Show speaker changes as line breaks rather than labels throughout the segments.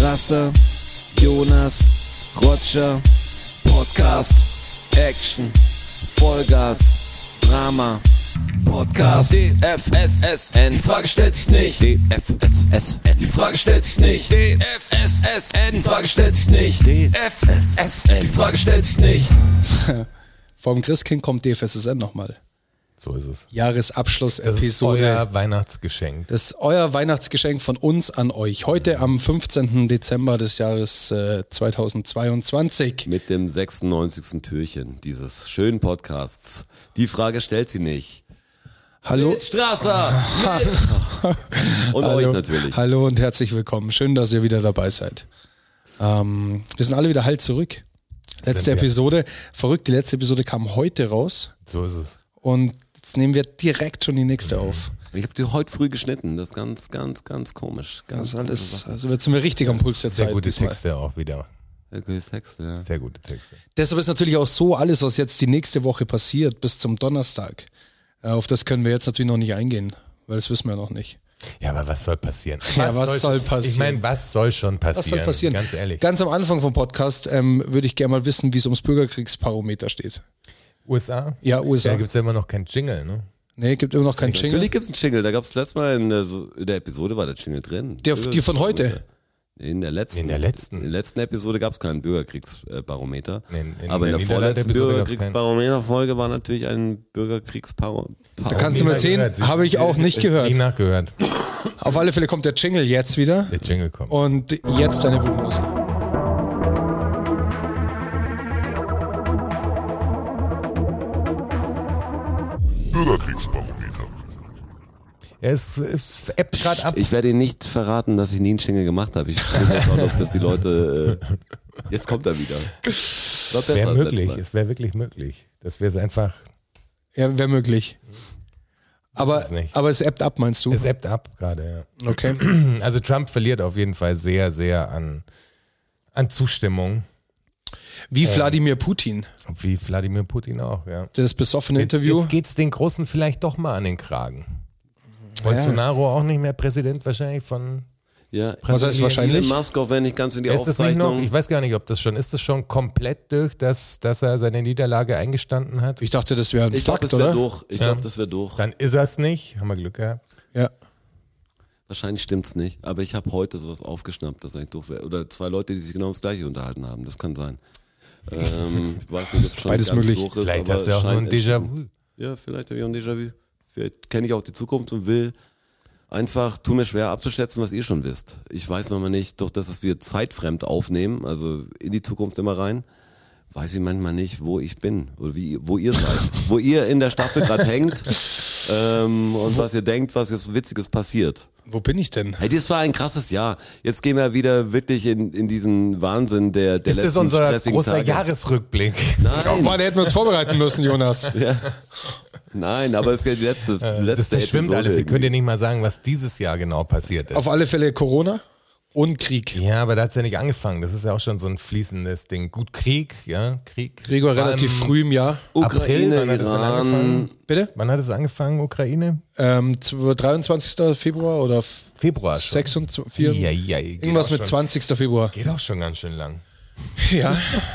Rasse, Jonas, Roger, Podcast, Action, Vollgas, Drama, Podcast, DFSSN, die Frage stellt sich nicht, DFSSN, die Frage stellt sich nicht, DFSSN, die Frage stellt sich nicht, DFSSN, die Frage stellt sich nicht.
Vom Christkind kommt DFSSN nochmal.
So ist es. Das ist
Jahresabschluss-Episode.
euer Weihnachtsgeschenk.
Das ist euer Weihnachtsgeschenk von uns an euch. Heute am 15. Dezember des Jahres äh, 2022.
Mit dem 96. Türchen dieses schönen Podcasts. Die Frage stellt sie nicht.
Hallo.
Strasser! Und
Hallo.
euch natürlich.
Hallo und herzlich willkommen. Schön, dass ihr wieder dabei seid. Ähm, wir sind alle wieder halt zurück.
Sind
Letzte
wir.
Episode. Verrückt, die letzte Episode kam heute raus.
So ist es. Mhm.
Und jetzt nehmen wir direkt schon die nächste auf.
Ich habe die heute früh geschnitten. Das ist ganz, ganz, ganz komisch. Ganz
Das ist alles, also jetzt sind wir richtig am Puls der
Sehr
Zeit.
gute
diesmal.
Texte auch wieder.
Okay, Sex, Äh, ja.
Sehr gute Texte.
Deshalb ist natürlich auch so alles, was jetzt die nächste Woche passiert, bis zum Donnerstag. äh, Auf das können wir jetzt natürlich noch nicht eingehen, weil das wissen wir noch nicht.
Ja, aber was soll passieren?
Ja, was soll
Ich
passieren?
meine, was soll schon passieren?
Was soll passieren?
Ganz ehrlich.
Ganz am Anfang vom Podcast ähm, würde ich gerne mal wissen, wie es ums Bürgerkriegsparometer steht.
USA?
Ja, USA.
Da gibt es ja immer noch keinen Jingle, ne?
Nee, gibt immer noch keinen Jingle.
Natürlich gibt es einen Jingle. Da gab es letztes Mal in der, so- in der Episode, war der Jingle drin.
Der, die von heute.
In der letzten.
In der letzten.
In der letzten Episode gab es keinen Bürgerkriegsbarometer.
Nee, in- in
aber in
der
der vorletzten
Niederlande-Episode gab's keinen.
Bürgerkriegsbarometer-Folge war natürlich ein Bürgerkriegsbarometer.
Da kannst du mal
Nicht
sehen,
nachgehört.
habe ich auch nicht
Nie
gehört.
nachgehört.
Auf alle Fälle kommt der Jingle jetzt wieder.
Der Jingle kommt.
Und jetzt deine Prognose.
Bürgerkriegsbarometer.
Es, es ebbt gerade ab.
Ich werde Ihnen nicht verraten, dass ich nie einen Jingle gemacht habe. Ich bin jetzt auch noch, dass die Leute. Äh, jetzt kommt er wieder. Das
Wäre möglich. Es wäre wirklich möglich. Das wäre es einfach.
Ja, wäre möglich. Aber,
ist nicht.
aber es ebbt ab, meinst du?
Es ebbt ab gerade, ja.
Okay.
Also Trump verliert auf jeden Fall sehr, sehr an, an Zustimmung.
Wie
Ähm.
Wladimir Putin.
Wie Wladimir Putin auch, ja.
Das besoffene Interview.
Jetzt geht's den Großen vielleicht doch mal an den Kragen. Bolsonaro auch nicht mehr Präsident wahrscheinlich von
Ja, Also,
Was heißt
Elon
wahrscheinlich?
Musk, auch wenn ich ganz in die
ist das nicht noch?
Aufzeichnung.
Ich weiß gar nicht, ob das schon ist. Das schon komplett durch, dass, dass er seine Niederlage eingestanden hat.
Ich dachte, das wäre ein
Ich glaube,
Fakt,
das wäre
oder?
durch. Ich glaube, das wäre durch.
Dann ist er es nicht. Haben wir Glück gehabt.
Ja.
Wahrscheinlich stimmt's nicht. Aber ich habe heute sowas aufgeschnappt, dass eigentlich durch wäre. Oder zwei Leute, die sich genau das gleiche unterhalten haben. Das kann sein. Ähm, ich weiß nicht, ob schon
Beides
ganz
möglich.
Durch ist,
Vielleicht
aber
hast du auch nur ein
scheint echt-
Déjà-vu.
Ja, vielleicht habe ich auch ein Déjà-vu. Vielleicht kenne ich auch die Zukunft und will einfach, tu mir schwer abzuschätzen, was ihr schon wisst. Ich weiß manchmal nicht, durch das, dass wir zeitfremd aufnehmen, also in die Zukunft immer rein, weiß ich manchmal nicht, wo ich bin oder wie, wo ihr seid. wo ihr in der Staffel gerade hängt ähm, und was ihr denkt, was jetzt Witziges passiert.
Wo bin ich denn?
Hey, das war ein krasses Jahr. Jetzt gehen wir wieder wirklich in, in diesen Wahnsinn der, der
Das
letzten
ist unser
stressigen
großer
Tage.
Jahresrückblick.
Oh
Nein,
Mann, da hätten wir uns vorbereiten müssen, Jonas.
nein, aber es geht die letzte, letzte
Äh, Das verschwimmt
Episode
alles. Ihr
irgendwie.
könnt ja nicht mal sagen, was dieses Jahr genau passiert ist.
Auf alle Fälle Corona und Krieg.
Ja, aber da hat's ja nicht angefangen. Das ist ja auch schon so ein fließendes Ding. Gut, Krieg, ja, Krieg.
Krieg war relativ
im
früh im Jahr.
April,
Ukraine,
wann hat das denn
Iran.
angefangen?
Bitte?
Wann hat es angefangen, Ukraine?
Ähm, zu- 23. Februar oder f-
Februar schon.
26.
Ja, ja, geht
irgendwas
auch
mit
schon.
20. Februar.
Geht auch schon ganz schön lang.
Ja.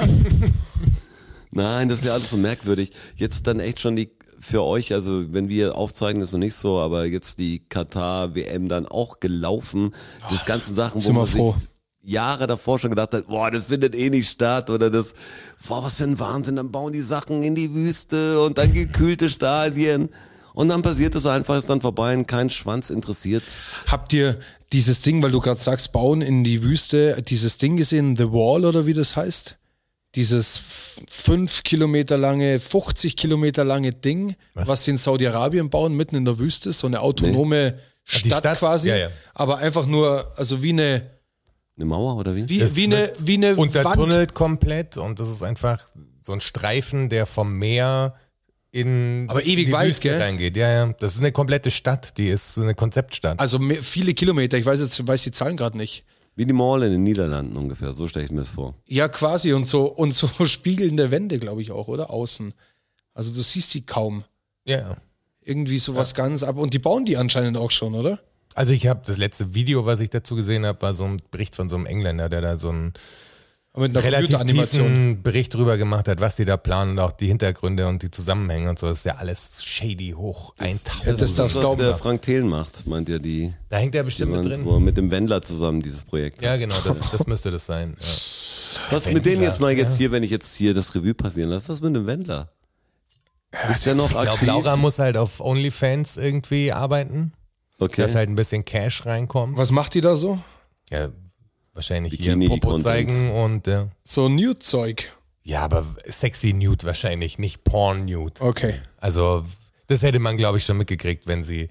Nein, das ist ja alles so merkwürdig. Jetzt dann echt schon die für euch, also wenn wir aufzeigen, ist noch nicht so, aber jetzt die Katar-WM dann auch gelaufen. Das ganzen Sachen, wo
sind wir
man
froh.
sich Jahre davor schon gedacht hat, boah, das findet eh nicht statt oder das, boah, was für ein Wahnsinn, dann bauen die Sachen in die Wüste und dann gekühlte Stadien. Und dann passiert es einfach, ist dann vorbei und kein Schwanz interessiert's.
Habt ihr dieses Ding, weil du gerade sagst, bauen in die Wüste, dieses Ding gesehen, The Wall oder wie das heißt? Dieses f- fünf Kilometer lange, 50 Kilometer lange Ding, was, sie in Saudi-Arabien bauen, mitten in der Wüste, so eine autonome
die
Stadt,
Stadt?
quasi.
Ja, ja.
Aber einfach nur, also wie eine,
Eine Mauer oder wie?
wie,
Das
wie eine,
wird
wie eine Wand.
Untertunnelt komplett und das ist einfach so ein Streifen, der vom Meer in,
Aber ewig
in die
weit,
Wüste
gell?
reingeht. Ja, ja. Das ist eine komplette Stadt, die ist eine Konzeptstadt.
Also mehr, viele Kilometer, ich weiß jetzt, weiß die Zahlen gerade nicht.
Wie die Mall in den Niederlanden ungefähr, so stelle ich mir das vor.
Ja, quasi und so und so spiegelnde Wände, glaube ich auch, oder außen. Also du siehst die kaum.
ja.
Irgendwie sowas ganz ab. Und die bauen die anscheinend auch schon, oder?
Also ich habe das letzte Video, was ich dazu gesehen habe, war so ein Bericht von so einem Engländer, der da so einen
Aber mit einer
relativ
Computeranimation.
tiefen Bericht drüber gemacht hat, was die da planen und auch die Hintergründe und die Zusammenhänge und so. Das ist ja alles shady hoch. 1000.
das darfst
Das,
du
was
Staub
der
ab.
Frank Thelen macht, meint ja die.
da hängt er bestimmt mit
Jemand,
drin.
wo er mit dem Wendler zusammen dieses Projekt.
Ja, genau, das, das müsste das sein. Ja.
Was mit denen jetzt mal jetzt
ja.
hier, wenn ich jetzt hier das Revue passieren lasse, was mit dem Wendler? Ist der noch
Ich glaube,
aktiv?
Laura muss halt auf OnlyFans irgendwie arbeiten,
okay.
dass halt ein bisschen Cash reinkommt.
Was macht die da so?
Ja, wahrscheinlich hier
Bikini-Content.
Popo zeigen und äh,
So Nude-Zeug.
ja, aber sexy nude wahrscheinlich, nicht Porn nude.
Okay.
Also das hätte man, glaube ich, schon mitgekriegt, wenn sie.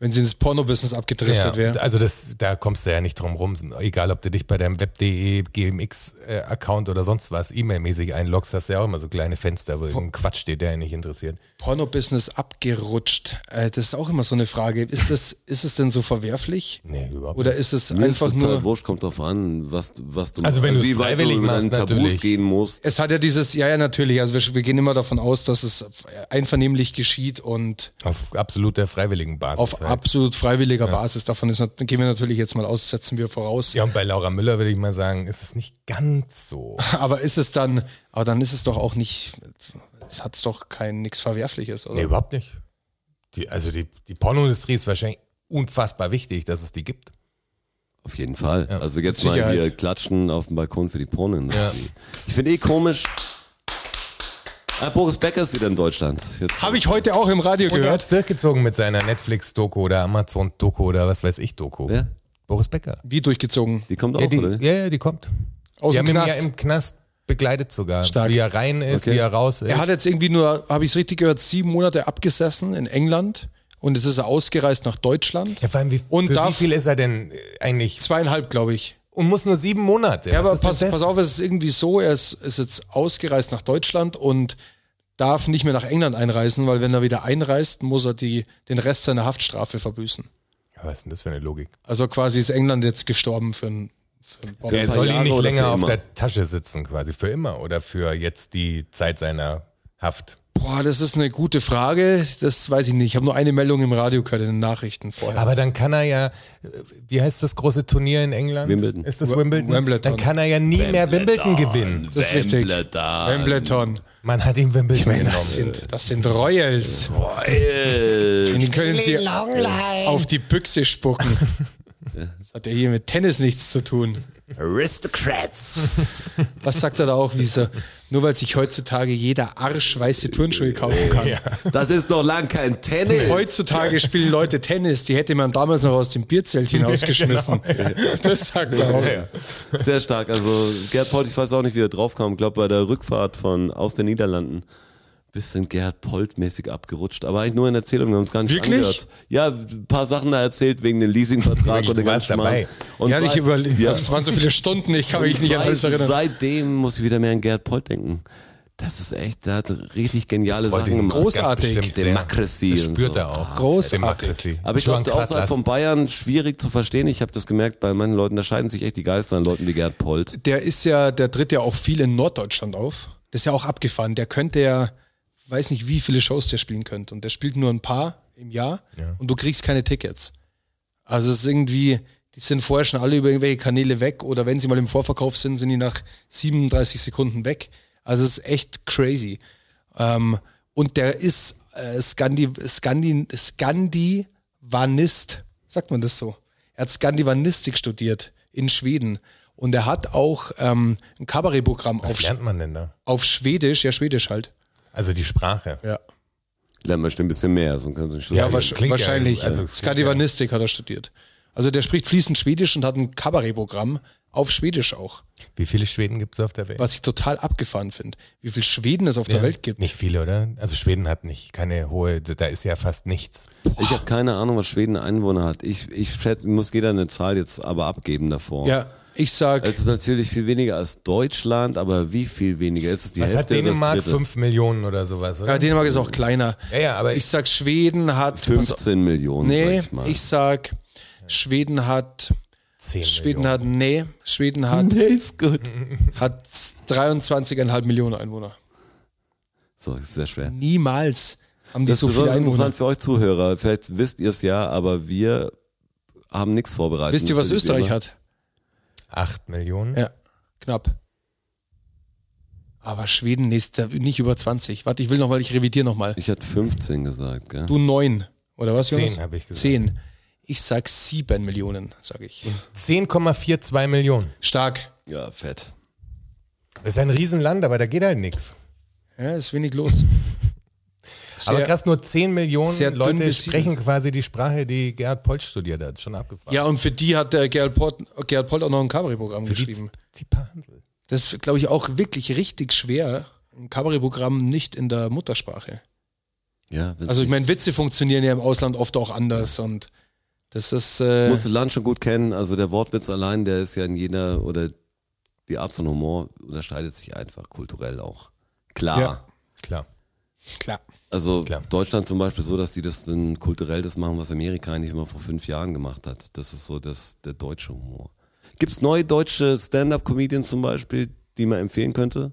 Wenn sie ins Porno-Business
Ja,
abgedriftet wäre.
also das, da kommst du ja nicht drum rum. Egal, ob du dich bei deinem web.de, GMX-Account äh, oder sonst was E-Mail-mäßig einloggst, hast du ja auch immer so kleine Fenster, wo irgendein Quatsch steht, der ihn nicht interessiert.
Porno-Business abgerutscht. Äh, das ist auch immer so eine Frage. Ist, das, ist es denn so verwerflich?
Nee, überhaupt
Oder ist es
Mir
einfach
ist total
nur.
wurscht, kommt drauf an, was, du- was du
Also wenn du es
wie weit
freiwillig
mit
machst,
deinen Tabus
natürlich.
gehen musst.
Es hat ja dieses, ja, ja, natürlich. Also wir, wir gehen immer davon aus, dass es einvernehmlich geschieht und
Auf absoluter freiwilligen Basis.
auf
halt.
absolut freiwilliger Basis. Davon ist, nat- gehen wir natürlich jetzt mal aus, setzen wir voraus.
Ja, und bei Laura Müller würde ich mal sagen, ist es nicht ganz so.
Aber ist es dann, aber dann ist es doch auch nicht, es hat doch kein nichts Verwerfliches, oder?
Nee, überhaupt nicht. Die, also die, die Pornoindustrie ist wahrscheinlich unfassbar wichtig, dass es die gibt.
Auf jeden Fall. also jetzt
mit
mal hier
Sicherheit.
klatschen auf dem Balkon für die Pornoindustrie. Ich finde eh komisch. Ah, Boris Becker ist wieder in Deutschland. Jetzt
Habe ich heute auch im Radio
Und er
gehört.
hat durchgezogen mit seiner Netflix-Doku oder Amazon-Doku oder was weiß ich Doku.
Ja,
Boris Becker.
Wie durchgezogen?
die kommt
Ja,
auch,
die,
oder?
ja, ja, die kommt.
Aus
die
dem
haben ihn ja
Knast.
im Knast begleitet sogar.
Stark.
Wie er rein ist,
Okay.
wie er raus ist.
Er hat jetzt irgendwie nur, habe ich es richtig gehört, sieben Monate abgesessen in England und jetzt ist er ausgereist nach Deutschland.
ja, vor allem, wie,
Und
für wie
darf-
viel ist er denn äh, eigentlich?
Zweieinhalb, glaube ich.
Und muss nur sieben Monate.
Ja,
Was
aber
ist denn
pass,
das?
pass auf, es ist irgendwie so, er ist, ist jetzt ausgereist nach Deutschland und darf nicht mehr nach England einreisen, weil wenn er wieder einreist, muss er die, den Rest seiner Haftstrafe verbüßen.
Ja, was ist denn das für eine Logik?
Also quasi ist England jetzt gestorben für einen für einen Bob.
Für
Er
paar
soll
Jahre
ihn nicht
oder für
länger auf
immer?
der Tasche sitzen, quasi für immer oder für jetzt die Zeit seiner Haft.
Boah, das ist eine gute Frage. Das weiß ich nicht. Ich habe nur eine Meldung im Radio gehört, in den Nachrichten vorher.
Aber dann kann er ja, äh, wie heißt das große Turnier in England?
Wimbledon.
Ist das
Wi-
Wimbledon?
Wimbledon.
Dann kann er ja nie mehr Wimbledon gewinnen.
Das ist richtig.
Wimbledon.
Wimbledon.
Man hat ihm Wimbledon
Das
genommen.
sind, das sind Royals.
Genau. Äh,
Die können sie
Longline.
auf die Büchse spucken. Das hat ja hier mit Tennis nichts zu tun.
Aristocrats.
Was sagt er da auch, wieso? Nur weil sich heutzutage jeder Arsch weiße Turnschuhe kaufen kann.
Das ist noch lang kein Tennis.
Heutzutage spielen Leute Tennis, die hätte man damals noch aus dem Bierzelt hinausgeschmissen. Das sagt er auch.
Sehr stark. Also Gerd Polt, ich weiß auch nicht, wie er draufkam. Ich glaube, bei der Rückfahrt von aus den Niederlanden bisschen Gerhard Polt-mäßig abgerutscht. Aber eigentlich nur in Erzählung, wir haben es gar nicht
Wirklich?
angehört. Ja, ein paar Sachen da erzählt wegen dem Leasingvertrag
Du
und dem
warst
ganzen Schmarrn.
dabei.
Und
ja, ich
seit-
überlege,
Ja.
es waren so viele Stunden, ich kann mich nicht an alles
Seit-
erinnern.
Seitdem muss ich wieder mehr an Gerhard Polt denken. Das ist echt, der hat richtig geniale Sachen gemacht.
Großartig.
Demokratie
Das
und
spürt
so.
er auch.
Großartig.
Demokratie.
Aber ich glaube,
Joan
der Aussage
Kratlas.
von Bayern schwierig zu verstehen. Ich habe das gemerkt bei manchen Leuten, da scheiden sich echt die Geister an Leuten wie Gerhard Polt.
Der ist ja, der tritt ja auch viel in Norddeutschland auf. Das ist ja auch abgefahren. Der könnte ja, weiß nicht, wie viele Shows der spielen könnte. Und der spielt nur ein paar im Jahr und du kriegst keine Tickets. Also es ist irgendwie, die sind vorher schon alle über irgendwelche Kanäle weg oder wenn sie mal im Vorverkauf sind, sind die nach 37 Sekunden weg. Also es ist echt crazy. Ähm, und der ist äh, Skandi, Skandi, Skandivanist, sagt man das so. Er hat Skandivanistik studiert in Schweden. Und er hat auch ähm, ein Kabarettprogramm auf,
Was lernt man denn da?
auf Schwedisch, ja Schwedisch halt.
Also die Sprache.
Ja,
Lernen wir schon ein bisschen mehr, sonst können wir nicht
Ja,
wahrsch-
klingt ja-
wahrscheinlich. also,
also klingt
Skadivanistik hat er studiert. Also der spricht fließend Schwedisch und hat ein Kabarettprogramm auf Schwedisch auch,
Wie viele Schweden gibt es auf der Welt?
was ich total abgefahren finde. Wie viel Schweden es auf der
Ja,
Welt gibt.
Nicht viele, oder? Also Schweden hat nicht keine hohe, da ist ja fast nichts.
Ich habe keine Ahnung, was Schweden Einwohner hat. Ich, ich schätze, muss jeder eine Zahl jetzt aber abgeben davor.
Ja, ich sag,
Also,
Es ist natürlich viel weniger als Deutschland, aber wie viel weniger? Ist es die
Was hat
Hälfte oder
Dänemark?
das Drittel?
Fünf Millionen oder sowas,
ja,
oder?
Dänemark ist auch kleiner.
Ja, ja, aber
Ich sag, Schweden hat. pass auf,
15 Millionen,
nee,
sag ich mal.
ich sag, Schweden hat.
10
Schweden
Millionen.
hat, nee, Schweden hat,
nee, ist gut.
hat 23,5 Millionen Einwohner.
So, ist sehr schwer.
Niemals haben die
Das ist
so viele
besonders
Einwohner.
interessant für euch Zuhörer. Vielleicht wisst ihr es ja, aber wir haben nichts vorbereitet.
Wisst ihr, was
für die
Österreich
Thema.
hat?
Acht Millionen?
Ja, knapp. Aber Schweden ist da nicht über 20. Warte, ich will noch, weil ich revidiere nochmal.
Ich hatte 15 gesagt, gell?
Du neun. Oder was,
Zehn,
Jonas?
hab ich gesagt.
Zehn. Ich sag sieben Millionen, sage ich.
10,42 Millionen.
Stark.
Ja, fett.
Das ist ein Riesenland, aber da geht halt nichts.
Ja, ist wenig los.
Aber
Sehr-
krass, nur 10 Millionen
sehr dünn
Leute
besiedelt.
sprechen quasi die Sprache, die Gerhard Polz studiert hat. Schon abgefahren.
Ja, und für die hat der Gerhard Polt, Gerhard Polt auch noch ein Kabarettprogramm
Die
geschrieben.
Zipper Hansel.
Das ist, glaube ich, auch wirklich richtig schwer. Ein Kabarettprogramm nicht in der Muttersprache.
Ja, wenn's
Also ich
nicht-
meine, Witze funktionieren ja im Ausland oft auch anders und das ist äh,
musst das Land schon gut kennen. Also der Wortwitz allein, der ist ja in jeder oder die Art von Humor unterscheidet sich einfach kulturell auch. Klar.
Ja.
Klar.
klar.
Also
Klar.
Deutschland zum Beispiel so, dass die das dann kulturell das machen, was Amerika eigentlich immer vor fünf Jahren gemacht hat. Das ist so das, der deutsche Humor. Gibt es neue deutsche Stand-up-Comedians zum Beispiel, die man empfehlen könnte?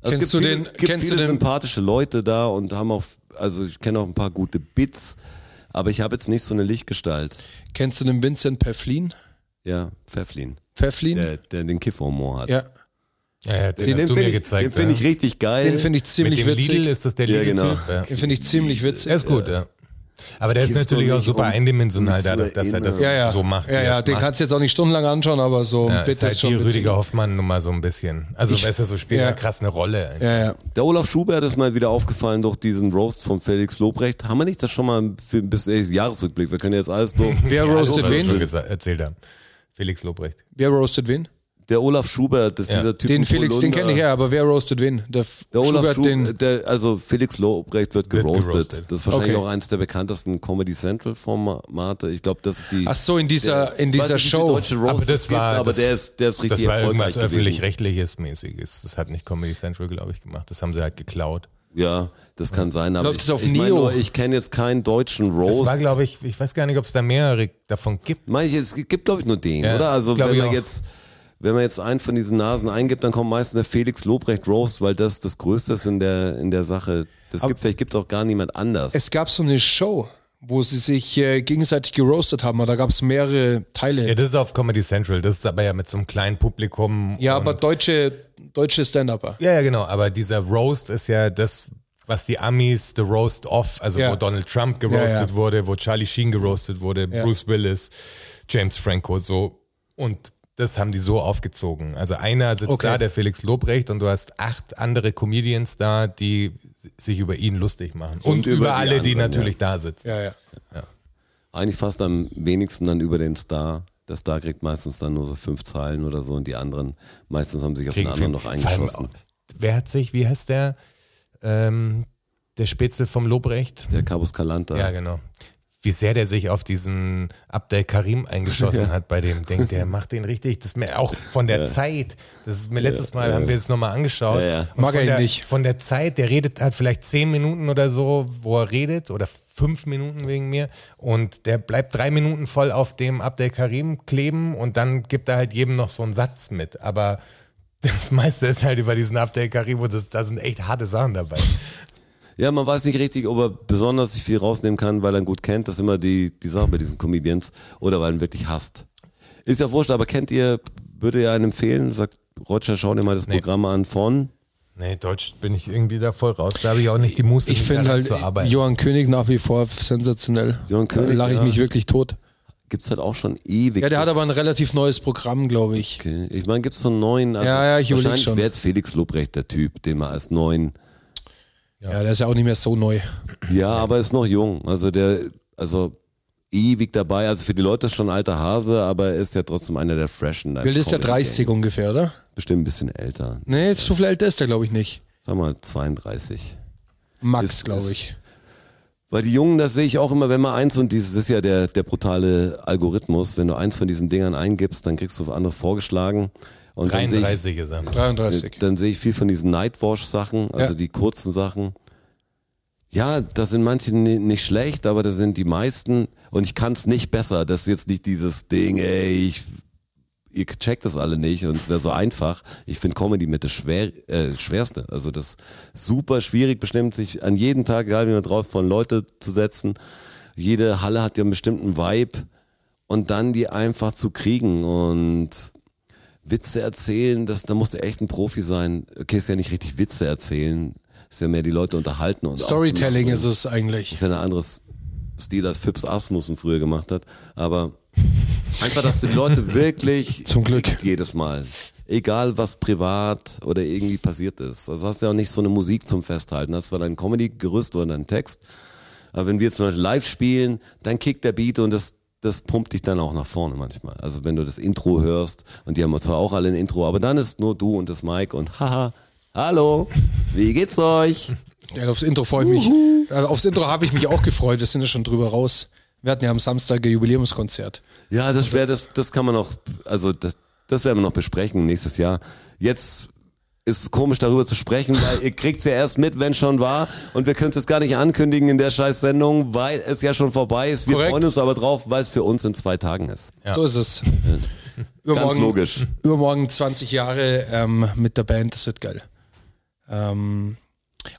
Also
Kennst
es gibt
du
viele,
den-
es gibt
kennst du
viele
den-
sympathische Leute da und haben auch, also ich kenne auch ein paar gute Bits, aber ich habe jetzt nicht so eine Lichtgestalt.
Kennst du den Vincent Pfefflin?
Ja, Pfefflin,
Pfefflin?
der, der den Kifferhumor hat.
ja.
Ja, ja, den,
Den,
hast du
finde
mir
ich,
gezeigt.
den finde
ja.
ich richtig geil.
Den finde ich ziemlich
Mit dem
witzig.
Lidl ist das der
Ja,
Lidl-Typ.
genau.
Ja.
Den finde ich ziemlich witzig.
Er ist gut, ja. Aber der ist
Kiffst du
natürlich auch
nicht,
super
um
eindimensional,
zu
dadurch, dass er das
ja, ja.
so macht. wie
eh Ja,
er
ja,
es
den
macht.
kannst du jetzt auch nicht stundenlang anschauen, aber so
ja,
bitte
ist halt
ist schon
die
witzig.
Rüdiger Hoffmann nun mal so ein bisschen. Also, weißt du, so spielt
ja.
er krass eine Rolle.
Ja, ja.
Der Olaf Schubert ist mal wieder aufgefallen durch diesen Roast von Felix Lobrecht. Haben wir nicht das schon mal für bis ey, Jahresrückblick? Wir können jetzt alles durch.
Wer
Ja,
roastet
das wir schon
wen?
gesa- erzählt haben. Felix Lobrecht.
Wer roastet wen?
Der Olaf Schubert, das ist
Ja.
dieser Typ.
Den
im
Felix, den
Polunder.
kenne ich ja, aber wer roastet wen? Der, F-
Der Olaf
Schubert,
Schubert,
äh,
den.
der, also Felix Lobrecht wird
Wird
geroastet.
geroastet.
Das ist wahrscheinlich
Okay.
auch eines der bekanntesten Comedy Central Formate. Ich glaube, das ist die.
Ach so, in dieser, in
Ich weiß
dieser
nicht, wie viele
Show.
Deutsche Roasts
Aber das
es gibt,
war-
aber
das-
der ist, der ist richtig
Das war
erfolgreich
irgendwas
gewesen.
öffentlich-rechtliches mäßiges. Das hat nicht Comedy Central, glaube ich, gemacht. Das haben sie halt geklaut.
Ja, das kann sein. Aber
Läuft
ich,
es auf
ich mein
Neo?
Nur, ich kenne jetzt keinen deutschen Roast.
Das war, glaube ich, ich weiß gar nicht, ob es da mehrere davon gibt.
Meine ich, es gibt, glaube ich, nur den,
Ja,
oder? Also
glaub
wenn
ich
man
auch.
jetzt, wenn man jetzt einen von diesen Nasen eingibt, dann kommt meistens der Felix Lobrecht Roast, weil das das Größte ist in der, in der Sache. Das gibt, vielleicht gibt es auch gar niemand anders.
Es gab so eine Show, wo sie sich äh, gegenseitig geroastet haben, aber da gab es mehrere Teile.
Ja, das ist auf Comedy Central. Das ist aber ja mit so einem kleinen Publikum.
Ja,
und-
aber deutsche, deutsche Stand-Upper.
Ja, ja, genau. Aber dieser Roast ist ja das, was die Amis, The Roast Off, also
Ja.
wo Donald Trump geroastet
Ja, ja.
wurde, wo Charlie Sheen geroastet wurde,
Ja.
Bruce Willis, James Franco, so. Und das haben die so aufgezogen. Also einer sitzt
Okay.
da, der Felix Lobrecht, und du hast acht andere Comedians da, die sich über ihn lustig machen. Und, über,
über die
alle, die
anderen,
natürlich da sitzen.
Ja, ja.
Eigentlich fast am wenigsten dann über den Star. Der Star kriegt meistens dann nur so fünf Zeilen oder so und die anderen meistens haben sich auf den
Kriegen
anderen
Film.
noch
Vor allem,
eingeschossen.
Wer hat sich, wie heißt der? Ähm, der Spitzel vom Lobrecht?
Der Cabus Calanta.
Ja, genau. Wie sehr der sich auf diesen Abdel Karim eingeschossen hat bei dem Ding, der macht den richtig, das ist mir auch von der Zeit, das ist mir letztes Mal, haben wir das nochmal angeschaut.
Ja, ja.
Und
Mag
von
er ihn
der,
nicht.
Von der Zeit, der redet halt vielleicht zehn Minuten oder so, wo er redet, oder fünf Minuten wegen mir, und der bleibt drei Minuten voll auf dem Abdel Karim kleben und dann gibt er halt jedem noch so einen Satz mit, aber das meiste ist halt über diesen Abdel Karim und das, da sind echt harte Sachen dabei.
Ja, man weiß nicht richtig, ob er besonders sich viel rausnehmen kann, weil er ihn gut kennt. Das ist immer die, die Sache bei diesen Comedians. Oder weil er ihn wirklich hasst. Ist ja wurscht, aber kennt ihr, würde ihr einen empfehlen? Sagt Roger, schau dir mal das Programm an von.
Nee, Deutsch bin ich irgendwie da voll raus. Da habe ich auch nicht die Muße,
Ich
mich
finde
daran
halt
zu arbeiten.
Johann König nach wie vor sensationell.
Johann König,
Da lache ich
ja.
mich wirklich tot.
Gibt's halt auch schon ewig.
Ja, der hat
Das-
aber ein relativ neues Programm, glaube ich.
Okay. Ich meine, gibt's so einen neuen. Also
Ja, ja, ich überleg
wahrscheinlich
schon.
wäre jetzt Felix Lobrecht der Typ, den man als neuen.
Ja. der ist ja auch nicht mehr so neu.
Ja, aber ist noch jung. Also der, also ewig dabei. Also für die Leute ist schon ein alter Hase, aber er ist ja trotzdem einer der Freshen.
Bild ist ja 30 ungefähr, oder?
Bestimmt ein bisschen älter.
Nee, jetzt so viel älter ist der, glaube ich, nicht.
Sag mal 32.
Max,
Ist-
glaube
ist-
ich.
Weil die Jungen, das sehe ich auch immer, wenn man eins und dieses das ist ja der, der brutale Algorithmus, wenn du eins von diesen Dingern eingibst, dann kriegst du andere vorgeschlagen. Und dann sehe
33 ist er.
33.
ich, dann sehe ich viel von diesen Nightwash-Sachen, also
Ja.
die kurzen Sachen. Ja, das sind manche ni- nicht schlecht, aber das sind die meisten und ich kann es nicht besser. Das ist jetzt nicht dieses Ding, ey, ich, ihr checkt das alle nicht und es wäre so einfach. Ich finde Comedy mit das schwer, äh, Schwerste. Also das ist super schwierig, bestimmt sich an jedem Tag, egal wie man drauf von Leute zu setzen. Jede Halle hat ja einen bestimmten Vibe und dann die einfach zu kriegen und Witze erzählen, das, da musst du echt ein Profi sein. Okay, ist ja nicht richtig Witze erzählen, ist ja mehr die Leute unterhalten und
Storytelling
aufzumachen.
ist es eigentlich.
ist ja ein anderes Stil, als Phipps Asmussen früher gemacht hat. Aber einfach, dass du die Leute wirklich
Zum Glück.
kriegst jedes Mal. Egal, was privat oder irgendwie passiert ist. Also hast du ja auch nicht so eine Musik zum Festhalten. Hast zwar dein Comedy-Gerüst oder dein Text, aber wenn wir zum Beispiel live spielen, dann kickt der Beat und das, das pumpt dich dann auch nach vorne manchmal. Also wenn du das Intro hörst, und die haben zwar auch alle ein Intro, aber dann ist nur du und das Mike und haha, hallo, wie geht's euch?
Ja, aufs Intro freue ich mich. Äh, Aufs Intro habe ich mich auch gefreut. Wir sind ja schon drüber raus. Wir hatten ja am Samstag ein Jubiläumskonzert.
Ja, das wäre das, das kann man noch, also das, das werden wir noch besprechen nächstes Jahr. Jetzt ist komisch darüber zu sprechen, weil ihr kriegt's ja erst mit, wenn schon war und wir können es gar nicht ankündigen in der scheiß Sendung, weil es ja schon vorbei ist. Wir
Korrekt.
freuen uns aber drauf, weil es für uns in zwei Tagen ist.
So ist es.
Ganz logisch.
Übermorgen 20 Jahre ähm, mit der Band, das wird geil. Ähm,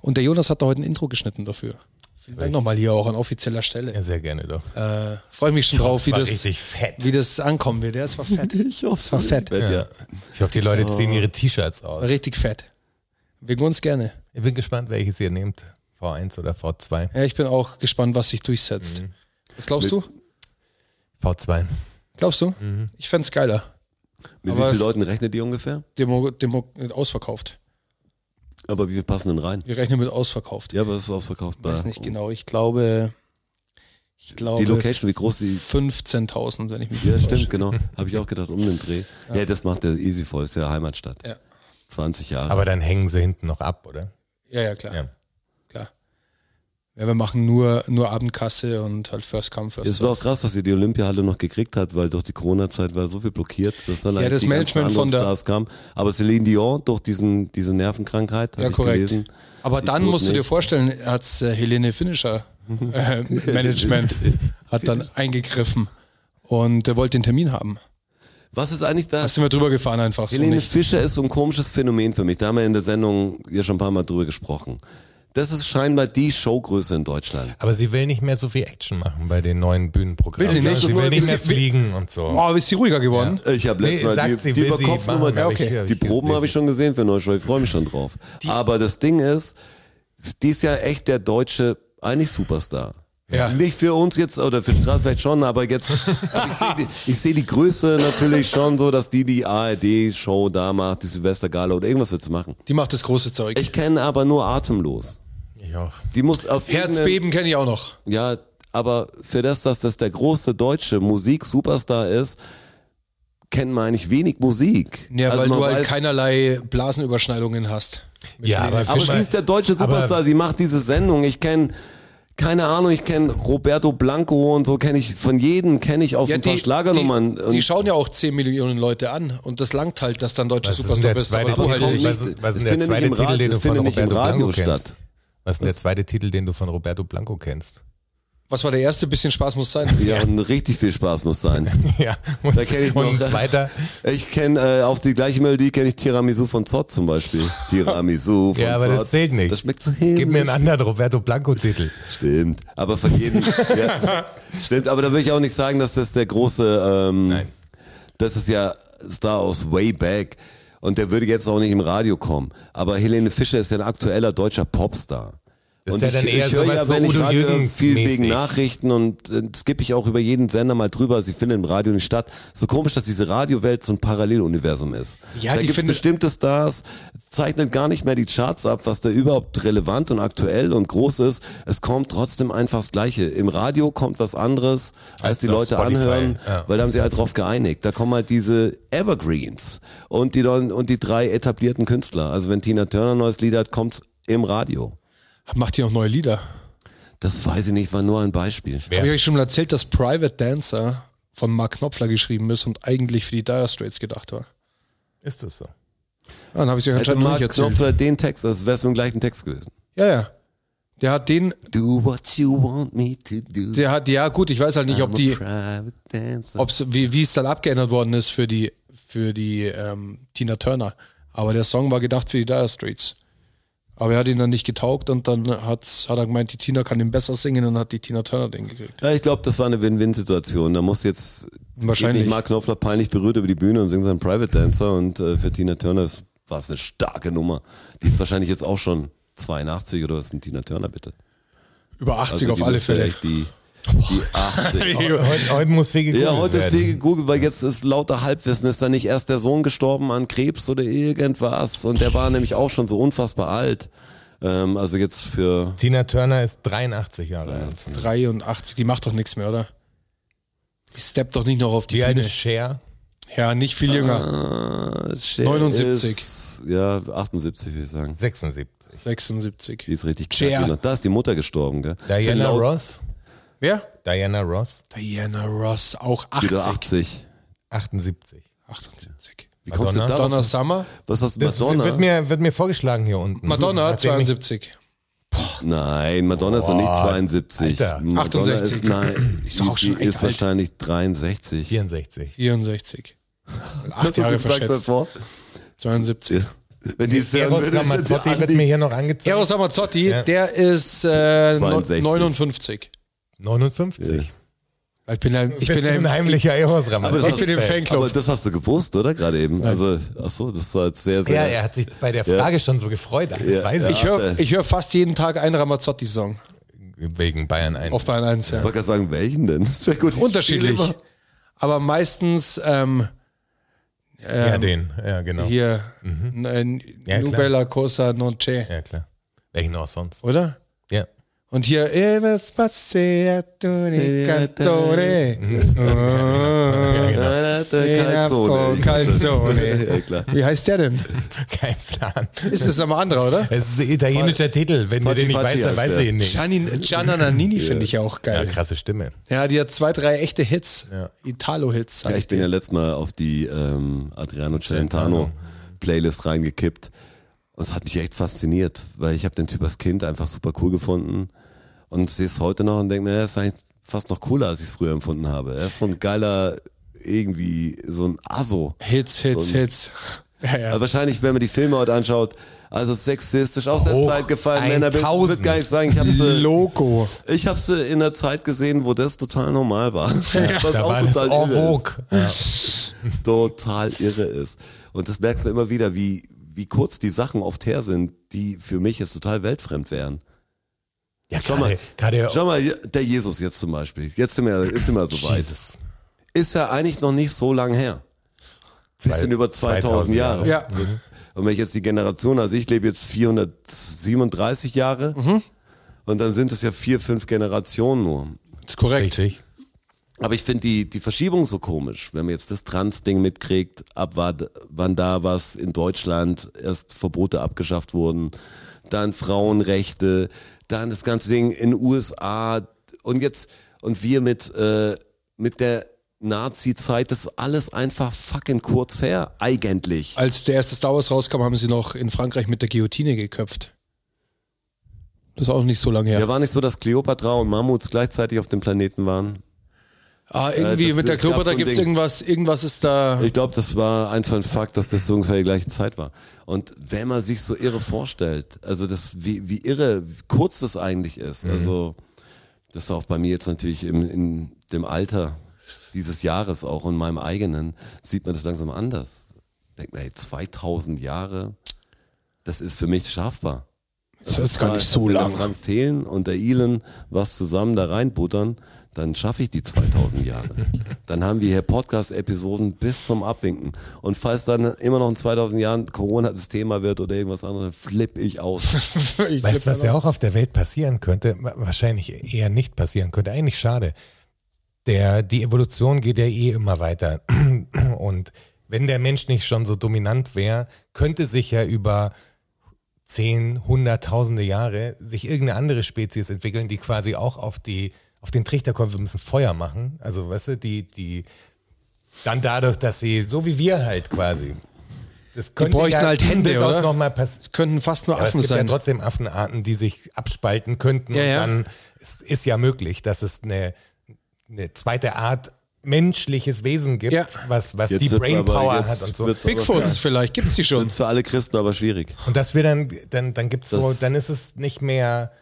und der Jonas hat da heute ein Intro geschnitten dafür. Vielen Dank nochmal hier auch an offizieller Stelle.
Ja, sehr gerne doch.
Äh, Freue mich schon drauf,
Das
wie
war
das,
richtig fett.
wie das ankommen wird. Ja, es war fett.
hoffe,
war fett.
Ja.
Ich hoffe, die Leute ziehen ihre T-Shirts
War
aus.
richtig fett. Wegen uns gerne.
Ich bin gespannt, welches ihr nehmt. V1 oder V2?
Ja, ich bin auch gespannt, was sich durchsetzt. Was glaubst du?
V2.
Glaubst du? Ich fänd's geiler.
Mit wie
Aber es-
vielen Leuten rechnet ihr ungefähr?
Demo, Demo, ausverkauft.
Aber wie viel passen denn rein?
Wir rechnen mit ausverkauft.
Ja, aber es ist ausverkauft.
Ich weiß
bei-
nicht genau. Ich glaube, ich glaube
Die Location, wie groß die
15.000, wenn ich mich
Ja,
nicht
stimmt, genau. Habe ich auch gedacht, um den Dreh. Ja, das macht der Easy voll, ist ja Heimatstadt.
Ja.
20 Jahre.
Aber dann hängen sie hinten noch ab, oder?
Ja, ja, klar.
Ja.
klar. Ja, wir machen nur, nur Abendkasse und halt First Come, First
Es war
Serve.
auch krass, dass ihr die Olympiahalle noch gekriegt hat, weil durch die Corona-Zeit war so viel blockiert, dass dann eigentlich
das
die ganzen
Management
anderen
von der-
Stars kam. Aber Celine Dion durch diesen, diese Nervenkrankheit, hab
Ja,
ich
korrekt.
gelesen.
Aber
Die
dann
tut
musst du dir
nicht.
vorstellen, hat's äh, Helene Finischer äh, Management hat dann eingegriffen und er wollte den Termin haben.
Was ist eigentlich
Da
das?
sind wir drüber gefahren einfach so
Helene
nicht.
Fischer ist so ein komisches Phänomen für mich. Da haben wir in der Sendung ja schon ein paar Mal drüber gesprochen. Das ist scheinbar die Showgröße in Deutschland.
Aber sie will nicht mehr so viel Action machen bei den neuen Bühnenprogrammen.
Will sie nicht?
will nicht mehr
Will sie-
fliegen und so.
Oh, ist sie ruhiger geworden?
Ich habe letztes Mal die, die über Kopfnummer
aber
okay.
ich-
Die Proben habe ich
gelesen.
schon gesehen für Neuschau, ich freue mich schon drauf. Aber das Ding ist, die ist ja echt der deutsche, eigentlich Superstar.
Ja.
Nicht für uns jetzt, oder für Straße vielleicht schon, aber jetzt, aber ich sehe die, ich seh die Größe natürlich schon so, dass die die ARD-Show da macht, die Silvestergala oder irgendwas wird zu machen.
Die macht das große Zeug.
Ich kenne aber nur Atemlos.
Ich auch.
Die muss auf irgendeinen-
Herzbeben kenne ich auch noch.
ja, aber für das, dass das der große deutsche Musik-Superstar ist, kennt man eigentlich wenig Musik. Also
Ja, weil
man
du halt
weiß-
keinerlei Blasenüberschneidungen hast.
Ja, aber,
Aber
Fischer-
sie ist der deutsche Superstar,
Aber-
sie macht diese Sendung. Ich kenne, keine Ahnung, ich kenne Roberto Blanco und so kenne ich, von jedem kenne ich aus ein paar Schlagernummern.
Die,
Und
die schauen ja auch 10 Millionen Leute an und das langt halt, dass dann deutsche
Was ist denn
Superstar
der
bist.
zweite
Aber du
sie
Titel?
halt
kommt
nicht.
Was ist- was ist denn
findet
der
nicht
zweite
im
Titel,
Radio-
den du
das
von
findet nicht im
Roberto
Radio
Blanco kennst?
statt.
Was ist denn der zweite Titel, den du von Roberto Blanco kennst?
Was war der erste? Bisschen Spaß muss sein.
Ja, und richtig viel Spaß muss sein.
ja, und,
Da kenn ich
und
noch-
ein zweiter.
Ich kenne äh, auf die gleiche Melodie kenne ich Tiramisu von Zott zum Beispiel. Tiramisu von
Ja, aber
Zott.
das zählt nicht.
Das schmeckt so himmlisch.
Gib mir einen anderen Roberto Blanco-Titel.
Stimmt, aber von jedem. ja, stimmt, aber da will ich auch nicht sagen, dass das der große. Ähm,
Nein.
Das ist ja Star aus Way Back. Und der würde jetzt auch nicht im Radio kommen. Aber Helene Fischer ist ja ein aktueller deutscher Popstar.
Das
und
ist ja dann eher
ich höre
sowas
ja,
so
wenn ich
Udo
Radio höre, viel
Jürgens-mäßig.
wegen Nachrichten und äh, skippe ich auch über jeden Sender mal drüber. Sie finden im Radio nicht statt. So komisch, dass diese Radiowelt so ein Paralleluniversum ist.
Ja,
da
die
gibt's
finde-
bestimmte Stars, zeichnet gar nicht mehr die Charts ab, was da überhaupt relevant und aktuell und groß ist. Es kommt trotzdem einfach das Gleiche. Im Radio kommt was anderes, als,
Als
die
auf
Leute
Spotify,
anhören,
ja.
weil da haben sie halt drauf geeinigt. Da kommen halt diese Evergreens und die, dann- und die drei etablierten Künstler. Also wenn Tina Turner ein neues Lied hat, kommt's im Radio.
Macht ihr noch neue Lieder?
Das weiß ich nicht, war nur ein Beispiel.
Ja.
Habe ich euch schon mal erzählt, dass Private Dancer von Mark Knopfler geschrieben ist und eigentlich für die Dire Straits gedacht war?
Ist das so?
Ah, dann habe ich es euch
Hätte
anscheinend noch nicht
Mark
erzählt.
Knopfler den Text, das wär's mit dem gleichen Text gewesen.
Ja, ja. Der hat den,
Do what you want me to do.
der hat, ja gut, ich weiß halt nicht, ob die,
Ob
ob's, wie, wie es dann abgeändert worden ist für die, für die ähm, Tina Turner. Aber der Song war gedacht für die Dire Straits. Aber er hat ihn dann nicht getaugt und dann hat's, hat er gemeint, die Tina kann ihn besser singen und hat die Tina Turner den gekriegt.
Ja, ich glaube, das war eine Win-Win-Situation. Da muss jetzt
Wahrscheinlich.
geht nicht Mark Knopfler peinlich berührt über die Bühne und singt seinen Private Dancer und äh, für Tina Turner ist- war es eine starke Nummer. Die ist wahrscheinlich jetzt auch schon 82 oder was ist denn Tina Turner bitte?
Über 80
Also
auf
die
alle
muss
Fälle.
vielleicht Die, die 80.
Heute, heute muss viel gegoogelt
Ja, heute ist
werden.
viel gegoogelt, weil jetzt ist lauter Halbwissen. Ist da nicht erst der Sohn gestorben an Krebs oder irgendwas? Und der war nämlich auch schon so unfassbar alt. Ähm, also jetzt für.
Tina Turner ist 83 Jahre alt.
ne?
83, die macht doch nichts mehr, oder? Die steppt doch nicht noch auf die
Wie alt
Bühne.
ist Cher?
Ja, nicht viel jünger.
Äh, Cher
79.
Ist, ja, 78 würde ich sagen.
76.
76.
Die ist richtig
Cher.
knapp. Da ist die Mutter gestorben, gell? Sind
Diana
laut-
Ross?
Wer?
Diana Ross?
Diana Ross, auch
Wieder
80.
80.
78.
78.
Wie kommst du
Madonna?
da?
Donna Summer?
Was hast du
Das wird
Madonna?
mir, wird mir vorgeschlagen hier unten.
Madonna,
Nachdem ich-
72.
Nein, Madonna ist noch nicht 72.
Alter.
Madonna
68.
ist, nein,
Ist doch auch
die
schon echt
ist
alt.
wahrscheinlich 63.
64.
64.
Hast
Acht
du
Jahre
gesagt, das
verschätzt.
Wort?
72.
Wenn die es hören
Eros
würde, würde sie
Ramazzotti wird
Andi-
mir hier noch angezeigt.
Eros Ramazzotti,
Ja.
der ist äh, no-
62.
59.
59.
Ich bin ja, ich
Bist
bin
du ein
ja,
heimlicher Eros
das
ich
hast-
bin im
Ramazzotti-Fan.
Fanclub.
Aber das hast du gewusst, oder? Gerade eben. Also, ach so, das war jetzt sehr, sehr.
Ja, er hat sich bei der Frage schon so gefreut. Das
Ja,
weiß
ja.
ich.
ich höre ich hör fast jeden Tag einen Ramazzotti-Song
Wegen Bayern 1.
auf Bayern 1.
Ich
Ja.
wollte gerade sagen, welchen denn? Sehr gut.
Unterschiedlich.
Immer.
Aber meistens ähm,
ja, den. Ja, genau.
hier mhm.
Ja, klar.
Nubella Cosa Noche,
Ja, klar. Welchen auch sonst.
oder?
Ja.
Und hier Eva Spaziatore Cantore.
Äh.
ja genau.
Ja, der Calzone.
Calzone.
Ja, klar.
Wie heißt der denn?
Kein Plan.
Ist das aber anderer, oder?
Es ist ein italienischer Titel. Wenn du
Fatti
den nicht
Fatti
weißt, dann
heißt
weißt du
der.
ihn nicht.
Gianni, Gianna Nannini finde ich ja auch
Ja,
geil.
krasse Stimme.
Ja, die hat zwei, drei echte Hits.
Ja.
Italo-Hits. sag
Ja, ich bin ja letztes Mal auf die ähm, Adriano Celentano Playlist reingekippt. Und es hat mich echt fasziniert, weil ich habe den Typ als Kind einfach super cool gefunden und sehe es heute noch und denke mir, er ist eigentlich fast noch cooler, als ich es früher empfunden habe. Er ist so ein geiler, irgendwie so ein Aso.
Hits, Hits,
So ein-
Hits. Ja, ja.
Also wahrscheinlich, wenn man die Filme heute anschaut, also sexistisch aus der
Hoch
Zeit gefallen, Männer, ich
1000.
würde gar nicht sagen, ich habe sie
Loco.
ich hab sie in der Zeit gesehen, wo das total normal war. Was
Da war das en
irre ist.
vogue. Ja.
total irre ist. Und das merkst du immer wieder, wie, wie kurz die Sachen oft her sind, die für mich jetzt total weltfremd wären.
Ja,
Schau mal.
gerade, gerade
Schau mal, der Jesus jetzt zum Beispiel. Jetzt sind wir, ist immer so weit.
Jesus.
Ist ja eigentlich noch nicht so lang her. Bisschen über 2000, Jahre.
Ja.
Und wenn ich jetzt die Generation, also ich lebe jetzt 437 Jahre
Mhm.
und dann sind es ja vier, fünf Generationen nur.
Ist korrekt.
Richtig.
Aber ich finde die, die Verschiebung so komisch, wenn man jetzt das Trans-Ding mitkriegt, ab wann- wann da was in Deutschland erst Verbote abgeschafft wurden, dann Frauenrechte, dann das ganze Ding in den USA und jetzt, und wir mit, äh, mit der Nazi-Zeit, das ist alles einfach fucking kurz her, eigentlich.
Als der erste Star Wars rauskam, haben sie noch in Frankreich mit der Guillotine geköpft. Das ist auch nicht so lange her.
Ja, war nicht so, dass Kleopatra und Mammuts gleichzeitig auf dem Planeten waren?
ah, irgendwie
Äh, das-
mit der
es gab
Klober,
so
da
ein
gibt es
Ding.
irgendwas, irgendwas ist da.
Ich glaube, das war einfach ein Fakt, dass das so ungefähr die gleiche Zeit war. Und wenn man sich so irre vorstellt, also das, wie, wie irre, wie kurz das eigentlich ist, also das ist auch bei mir jetzt natürlich im, in dem Alter dieses Jahres auch und meinem eigenen, sieht man das langsam anders. Denkt man, ey, 2000 Jahre, das ist für mich schaffbar.
das ist gar nicht
Als
so
wenn der
lang.
Frank Thelen und der Elon was zusammen da reinbuttern, dann schaffe ich die 2000 Jahre. dann haben wir hier Podcast-Episoden bis zum Abwinken. Und falls dann immer noch in 2000 Jahren Corona das Thema wird oder irgendwas anderes, dann flippe ich aus.
Ich
Weißt du,
flipp
was ja auch auf der Welt passieren könnte? Wa- Wahrscheinlich eher nicht passieren könnte. Eigentlich schade. Der, die Evolution geht ja eh immer weiter. Und wenn der Mensch nicht schon so dominant wäre, könnte sich ja über zehn, hunderttausende Jahre sich irgendeine andere Spezies entwickeln, die quasi auch auf die, auf den Trichter kommt, wir müssen Feuer machen. Also, weißt du, die, die, dann dadurch, dass sie, so wie wir halt quasi. Das könnte
bräuchten halt Hände, oder?
nochmal passieren.
Es könnten fast nur
Aber es
Affen
gibt ja
sein.
trotzdem Affenarten, die sich abspalten könnten.
Ja,
und
ja.
dann es ist ja möglich, dass es eine, eine zweite Art menschliches Wesen gibt,
Ja.
was, was
Jetzt
die
wird's aber-
Brainpower
jetzt
hat und so.
wird's aber-
Bigfoots, vielleicht gibt's die schon.
Ist für alle Christen aber schwierig.
Und dass wir dann, dann, dann gibt's so,
Das-
dann ist es nicht mehr,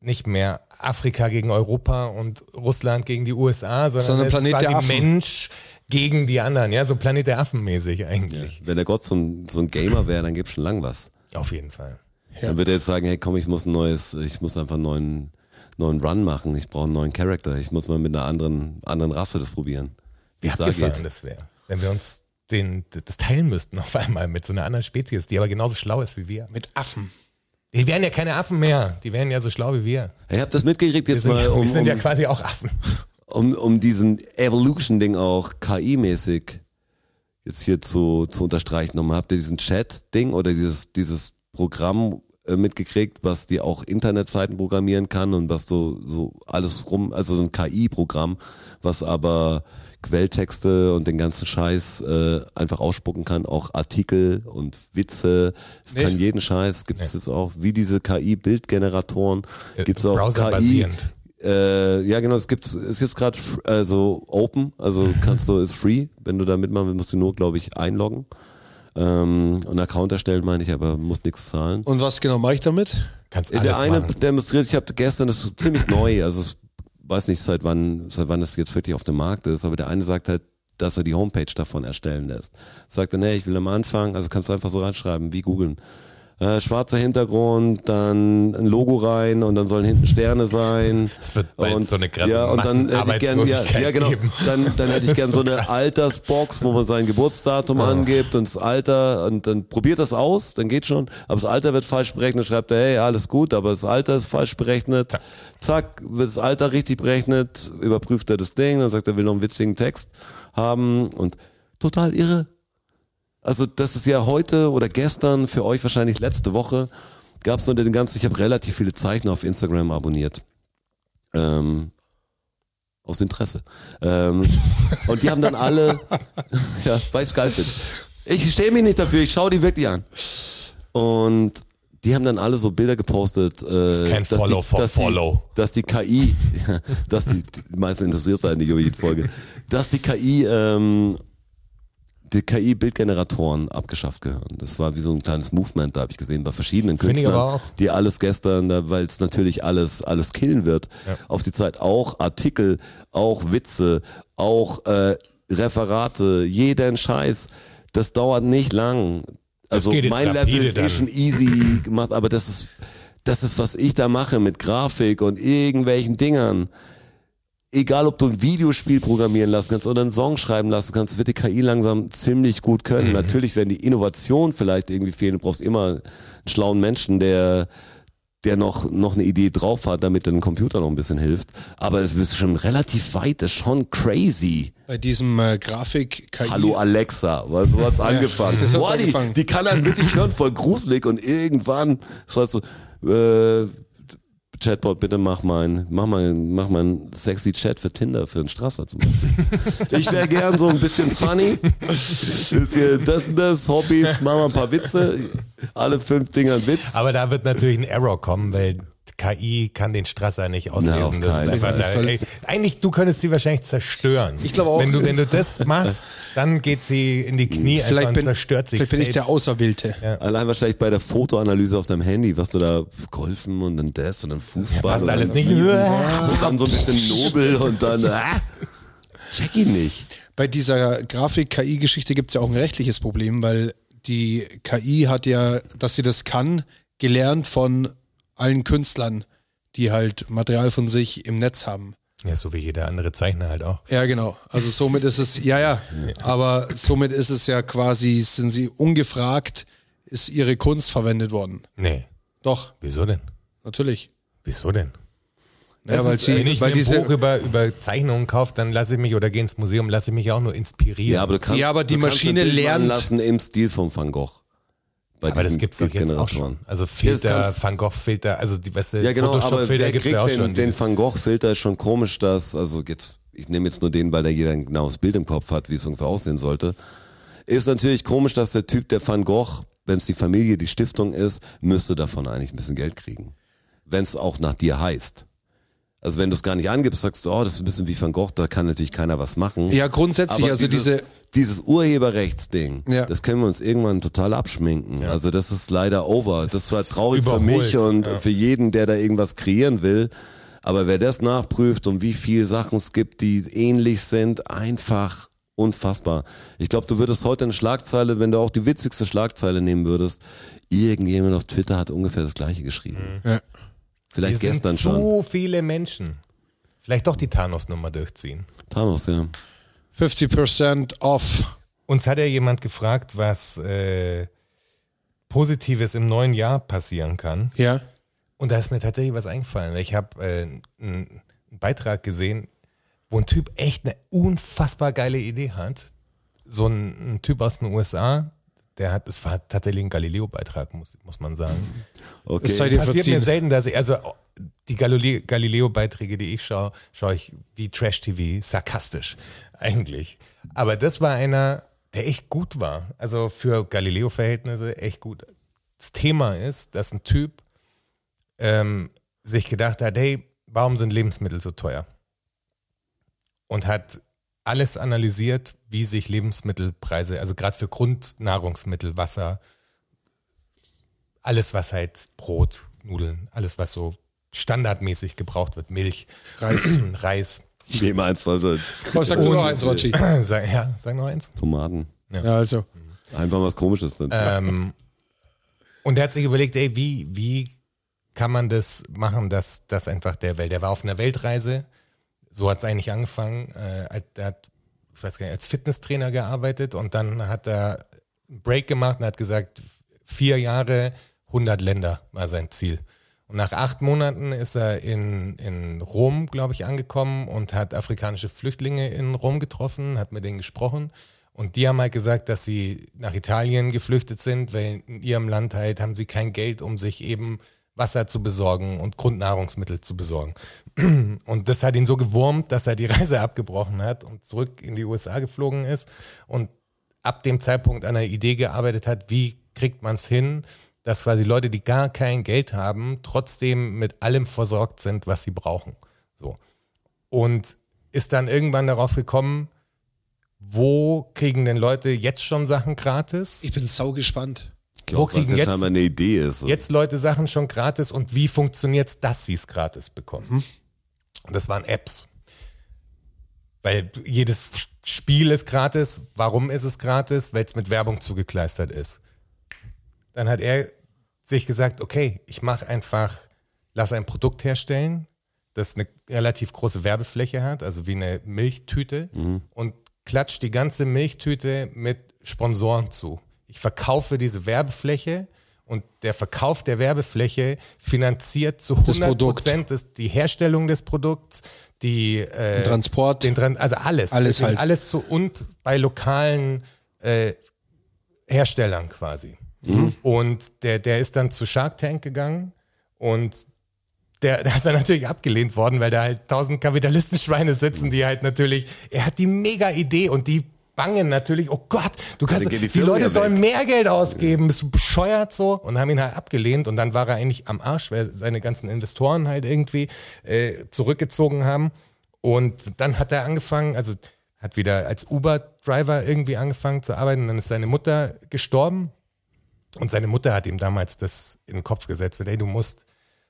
nicht mehr Afrika gegen Europa und Russland gegen die USA, sondern,
Sondern
es
Planet
ist
der
quasi
Affen.
Mensch gegen die anderen, ja, so Planet der Affen mäßig eigentlich.
Wenn der Gott so ein, so ein Gamer wäre, dann gibt's schon lang was.
Auf jeden Fall.
Dann würde er jetzt sagen, hey komm, ich muss ein neues, ich muss einfach einen neuen, neuen Run machen, ich brauche einen neuen Charakter, ich muss mal mit einer anderen, anderen Rasse das probieren. Wie es da
Abgefahren
geht.
das wäre, wenn wir uns den, das teilen müssten auf einmal mit so einer anderen Spezies, die aber genauso schlau ist wie wir.
Mit Affen.
Die wären ja keine Affen mehr, die wären ja so schlau wie wir.
Hey, habt das mitgekriegt
Wir
jetzt
sind,
mal,
ja,
um,
wir sind ja
um,
quasi auch Affen.
um, um diesen Evolution-Ding auch KI-mäßig jetzt hier zu, zu unterstreichen. Nochmal, habt ihr diesen Chat-Ding oder dieses, dieses Programm äh, mitgekriegt, was die auch Internetseiten programmieren kann und was so, so alles rum, also so ein KI-Programm, was aber Quelltexte und den ganzen Scheiß äh, einfach ausspucken kann, auch Artikel und Witze. Es
Nee.
kann jeden Scheiß, gibt es jetzt auch, wie diese KI-Bildgeneratoren,
Äh,
gibt es auch
browserbasierend.
KI. Äh, ja, genau, es gibt ist jetzt gerade äh, so open, also kannst du, ist free. Wenn du da mitmachen willst, musst du nur, glaube ich, einloggen. Ähm, und Account erstellen, meine ich, aber musst nichts zahlen.
Und was genau mache ich damit?
Kannst
der
alles
eine
machen.
demonstriert, ich habe gestern, das ist ziemlich neu, also ich weiß nicht, seit wann, seit wann das jetzt wirklich auf dem Markt ist, aber der eine sagt halt, dass er die Homepage davon erstellen lässt. Sagt dann, hey, ich will am Anfang, also kannst du einfach so reinschreiben, wie googeln. Äh, schwarzer Hintergrund, dann ein Logo rein und dann sollen hinten Sterne sein.
Es wird bald so eine krasse
ja, und dann hätte ich gern, ja,
Massenarbeitslosigkeit
ja, genau.
geben.
Dann, dann hätte ich gern so, eine Altersbox, wo man sein Geburtsdatum angibt und das Alter und dann probiert das aus, dann geht schon. Aber das Alter wird falsch berechnet, schreibt er, hey, alles gut, aber das Alter ist falsch berechnet. Zack, wird das Alter richtig berechnet, überprüft er das Ding, dann sagt er, will noch einen witzigen Text haben und total irre. Also das ist ja heute oder gestern, für euch wahrscheinlich letzte Woche, gab es nur den ganzen, ich habe relativ viele Zeichner auf Instagram abonniert. Ähm, aus Interesse. Ähm, und die haben dann alle, ja, weiß geil finde. Ich stehe mich nicht dafür, ich schaue die wirklich an. Und die haben dann alle so Bilder gepostet. Äh, das
kein Follow for
dass
Follow.
Die, dass die KI, dass die, die meisten interessiert waren nicht über jede Folge, dass die KI ähm, die KI-Bildgeneratoren abgeschafft gehören. Das war wie so ein kleines Movement, da habe ich gesehen, bei verschiedenen
Finde ich
Künstlern,
aber auch.
die alles gestern, da- weil es natürlich alles, alles killen wird, auf die Zeit auch Artikel, auch Witze, auch äh, Referate, jeden Scheiß. Das dauert nicht lang. Also
geht jetzt
mein Level
rapide
ist eh
dann.
schon easy gemacht, aber das ist, das ist, was ich da mache mit Grafik und irgendwelchen Dingern egal ob du ein Videospiel programmieren lassen kannst oder einen Song schreiben lassen kannst, wird die KI langsam ziemlich gut
Mhm.
können. Natürlich werden die Innovationen vielleicht irgendwie fehlen. Du brauchst immer einen schlauen Menschen, der der noch, noch eine Idee drauf hat, damit dein Computer noch ein bisschen hilft. Aber es ist schon relativ weit, das ist schon crazy.
Bei diesem äh, Grafik-KI.
Hallo Alexa, was so hat's angefangen?
das hat's
Boah, die,
angefangen.
die kann dann wirklich hören, voll gruselig und irgendwann, weißt du, äh, Chatbot, bitte mach mal ein, mach mal, ein- mach mal ein sexy Chat für Tinder, für einen Strasser zum Beispiel. ich wäre gern so ein bisschen funny. Das, hier, das, und das, Hobbys, mach mal ein paar Witze. Alle fünf Dinger ein Witz.
Aber da wird natürlich ein Error kommen, weil KI kann den Strasser nicht
Na,
auslesen.
auf
das ist
keinen
einfach
Fall.
da, ey, eigentlich, du könntest sie wahrscheinlich zerstören. Ich
glaube auch.
Wenn du, wenn du das machst, dann geht sie in die Knie einfach
Vielleicht
und
bin,
zerstört sich
vielleicht bin ich der
selbst.
Auserwählte.
Allein wahrscheinlich bei der Fotoanalyse auf deinem Handy, was du da golfen und dann das und dann Fußball.
passt
und
alles
dann
nicht.
Wiesen. Und dann so ein bisschen nobel und dann, ah, check ihn nicht.
Bei dieser Grafik-KI-Geschichte gibt es ja auch ein rechtliches Problem, weil die KI hat ja, dass sie das kann, gelernt von allen Künstlern, die halt Material von sich im Netz haben.
Ja, so wie jeder andere Zeichner halt auch.
Ja, genau. Also somit ist es, ja, ja, aber somit ist es ja quasi, sind sie ungefragt, ist ihre Kunst verwendet worden.
Nee,
Doch,
wieso denn?
natürlich.
Wieso denn?
Ja,
Es
weil
ist-
sie,
Äh, Wenn ich
weil
mir ein
diese,
Buch über, über Zeichnungen kaufe, dann lasse ich mich oder gehe ins Museum, lasse ich mich auch nur inspirieren.
Ja, aber du kannst,
Ja, aber die
du kannst dir
Maschine
Bild
lernt-
machen lassen im Stil von Van Gogh. Bei
Aber das
diesen
gibt's doch jetzt auch schon.
Bildgeneratoren.
Also
genau Ja,
Filter,
das kannst-
Van Gogh-Filter, also die weißt du,
Ja, genau, aber
Photoshop-Filter
der
gibt's
kriegt
ja auch
den,
schon.
den Van Gogh-Filter ist schon komisch, dass, also jetzt, ich nehme jetzt nur den, weil da jeder ein genaues Bild im Kopf hat, wie es ungefähr aussehen sollte. Ist natürlich komisch, dass der Typ, der Van Gogh, wenn es die Familie, die Stiftung ist, müsste davon eigentlich ein bisschen Geld kriegen. Wenn es auch nach dir heißt. Also wenn du es gar nicht angibst, sagst du, oh, das ist ein bisschen wie Van Gogh, da kann natürlich keiner was machen.
Ja, grundsätzlich, also
dieses,
diese.
dieses Urheberrechtsding,
Ja.
das können wir uns irgendwann total abschminken. Also das ist leider over. Das war
ist
traurig für
überholt,
mich und
ja.
für jeden, der da irgendwas kreieren will. Aber wer das nachprüft und wie viele Sachen es gibt, die ähnlich sind, einfach unfassbar. Ich glaube, du würdest heute eine Schlagzeile, wenn du auch die witzigste Schlagzeile nehmen würdest, irgendjemand auf Twitter hat ungefähr das gleiche geschrieben.
Ja.
Vielleicht
Hier
gestern
sind
schon.
zu viele Menschen. Vielleicht doch die Thanos-Nummer durchziehen.
Thanos, ja.
50% off.
Uns hat ja jemand gefragt, was äh, Positives im neuen Jahr passieren kann.
Ja.
Und da ist mir tatsächlich was eingefallen. weil Ich habe äh, einen Beitrag gesehen, wo ein Typ echt eine unfassbar geile Idee hat. So ein, ein Typ aus den USA, der hat, es war tatsächlich ein Galileo-Beitrag, muss, muss man sagen.
Okay.
Es sei dir
Passiert mir
verziehen.
selten, dass ich, also die Galile- Galileo-Beiträge, die ich schaue, schaue ich wie Trash-TV, sarkastisch eigentlich. Aber das war einer, der echt gut war. Also für Galileo-Verhältnisse echt gut. Das Thema ist, dass ein Typ ähm, sich gedacht hat, hey, warum sind Lebensmittel so teuer? Und hat alles analysiert, wie sich Lebensmittelpreise, also gerade für Grundnahrungsmittel, Wasser, alles, was halt Brot, Nudeln, alles, was so standardmäßig gebraucht wird, Milch,
Reis.
Reis.
Wie meinst du also
Was sagst du noch eins, Rotschi?
Sag, ja, sag noch eins.
Tomaten?
Ja, also.
Einfach was Komisches. Ne?
Äh,
Ähm, und er hat sich überlegt, ey, wie, wie kann man das machen, dass das einfach der Welt, der war auf einer Weltreise, so hat es eigentlich angefangen, äh, als- er hat, ich weiß gar nicht, als Fitnesstrainer gearbeitet und dann hat er einen Break gemacht und hat gesagt, vier Jahre, 100 Länder war sein Ziel. Und nach acht Monaten ist er in, in Rom, glaube ich, angekommen und hat afrikanische Flüchtlinge in Rom getroffen, hat mit denen gesprochen. Und die haben halt gesagt, dass sie nach Italien geflüchtet sind, weil in ihrem Land halt haben sie kein Geld, um sich eben Wasser zu besorgen und Grundnahrungsmittel zu besorgen. Und das hat ihn so gewurmt, dass er die Reise abgebrochen hat und zurück in die USA geflogen ist und ab dem Zeitpunkt an der Idee gearbeitet hat, wie kriegt man es hin, dass quasi Leute, die gar kein Geld haben, trotzdem mit allem versorgt sind, was sie brauchen. So. Und ist dann irgendwann darauf gekommen, wo kriegen denn Leute jetzt schon Sachen gratis?
Ich bin sau gespannt.
Ich glaub,
wo kriegen
was ja
jetzt-
scheinbar eine Idee ist.
jetzt Leute Sachen schon gratis und wie funktioniert es, dass sie es gratis bekommen? Und das waren Apps. Weil jedes Spiel ist gratis. Warum ist es gratis? Weil es mit Werbung zugekleistert ist. Dann hat er sich gesagt, okay, ich mache einfach, lass ein Produkt herstellen, das eine relativ große Werbefläche hat, also wie eine Milchtüte
Mhm.
und klatsch die ganze Milchtüte mit Sponsoren zu. Ich verkaufe diese Werbefläche und der Verkauf der Werbefläche finanziert zu
Das
100
Produkt.
Prozent die Herstellung des Produkts, die äh,
Transport.
den Trend, also alles.
Alles
Deswegen
halt.
Alles zu und bei lokalen äh, Herstellern quasi.
Mhm.
Und der, der ist dann zu Shark Tank gegangen und der, der ist dann natürlich abgelehnt worden, weil da halt tausend Kapitalistenschweine sitzen, die halt natürlich, er hat die mega Idee und die bangen natürlich, oh Gott, du kannst,
Dann geht
die,
die Firma
Leute
ja
sollen
weg.
mehr Geld ausgeben, bist du bescheuert so und haben ihn halt abgelehnt und dann war er eigentlich am Arsch, weil seine ganzen Investoren halt irgendwie äh, zurückgezogen haben und dann hat er angefangen, also hat wieder als Uber-Driver irgendwie angefangen zu arbeiten. Dann ist seine Mutter gestorben. Und seine Mutter hat ihm damals das in den Kopf gesetzt, mit, ey, du musst,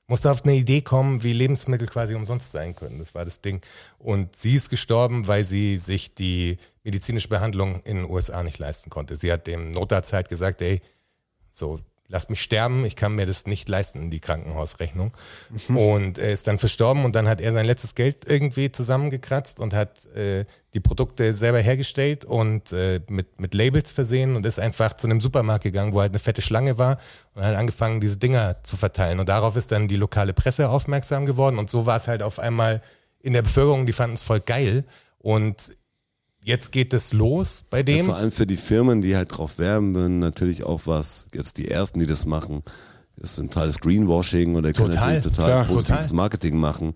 musst auf eine Idee kommen, wie Lebensmittel quasi umsonst sein können. Das war das Ding. Und sie ist gestorben, weil sie sich die medizinische Behandlung in den USA nicht leisten konnte. Sie hat dem Notarzt halt gesagt, ey, so, lass mich sterben, ich kann mir das nicht leisten, die Krankenhausrechnung. Und er ist dann verstorben und dann hat er sein letztes Geld irgendwie zusammengekratzt und hat äh, die Produkte selber hergestellt und äh, mit, mit Labels versehen und ist einfach zu einem Supermarkt gegangen, wo halt eine fette Schlange war und hat angefangen, diese Dinger zu verteilen. Und darauf ist dann die lokale Presse aufmerksam geworden und so war es halt auf einmal in der Bevölkerung, die fanden es voll geil und Jetzt geht es los bei
Ja,
dem.
vor allem für die Firmen, die halt drauf werben, würden natürlich auch was, jetzt die ersten, die das machen, das ist ein Teil des Greenwashing oder können
Total,
natürlich total
klar,
positives
total.
Marketing machen.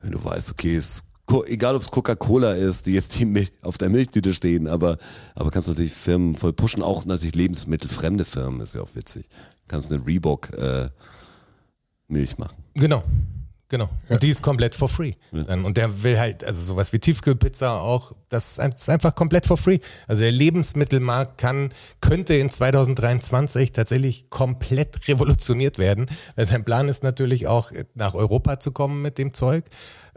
Wenn du weißt, okay, es Co- egal ob es Coca-Cola ist, die jetzt die Mil- auf der Milchtüte stehen, aber, aber kannst natürlich Firmen voll pushen, auch natürlich lebensmittelfremde Firmen, ist ja auch witzig. Kannst eine Reebok äh, Milch machen.
Genau. Genau. Und die ist komplett for free. Dann- Und der will halt, also sowas wie Tiefkühlpizza auch, das ist ein- das ist einfach komplett for free. Also der Lebensmittelmarkt kann, könnte in 2023 tatsächlich komplett revolutioniert werden. Weil sein Plan ist natürlich auch, nach Europa zu kommen mit dem Zeug.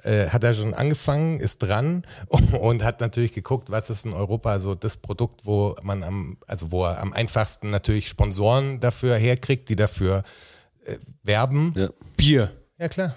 Äh, hat er schon angefangen, ist dran und hat natürlich geguckt, was ist in Europa so das Produkt, wo man am, also wo er am einfachsten natürlich Sponsoren dafür herkriegt, die dafür äh, werben.
Ja.
Bier.
Ja, klar.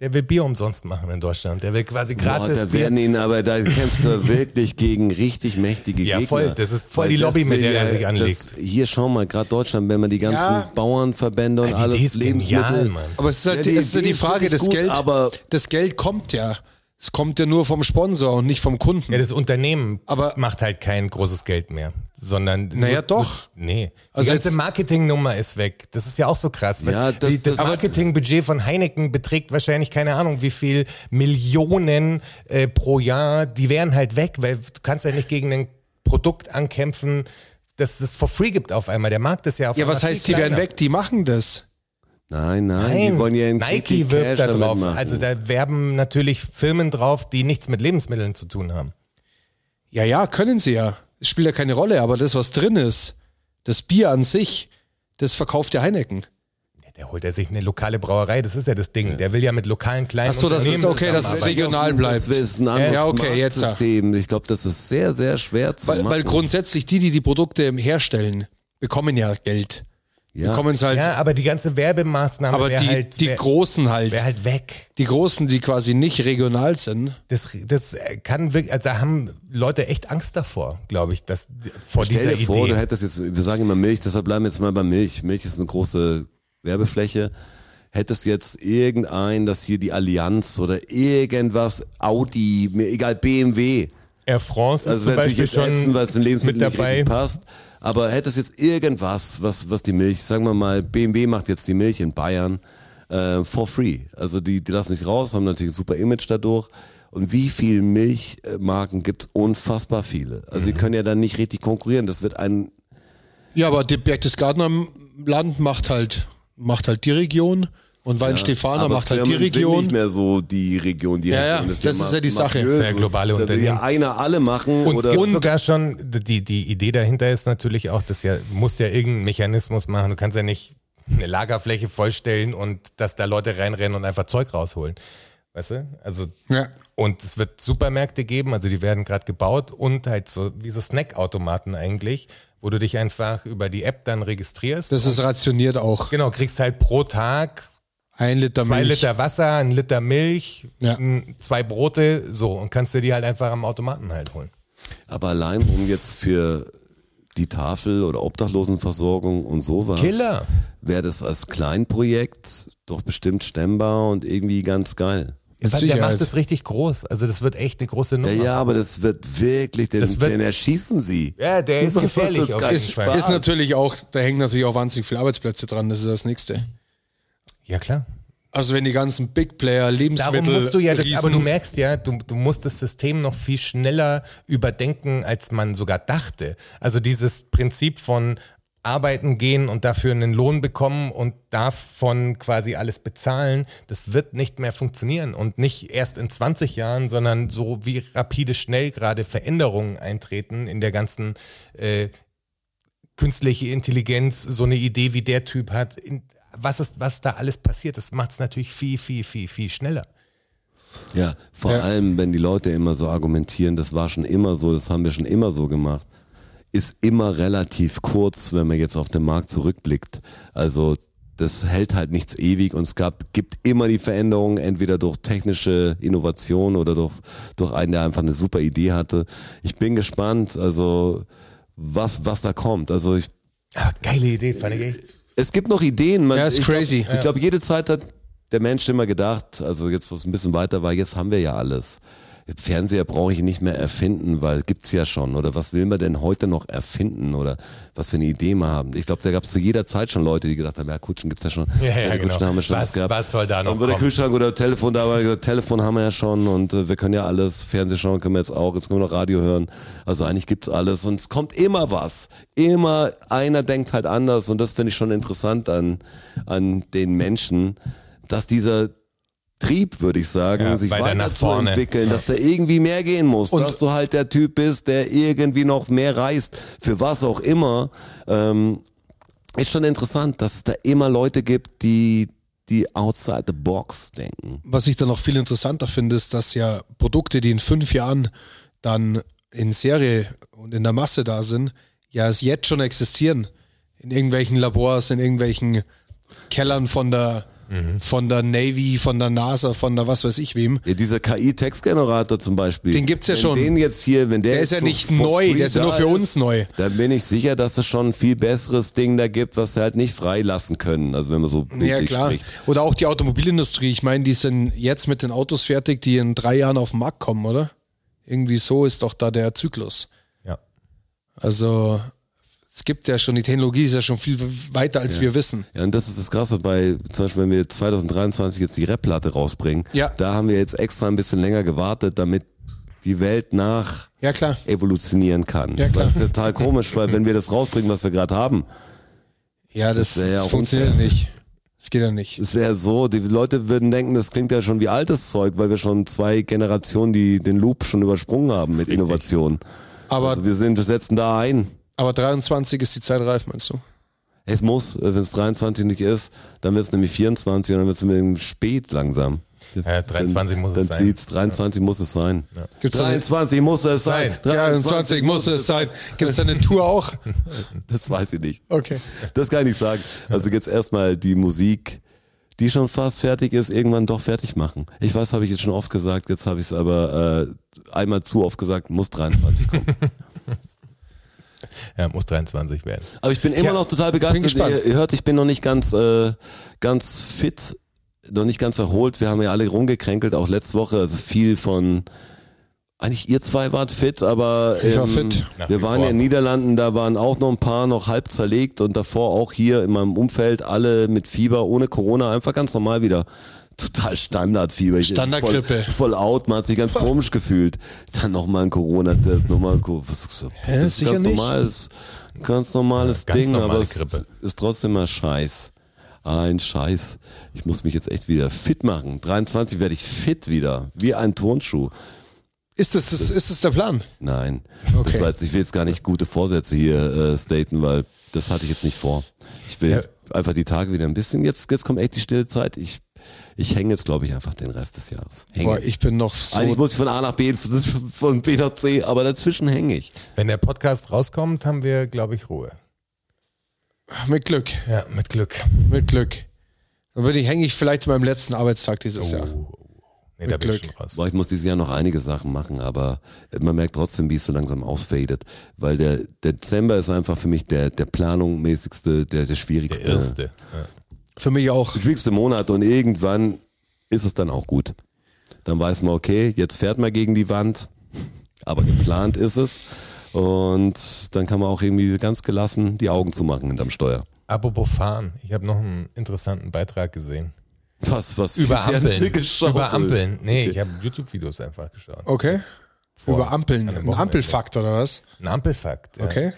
Der will Bier umsonst machen in Deutschland. Der will quasi
Boah,
gratis
da
Bier.
werden ihn aber, da kämpft er wirklich gegen richtig mächtige
Ja,
Gegner.
voll. Das ist voll
Weil
die Lobby, mit
will
der er
ja-
sich anlegt.
Das, hier, schau mal, gerade Deutschland, wenn man die ganzen
Ja.
Bauernverbände und
Die
alles
Idee ist
Lebensmittel.
genial, Mann.
Aber es ist halt
Ja, die
es ist ja
Idee
die
ist
Frage,
wirklich
das
gut,
Geld,
aber-
das Geld kommt ja. Es kommt ja nur vom Sponsor und nicht vom Kunden.
Ja, das Unternehmen
Aber-
macht halt kein großes Geld mehr, sondern.
Naja, doch.
Nee.
Also
die ganze
jetzt-
Marketingnummer ist weg. Das ist ja auch so krass. weil
Ja, das-
die- das
das-
Marketingbudget von Heineken beträgt wahrscheinlich keine Ahnung, wie viel Millionen äh, pro Jahr. Die wären halt weg, weil du kannst ja nicht gegen ein Produkt ankämpfen, das es for free gibt auf einmal. Der Markt ist ja auf
Ja,
einmal.
was
viel
heißt, die werden
kleiner.
weg? Die machen das.
Nein, nein,
Nein,
die wollen ja in
Nike wirbt da drauf.
Machen.
Also da werben natürlich Firmen drauf, die nichts mit Lebensmitteln zu tun haben.
Ja, ja, können sie ja. Es spielt ja keine Rolle, aber das, was drin ist, das Bier an sich, das verkauft ja Heineken.
Ja, Der holt er sich eine lokale Brauerei, das ist ja das Ding. Der will ja mit lokalen kleinen
Ach so, das
Unternehmen
ist okay, das ist
zusammenarbeiten.
regional bleibt.
das ist ein anderes
Ja, okay, jetzt. ja.
System. Ich glaube, das ist sehr, sehr schwer zu
Weil,
machen.
weil grundsätzlich die, die die Produkte herstellen, bekommen ja Geld.
ja.
Bekommen es halt,
Ja, aber die ganze Werbemaßnahme
aber die,
wäre halt,
die
wär,
Großen halt.
wär halt weg.
Die Großen, die quasi nicht regional sind.
Das, das kann wirklich, also da haben Leute echt Angst davor, glaube ich, dass, vor
Stell
dieser
dir vor,
Idee.
du hättest jetzt, wir sagen immer Milch, deshalb bleiben wir jetzt mal bei Milch. Milch ist eine große Werbefläche. Hättest jetzt irgendein, dass hier die Allianz oder irgendwas, Audi, mir egal, BMW,
Air France ist
also
zum
natürlich
Beispiel
jetzt ätzend,
schon
weil es in Lebensmittel
mit
nicht
dabei.
richtig passt, aber hättest jetzt irgendwas, was, was die Milch, sagen wir mal, BMW macht jetzt die Milch in Bayern äh, for free. Also die, die lassen nicht raus, haben natürlich ein super Image dadurch. Und wie viele Milchmarken gibt's? Unfassbar viele. Also
Mhm.
die können ja dann nicht richtig konkurrieren. Das wird ein
Ja, aber der Berchtesgadener Land macht halt, macht halt die Region und Weinstefana
Aber
macht halt die
Firmen Sind nicht
Region.
mehr so die Region, die halt
Ja, ja,
Region.
das ist ja die Sache.
mafiös.
Das ist ja globale
da will ja
Unternehmen.
einer alle machen
Und,
oder
und sogar schon, die, die Idee dahinter ist natürlich auch, dass ja, du musst ja irgendeinen Mechanismus machen. Du kannst ja nicht eine Lagerfläche vollstellen und dass da Leute reinrennen und einfach Zeug rausholen. Weißt du? Also,
Ja.
und es wird Supermärkte geben, also die werden gerade gebaut und halt so wie so Snackautomaten eigentlich, wo du dich einfach über die App dann registrierst.
Das ist rationiert auch.
genau, kriegst halt pro Tag
Ein Liter
zwei
Milch.
Liter Wasser, ein Liter Milch,
Ja.
n- zwei Brote, so und kannst dir die halt einfach am Automaten halt holen.
aber allein um jetzt für die Tafel oder Obdachlosenversorgung und sowas.
Killer.
Wäre das als Kleinprojekt doch bestimmt stemmbar und irgendwie ganz geil.
Mit
Fand, der
Sicherheit.
macht das richtig groß. Also das wird echt eine große Nummer.
Ja, ja, aber das wird wirklich, den,
Das wird-
den erschießen sie.
Ja, der ist
Das
gefährlich
ist
auf
kein
jeden
ist,
Fall.
Spaß.
ist natürlich auch, da hängen natürlich auch wahnsinnig viele Arbeitsplätze dran, das ist das Nächste.
Ja, klar.
Also wenn die ganzen Big Player, Lebensmittel,
Darum musst du ja, das,
Riesen,
aber du merkst ja, du, du musst das System noch viel schneller überdenken, als man sogar dachte. Also dieses Prinzip von arbeiten gehen und dafür einen Lohn bekommen und davon quasi alles bezahlen, das wird nicht mehr funktionieren und nicht erst in 20 Jahren, sondern so wie rapide schnell gerade Veränderungen eintreten in der ganzen äh, künstliche Intelligenz, so eine Idee wie der Typ hat. In, was ist, was da alles passiert, das macht es natürlich viel, viel, viel, viel schneller.
Ja, vor
Ja.
allem, wenn die Leute immer so argumentieren, das war schon immer so, das haben wir schon immer so gemacht, ist immer relativ kurz, wenn man jetzt auf den Markt zurückblickt. Also das hält halt nichts ewig und es gab, gibt immer die Veränderungen, entweder durch technische Innovation oder durch, durch einen, der einfach eine super Idee hatte. Ich bin gespannt, also was, was da kommt. Also ich
Ah, geile Idee, fand ich echt.
es gibt noch Ideen. Man,
Ja, ist
ich glaub-
crazy.
Ich glaube, jede Zeit hat der Mensch immer gedacht, also jetzt, wo es ein bisschen weiter war, jetzt haben wir ja alles. Fernseher brauche ich nicht mehr erfinden, weil gibt's ja schon. Oder was will man denn heute noch erfinden? Oder was für eine Idee man haben? Ich glaube, da gab es zu jeder Zeit schon Leute, die gedacht haben, ja, Kutschen gibt's ja schon.
Ja, ja,
Kutschen
genau.
haben wir schon
Was-
was gehabt.
was soll da noch
Dann wurde
kommen?
Kühlschrank oder Telefon da, aber gesagt, Telefon haben wir ja schon und äh, wir können ja alles, Fernsehen schauen können wir jetzt auch, jetzt können wir noch Radio hören. Also eigentlich gibt's alles und es kommt immer was. Immer einer denkt halt anders und das finde ich schon interessant an, an den Menschen, dass dieser Trieb, würde ich sagen,
Ja,
sich
weiter nach
weiterzuentwickeln, dass da irgendwie mehr gehen muss,
Und-
dass du halt der Typ bist, der irgendwie noch mehr reißt, für was auch immer. Ähm, ist schon interessant, dass es da immer Leute gibt, die, die outside the box denken.
was ich dann noch viel interessanter finde, ist, dass ja Produkte, die in fünf Jahren dann in Serie und in der Masse da sind, ja es jetzt schon existieren. In irgendwelchen Labors, in irgendwelchen Kellern von der, von der Navy, von der NASA, von der was weiß ich wem.
Ja, dieser KI-Textgenerator zum Beispiel.
Den gibt's ja
wenn
schon.
Den jetzt hier, wenn der,
Der ist ja
jetzt for-
nicht
for
neu,
free
der ist ja
da
nur für uns neu.
Dann bin ich sicher, dass es schon ein viel besseres Ding da gibt, was wir halt nicht freilassen können. Also wenn man so
Ja,
bildlich
klar.
spricht.
Oder auch die Automobilindustrie. Ich meine, die sind jetzt mit den Autos fertig, die in drei Jahren auf den Markt kommen, oder? Irgendwie so ist doch da der Zyklus.
Ja.
Also es gibt ja schon, die Technologie ist ja schon viel weiter, als wir wissen.
Ja, und das ist das Krasse bei, zum Beispiel, wenn wir 2023 jetzt die Rap-Platte rausbringen,
Ja.
da haben wir jetzt extra ein bisschen länger gewartet, damit die Welt nach
Ja klar.
evolutionieren kann.
Ja, klar.
Das ist total komisch, weil wenn wir das rausbringen, was wir gerade haben,
Ja, das,
Das wär ja
das
unfair. Also
funktioniert nicht. Das geht ja nicht.
es wäre so, die Leute würden denken, das klingt ja schon wie altes Zeug, weil wir schon zwei Generationen, die den Loop schon übersprungen haben mit
richtig.
Innovation.
Aber,
Also wir sind, wir setzen da ein.
aber 23 ist die Zeit reif, meinst du?
Es muss, wenn es 23 nicht ist, dann wird es nämlich 24 und dann wird es mit dem spät langsam.
Ja, 23 muss es
dann
sein.
Sieht's, 23 muss es sein.
Gibt's da eine,
23 muss es sein.
Sein.
23 muss es sein. Gibt es da eine Tour auch?
Das weiß ich nicht.
Okay.
Das kann ich nicht sagen. Also jetzt erstmal die Musik, die schon fast fertig ist, irgendwann doch fertig machen. Ich weiß, habe ich jetzt schon oft gesagt, jetzt habe ich es aber äh, einmal zu oft gesagt, muss 23 kommen.
Ja, muss 23 werden.
Aber ich bin immer
Ja,
noch total begeistert.
gespannt.
Ihr, ihr hört, ich bin noch nicht ganz, äh, ganz fit, noch nicht ganz erholt. Wir haben ja alle rumgekränkelt, auch letzte Woche. Also viel von. Eigentlich ihr zwei wart fit, aber ähm,
Ich war fit.
Nach
wir
wie
waren
vor.
ja in den Niederlanden, da waren auch noch ein paar noch halb zerlegt und davor auch hier in meinem Umfeld alle mit Fieber, ohne Corona, einfach ganz normal wieder. Total Standardfieber. Ich-
Standardgrippe.
Voll, voll out, man hat sich ganz komisch gefühlt. Dann nochmal ein Corona-Test, nochmal ein Co- was- was-
Hä,
das ist
sicher
ganz
nicht?
normal, das ist ein ganz normales
Ja, ganz
Ding,
normale
aber es
Grippe.
ist, ist trotzdem mal Scheiß. Ein Scheiß. Ich muss mich jetzt echt wieder fit machen. 23 werde ich fit wieder, wie ein Turnschuh.
Ist das, das, ist das der Plan?
Nein,
Okay.
das war jetzt, ich will jetzt gar nicht gute Vorsätze hier äh, staten, weil das hatte ich jetzt nicht vor. Ich will einfach die Tage wieder ein bisschen. Jetzt, jetzt kommt echt die stille Zeit. Ich, ich hänge jetzt, glaube ich, einfach den Rest des Jahres. Hänge.
Boah, ich bin noch so.
Eigentlich muss ich von A nach B, von B nach C, aber dazwischen hänge ich.
Wenn der Podcast rauskommt, haben wir, glaube ich, Ruhe.
Mit Glück,
Ja, mit Glück.
mit Glück. Dann bin ich, hänge ich vielleicht meinem letzten arbeitstag dieses
Oh.
Jahr.
Nee, da
Mit
bin ich schon
Glück.
raus.
Boah, ich muss dieses Jahr noch einige Sachen machen, aber man merkt trotzdem, wie es so langsam ausfadet, weil der der Dezember ist einfach für mich der, der planungmäßigste, der, der
Der
schwierigste,
erste. Ja.
Für mich auch.
schwierigste Monat und irgendwann ist es dann auch gut. Dann weiß man, okay, jetzt fährt man gegen die Wand, aber geplant ist es und dann kann man auch irgendwie ganz gelassen die Augen zumachen hinterm Steuer.
Apropos fahren, ich habe noch einen interessanten Beitrag gesehen.
Was, was
Über
viel Fernsehen
Ampeln.
geschaut
Über
wird.
Ampeln. Nee, ich habe YouTube-Videos einfach geschaut.
Okay.
Vor-
Über Ampeln.
an einem
Ein
Wochenende.
Ampelfakt oder was?
Ein Ampelfakt. Ja.
Okay.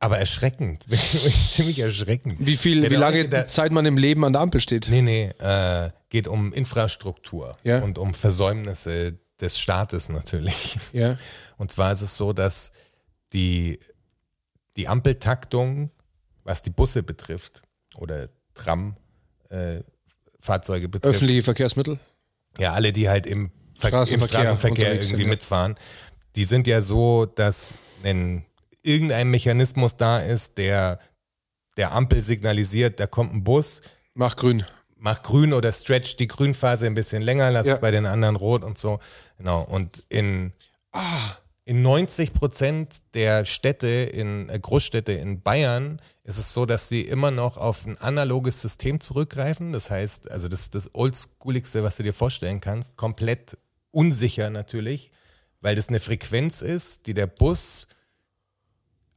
Aber erschreckend. Ziemlich erschreckend.
Wie viel,
Hätte
wie
auch
lange
nicht gedacht-
Zeit man im Leben an der Ampel steht?
Nee, nee, äh, geht um Infrastruktur
Ja.
und um Versäumnisse des Staates natürlich.
Ja.
Und zwar ist es so, dass die, die Ampeltaktung, was die Busse betrifft oder Tram-Fahrzeuge betrifft,
Öffentliche Verkehrsmittel?
ja, alle, die halt im, Ver im
Straßenverkehr
Straßenverkehr
unterwegs
irgendwie
sind, ja.
mitfahren, die sind ja so, dass ein, irgendein Mechanismus da ist, der der Ampel signalisiert, da kommt ein Bus,
Mach grün.
mach grün oder stretch die Grünphase ein bisschen länger, lass
Ja.
es bei den anderen rot und so. Genau. Und in, in 90 Prozent der Städte, in äh, Großstädte in Bayern, ist es so, dass sie immer noch auf ein analoges System zurückgreifen. Das heißt, also das, das oldschooligste, was du dir vorstellen kannst, komplett unsicher natürlich, weil das eine Frequenz ist, die der Bus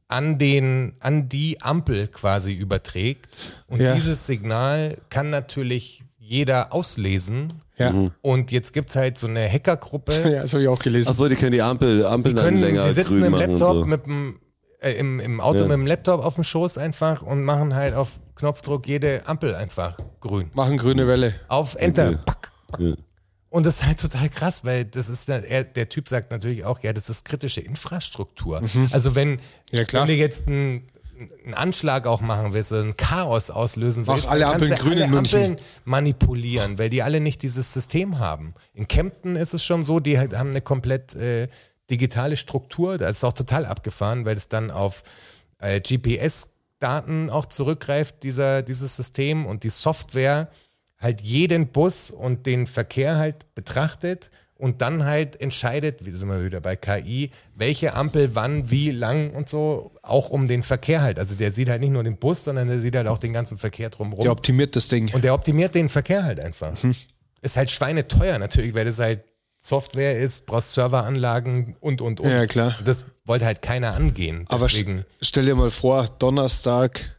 an, den, an die Ampel quasi überträgt. Und
Ja.
dieses Signal kann natürlich jeder auslesen.
Ja.
Mhm.
Und jetzt gibt's halt so eine Hackergruppe.
Ja, das habe ich auch gelesen.
Achso, die können die Ampel, Ampeln
Die, können,
dann länger
die sitzen
grün
im
machen und
Laptop
so.
mit dem, äh, im, im Auto
Ja.
mit dem Laptop auf dem Schoß einfach und machen halt auf Knopfdruck jede Ampel einfach grün.
Machen grüne Welle.
Auf Enter.
Okay.
Pack,
Ja.
Und das ist halt total krass, weil das ist, er, der Typ sagt natürlich auch, ja, das ist kritische Infrastruktur.
Mhm.
Also wenn,
Ja, klar.
wenn du jetzt einen, einen Anschlag auch machen willst oder ein Chaos auslösen
Mach
willst,
alle
dann kannst
Ampeln
du
grün in
alle
München.
Ampeln manipulieren, weil die alle nicht dieses System haben. In Kempten ist es schon so, die halt haben eine komplett äh, digitale Struktur, da ist es auch total abgefahren, weil es dann auf äh, GPS-Daten auch zurückgreift, dieser, dieses System und die Software halt jeden Bus und den Verkehr halt betrachtet und dann halt entscheidet, wie sind wir wieder bei KI, welche Ampel wann, wie lang und so, auch um den Verkehr halt. Also der sieht halt nicht nur den Bus, sondern der sieht halt auch den ganzen Verkehr drumherum.
Der optimiert das Ding.
Und der optimiert den Verkehr halt einfach.
Hm.
Ist halt schweineteuer natürlich, weil das halt Software ist, brauchst Serveranlagen und, und, und.
Ja, klar.
Das wollte halt keiner angehen.
Aber
Deswegen,
st stell dir mal vor, Donnerstag,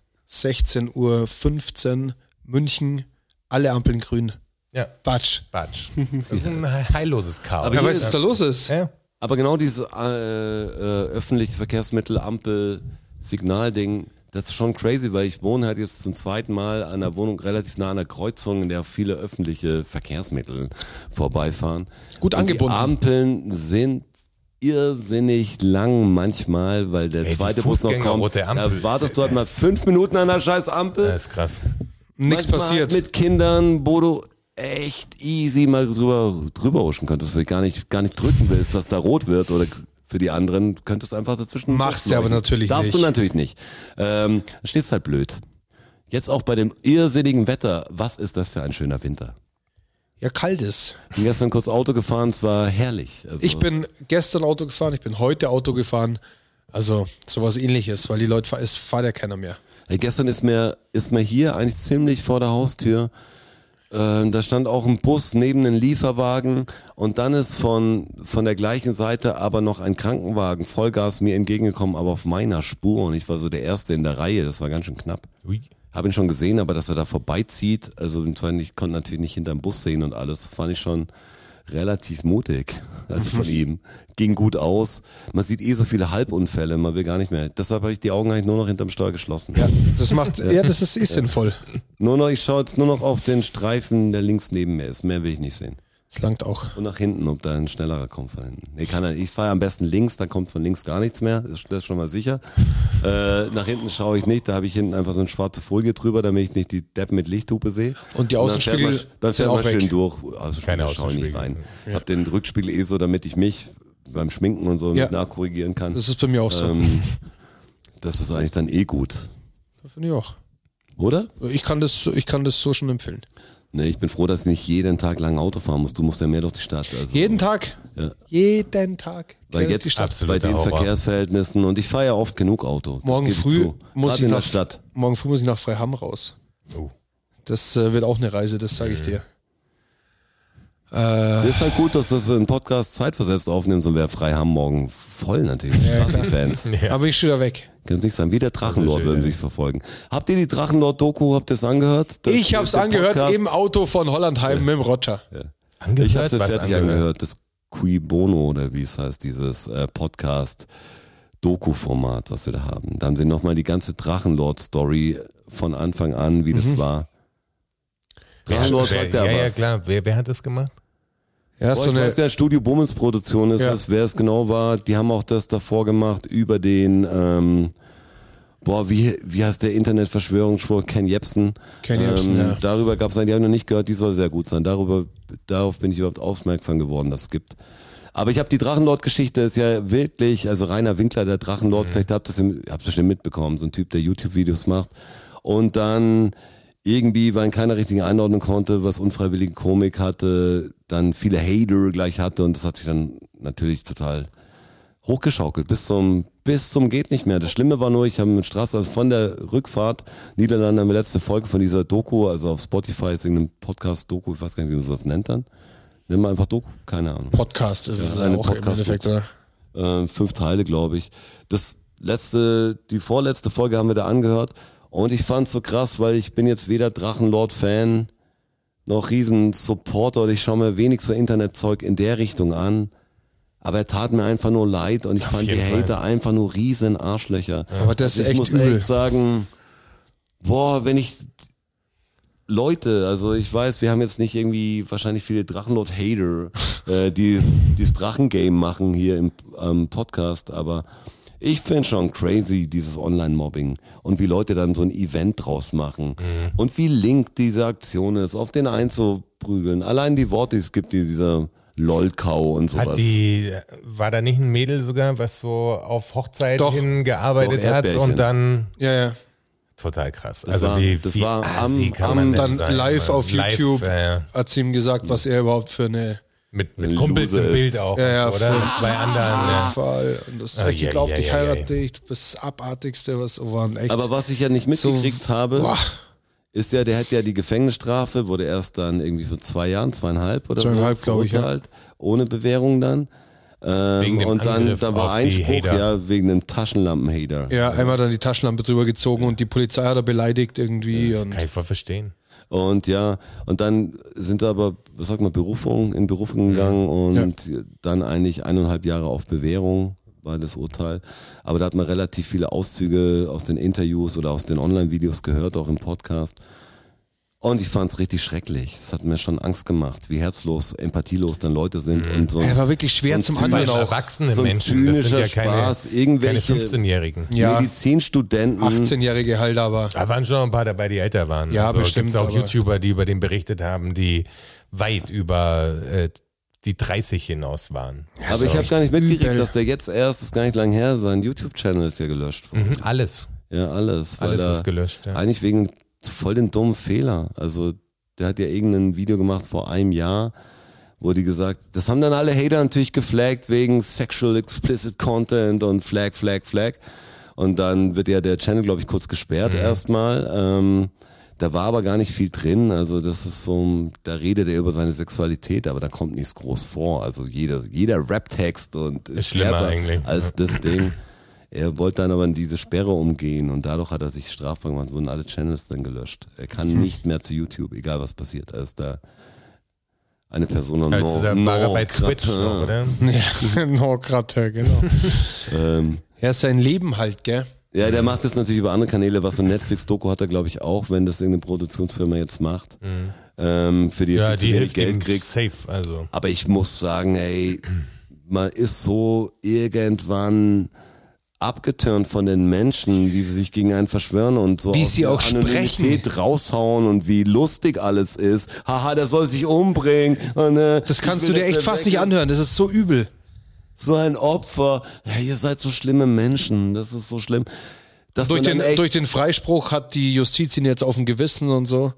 16.15 Uhr, München, alle Ampeln grün.
ja,
Batsch.
Batsch. Das ist ein he- heilloses Chaos.
halt. Aber Ja,
Ja,
weil
was
es
da los ist?
ja.
Aber genau diese äh, äh, öffentliche Verkehrsmittel, Ampel, Signalding, das ist schon crazy, weil ich wohne halt jetzt zum zweiten Mal an einer Wohnung relativ nah an einer Kreuzung, in der viele öffentliche Verkehrsmittel vorbeifahren.
Gut angebunden.
Die Ampeln sind irrsinnig lang manchmal, weil der
die
zweite Bus noch kommt.
Fußgängerrote Ampel.
Da wartest du halt mal fünf Minuten an der scheiß Ampel.
Das ist krass.
Nichts
Manchmal
passiert.
Mit Kindern, wo du echt easy mal drüber, drüber huschen könntest, weil du gar nicht, gar nicht drücken willst, dass da rot wird oder für die anderen könntest du einfach dazwischen.
Machst du aber
durchleuchten.
natürlich
Darfst
nicht.
du natürlich nicht. Ähm, dann stehst halt blöd. Jetzt auch bei dem irrsinnigen Wetter. Was ist das für ein schöner Winter?
Ja, kalt ist.
Ich bin gestern kurz Auto gefahren, es war herrlich. Also,
Ich bin gestern Auto gefahren, ich bin heute Auto gefahren. Also sowas ähnliches, weil die Leute, fahr- es fährt ja keiner mehr.
Ey, gestern ist mir, ist mir hier eigentlich ziemlich vor der Haustür. Äh, da stand auch ein Bus neben einem Lieferwagen und dann ist von, von der gleichen Seite aber noch ein Krankenwagen Vollgas mir entgegengekommen, aber auf meiner Spur und ich war so der Erste in der Reihe. Das war ganz schön knapp.
Ui.
Habe ihn schon gesehen, aber dass er da vorbeizieht, also ich konnte natürlich nicht hinterm Bus sehen und alles, fand ich schon relativ mutig. Also von ihm. Ging gut aus. Man sieht eh so viele Halbunfälle, man will gar nicht mehr. Deshalb habe ich die Augen eigentlich nur noch hinterm Steuer geschlossen. Ja.
Das macht, ja, das ist, ist sinnvoll.
Nur noch, ich schaue jetzt nur noch auf den Streifen, der links neben mir ist. Mehr will ich nicht sehen.
Das langt auch.
Und nach hinten, ob da ein schnellerer kommt von hinten. Nee, kann er, nicht. ich fahre am besten links, dann kommt von links gar nichts mehr. Das ist schon mal sicher. Äh, nach hinten schaue ich nicht, da habe ich hinten einfach so eine schwarze Folie drüber, damit ich nicht die Deppen mit Lichthupe sehe.
Und die
dann
Außenspiegel
fährt man- Dann
sind
fährt man
auch weg.
schön durch. Außenspiegel
Keine
schaue ich nicht
Außenspiegel.
rein. Hab den Rückspiegel eh so, damit ich mich beim Schminken und so
Ja.
mit nachkorrigieren kann.
Das ist bei mir auch so.
ähm, das ist eigentlich dann eh gut.
Finde ich auch.
Oder?
Ich kann, das, ich kann das so schon empfehlen.
Ne, ich bin froh, dass ich nicht jeden Tag lang Auto fahren muss. Du musst ja mehr durch die Stadt. Also,
Jeden Tag.
Ja.
Jeden Tag.
Weil
Quer durch die
jetzt
Stadt.
bei
Absoluter
den
Horror.
Verkehrsverhältnissen und ich fahre ja oft genug Auto. Das
morgen
gebe ich
früh
zu.
muss
Gerade
ich
in
nach,
der Stadt.
Morgen früh muss ich nach Freiham raus.
Oh.
Das äh, wird auch eine Reise, das sage ich dir.
Ist halt gut, dass das einen Podcast zeitversetzt aufnehmen, sonst wäre Freiham morgen voll natürlich. Straßenfans.
Ja.
Aber ich schon wieder weg.
Kann es nicht sein. Wie der Drachenlord würden sich verfolgen. Habt ihr die Drachenlord-Doku, habt ihr es angehört? Das
ich habe es
der
angehört
Podcast-
im Auto von Hollandheim mit dem Roger.
Angehört,
Ich habe es
was
fertig angehört. Das Qui Bono oder wie es heißt, dieses äh, Podcast Doku-Format, was wir da haben. Da haben sie nochmal die ganze Drachenlord-Story von Anfang an, wie das war.
Wer,
Drachenlord
wer,
sagt
ja,
ja,
ja,
was.
klar. Wer, wer hat das gemacht?
Boah,
Ja, so
ich
eine,
weiß, wer Studio Bummens Produktion ist,
Ja.
das, wer es genau war. Die haben auch das davor gemacht über den, ähm, boah, wie, wie heißt der Internetverschwörungsspruch? Ken Jebsen. Ähm,
Ken Jebsen, ja.
Darüber gab es einen, die habe ich noch nicht gehört, die soll sehr gut sein. Darüber, darauf bin ich überhaupt aufmerksam geworden, dass es gibt. Aber ich habe die Drachenlord-Geschichte, ist ja wirklich, also Rainer Winkler, der Drachenlord,
Mhm.
vielleicht habt ihr es im- habt ihr bestimmt mitbekommen, so ein Typ, der YouTube-Videos macht. Und dann irgendwie, weil keiner richtigen Einordnung konnte, was unfreiwillige Komik hatte, dann viele Hater gleich hatte und das hat sich dann natürlich total hochgeschaukelt bis zum bis zum geht nicht mehr. Das Schlimme war nur, ich habe mit Straße also von der Rückfahrt Niederlande haben wir letzte Folge von dieser Doku, also auf Spotify ist irgendein Podcast Doku, ich weiß gar nicht, wie man sowas nennt dann. Nimm mal einfach Doku, keine Ahnung.
Podcast ist es
ist eine
auch im
Podcast-
Endeffekt, oder?
Äh, fünf Teile, glaube ich. Das letzte, die vorletzte Folge haben wir da angehört und ich fand's so krass, weil ich bin jetzt weder Drachenlord Fan noch riesen Supporter oder ich schaue mir wenig so Internetzeug in der Richtung an. Aber er tat mir einfach nur leid und ich fand die
jeden Fall.
Hater einfach nur Also riesen Arschlöcher.
Aber das ist
ich
echt
muss
übel.
echt sagen, boah, wenn ich Leute, also ich weiß, wir haben jetzt nicht irgendwie wahrscheinlich viele Drachenlord-Hater, äh, die dieses Drachengame machen hier im ähm, Podcast, aber ich finde schon crazy dieses Online-Mobbing und wie Leute dann so ein Event draus machen
Mhm.
und wie link diese Aktion ist, auf den einzuprügeln. Allein die Worte, die es gibt, die dieser Lolkau und sowas.
Hat die, war da nicht ein Mädel sogar, was so auf Hochzeit
Doch.
hingearbeitet
Doch,
hat
Erdbärchen.
und dann
Ja, ja.
total krass.
Das
also
war-
wie,
das
wie
war am-
assi kann
am-
man denn
Dann
sein,
live
ne?
auf YouTube
ja, ja.
hat sie ihm gesagt, was er überhaupt für eine
Mit, mit
Ein
Kumpels
Loser
im
ist.
Bild auch,
Ja, ja,
und so, oder?
voll.
Mit zwei anderen. äh, Ja.
Fall und das
Ah,
ich
ja,
glaube,
ja,
ich
ja, ja,
heirate dich, du bist das abartigste, was waren echt.
Aber was ich ja nicht
So-
mitgekriegt habe,
Boah.
ist ja, der hat ja die Gefängnisstrafe, wurde erst dann irgendwie vor zwei Jahren, zweieinhalb oder
Zweieinhalb,
so
glaub ich, ja.
verurteilt, ohne Bewährung dann. Ähm,
Wegen dem
und dann,
Angriff
dann war
auf die
Einspruch,
Hater.
ja, wegen dem Taschenlampen-Hater.
ja, einmal dann die Taschenlampe drüber gezogen und die Polizei hat er beleidigt irgendwie und
Kann ich voll verstehen.
Und ja, und dann sind da aber, was sagt man, Berufung, in Berufung gegangen und dann eigentlich eineinhalb Jahre auf Bewährung war das Urteil. Aber da hat man relativ viele Auszüge aus den Interviews oder aus den Online-Videos gehört, auch im Podcast. Und ich fand es richtig schrecklich. Es hat mir schon Angst gemacht, wie herzlos, empathielos dann Leute sind. Und so ein-
er war wirklich schwer
so ein
zum
Zyniker-
Anhören
Weil
auch.
erwachsene
so ein
Menschen, das sind ja
zynischer
keine,
Spaß,
keine
irgendwelche
15-Jährigen.
Ja.
Medizinstudenten.
18-Jährige halt aber.
Da waren schon ein paar dabei, die älter waren. Also
Ja, bestimmt,
gibt's auch
aber-
YouTuber, die über den berichtet haben, die weit über äh, die 30 hinaus waren. Also
Aber ich habe gar nicht
Übel.
mitgekriegt, dass der jetzt erst, ist gar nicht lang her, sein YouTube-Channel ist ja gelöscht worden.
Mhm, alles.
Ja, alles. Weil
Alles
da
ist gelöscht. Ja.
Eigentlich wegen voll den dummen Fehler. Also, der hat ja irgendein Video gemacht vor einem Jahr, wo die gesagt, das haben dann alle Hater natürlich geflaggt wegen Sexual Explicit Content und Flag, Flag, Flag. Und dann wird ja der Channel, glaube ich, kurz
Mhm.
gesperrt erstmal. Ähm, da war aber gar nicht viel drin. Also das ist so, da redet er über seine Sexualität, aber da kommt nichts groß vor. Also jeder, jeder Rap-Text und
Ist schlimmer
härter
eigentlich.
als das Ding. Er wollte dann aber in diese Sperre umgehen und dadurch hat er sich strafbar gemacht, wurden alle Channels dann gelöscht. Er kann
Hm.
nicht mehr zu YouTube, egal was passiert. Er ist da eine Person und
Als Halt dieser war er bei Twitch noch, oder?
Ja, no, gerade, genau.
Ähm,
Ja, sein Leben halt, gell?
Ja, der macht das natürlich über andere Kanäle, was so Netflix-Doku hat er, glaube ich, auch, wenn das irgendeine Produktionsfirma jetzt macht, ähm, für die,
Hm. Ja,
viel zu
die
wenig
hilft
Geld
ihm
kriegt.
safe. Also.
Aber ich muss sagen, ey, man ist so irgendwann abgeturnt von den Menschen, wie sie sich gegen einen verschwören und so
Wie
aus
sie
der
auch
Anonymität raushauen und wie lustig alles ist. Haha, der soll sich umbringen. Und, äh,
Das kannst
ich
du
will,
dir
dass
echt
der
fast
weg
nicht
ist.
anhören, das ist so übel.
So ein Opfer. Ja, ihr seid so schlimme Menschen. Das ist so schlimm. Dass
Durch
man dann
den,
echt
durch den Freispruch hat die Justiz ihn jetzt auf dem Gewissen und so.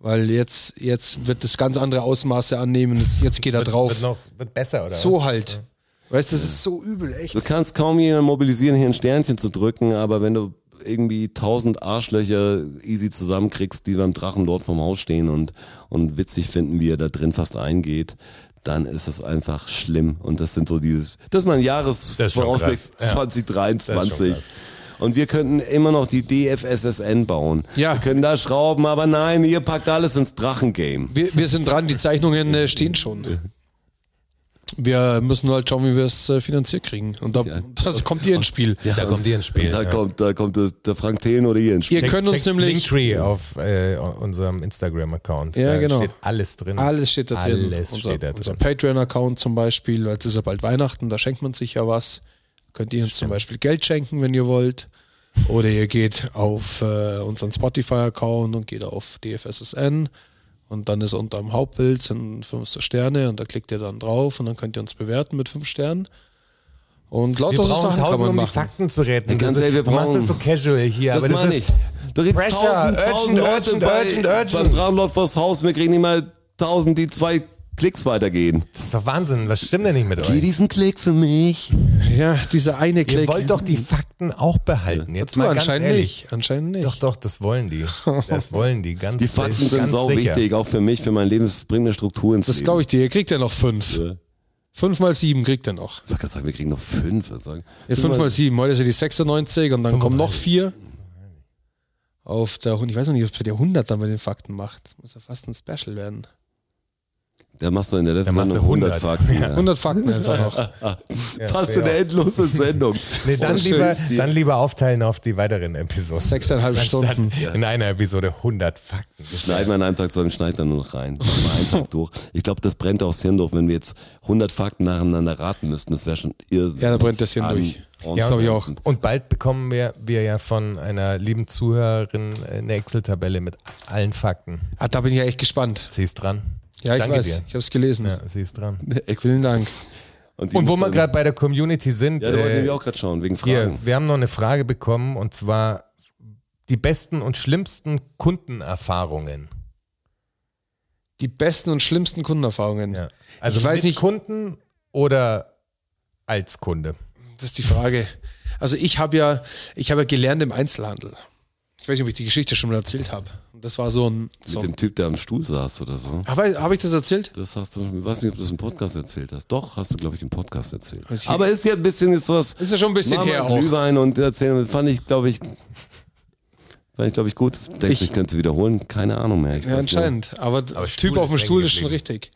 Weil jetzt, jetzt wird das ganz andere Ausmaße annehmen. Jetzt, jetzt geht er
Wird,
drauf.
noch, wird besser, oder?
So halt. Weißt du, das ist so übel, echt.
Du kannst kaum jemanden mobilisieren, hier ein Sternchen zu drücken, aber wenn du irgendwie tausend Arschlöcher easy zusammenkriegst, die beim Drachenlord vom Haus stehen und, und witzig finden, wie er da drin fast eingeht, dann ist es einfach schlimm. Und das sind so dieses, das ist mein
Das ist schon
Jahresvorausblick
krass, ja.
2023.
Das ist schon
Und wir könnten immer noch die DFSSN bauen.
Ja.
Wir können da schrauben, aber nein, ihr packt alles ins Drachengame.
Wir, wir sind dran, die Zeichnungen äh, stehen schon. Wir müssen nur halt schauen, wie wir es äh, finanziert kriegen. Und da das kommt ihr ins Spiel.
Da kommt ihr ins Spiel.
Da
ja.
kommt, da kommt das, der Frank Thelen oder ihr ins Spiel.
Ihr könnt uns
Checkt
nämlich.
Linktree auf äh, unserem Instagram-Account.
Ja,
da
genau.
steht alles drin.
Alles steht da drin.
Alles
unser,
steht da
Unser
drin.
Patreon-Account zum Beispiel, weil es ist ja bald Weihnachten, da schenkt man sich ja was. Könnt ihr uns zum Beispiel Geld schenken, wenn ihr wollt. Oder ihr geht auf äh, unseren Spotify-Account und geht auf DFSSN und dann ist unter dem Hauptbild sind fünf so Sterne und da klickt ihr dann drauf und dann könnt ihr uns bewerten mit fünf Sternen. Und
Wir
lauter so
brauchen
Sachen kann
tausend,
man
um die
machen.
Fakten zu retten.
ganz
Das ist-
ehrlich, wir
du machst
brauchen-
das so casual hier, aber das
meine
ist,
ich. Da gibt's
Pressure, urgent, urgent, urgent, urgent.
Beim Traumlauf vors Haus, wir kriegen nicht mal 1000, die zwei Klicks weitergehen.
das ist doch Wahnsinn. Was stimmt denn nicht mit euch?
diesen Klick für mich.
Ja, dieser eine
Ihr
Klick.
wollt doch die Fakten auch behalten. Jetzt
du,
mal ganz
anscheinend
ehrlich.
nicht. Anscheinend nicht.
Doch, doch, das wollen die. Das wollen die ganz
Die Fakten sind
ganz
sau
sicher.
wichtig, auch für mich, für mein Leben. Es bringt eine Struktur ins
das
Leben.
glaube ich dir. Ihr kriegt ja noch fünf.
Ja.
Fünf mal sieben kriegt ihr noch.
Ich wollte gerade sagen, wir kriegen noch fünf. würde ich Sagen.
Ja, 5 mal 7, heute ist ja die 96 und dann kommen noch 4 auf der 100. Ich weiß noch nicht, ob es bei der 100 dann bei den Fakten macht. Muss ja fast ein Special werden.
Da machst du in der letzten
machst du
Sendung 100
100.
Fakten.
Ja.
Ja.
100 Fakten einfach noch.
Passt in eine
ja.
endlose Sendung.
Nee, dann,
schön,
lieber,
Steve.
dann lieber aufteilen auf die weiteren Episoden.
Sechseinhalb
Anstatt
Stunden.
In einer Episode 100 Fakten.
Schneiden wir an einem Tag zusammen, schneiden dann nur noch rein. Machen wir einen Tag durch. Ich glaube, das brennt auch das Hirn durch. Wenn wir jetzt 100 Fakten nacheinander raten müssten, das wäre schon irrsinnig.
Ja, da brennt das Hirn
An-
durch.
An-
Das glaube Hm. ich auch.
Und bald bekommen wir, wir ja von einer lieben Zuhörerin eine Excel-Tabelle mit allen Fakten.
Ah, da bin ich ja echt gespannt.
Sie ist dran.
Ja, ich
Danke
weiß.
dir.
Ich habe es gelesen.
Ja, sie ist dran.
Vielen Dank.
Und, die
Und wo wir
müssen-
gerade bei der Community sind,
Ja, da wollten
äh,
wir auch gerade schauen, wegen Fragen.
hier, wir haben noch eine Frage bekommen und zwar die besten und schlimmsten Kundenerfahrungen.
Die besten und schlimmsten Kundenerfahrungen.
Ja. Also
Ich weiß
mit
nicht-
Kunden oder als Kunde.
Das ist die Frage. Also ich habe ja, ich habe ja gelernt im Einzelhandel. Ich weiß nicht, ob ich die Geschichte schon mal erzählt habe. Und Das war so ein. So
Mit dem Typ, der am Stuhl saß oder so.
habe hab ich das erzählt?
Das hast du, ich weiß nicht, ob du es im Podcast erzählt hast. Doch, hast du, glaube ich, im Podcast erzählt.
Also ich-
Aber ist ja ein bisschen jetzt was.
Ist ja schon ein bisschen
Mama,
her auch.
Glühwein und erzählen, fand ich, glaube ich, fand ich, glaube ich, gut. Denkst ich,
Ich-
ich könnte wiederholen? Keine Ahnung mehr. Ich
Ja,
weiß
anscheinend. Aber,
Aber
Typ
Stuhl
auf dem
ist
Stuhl
hängen
ist schon
geblieben.
richtig.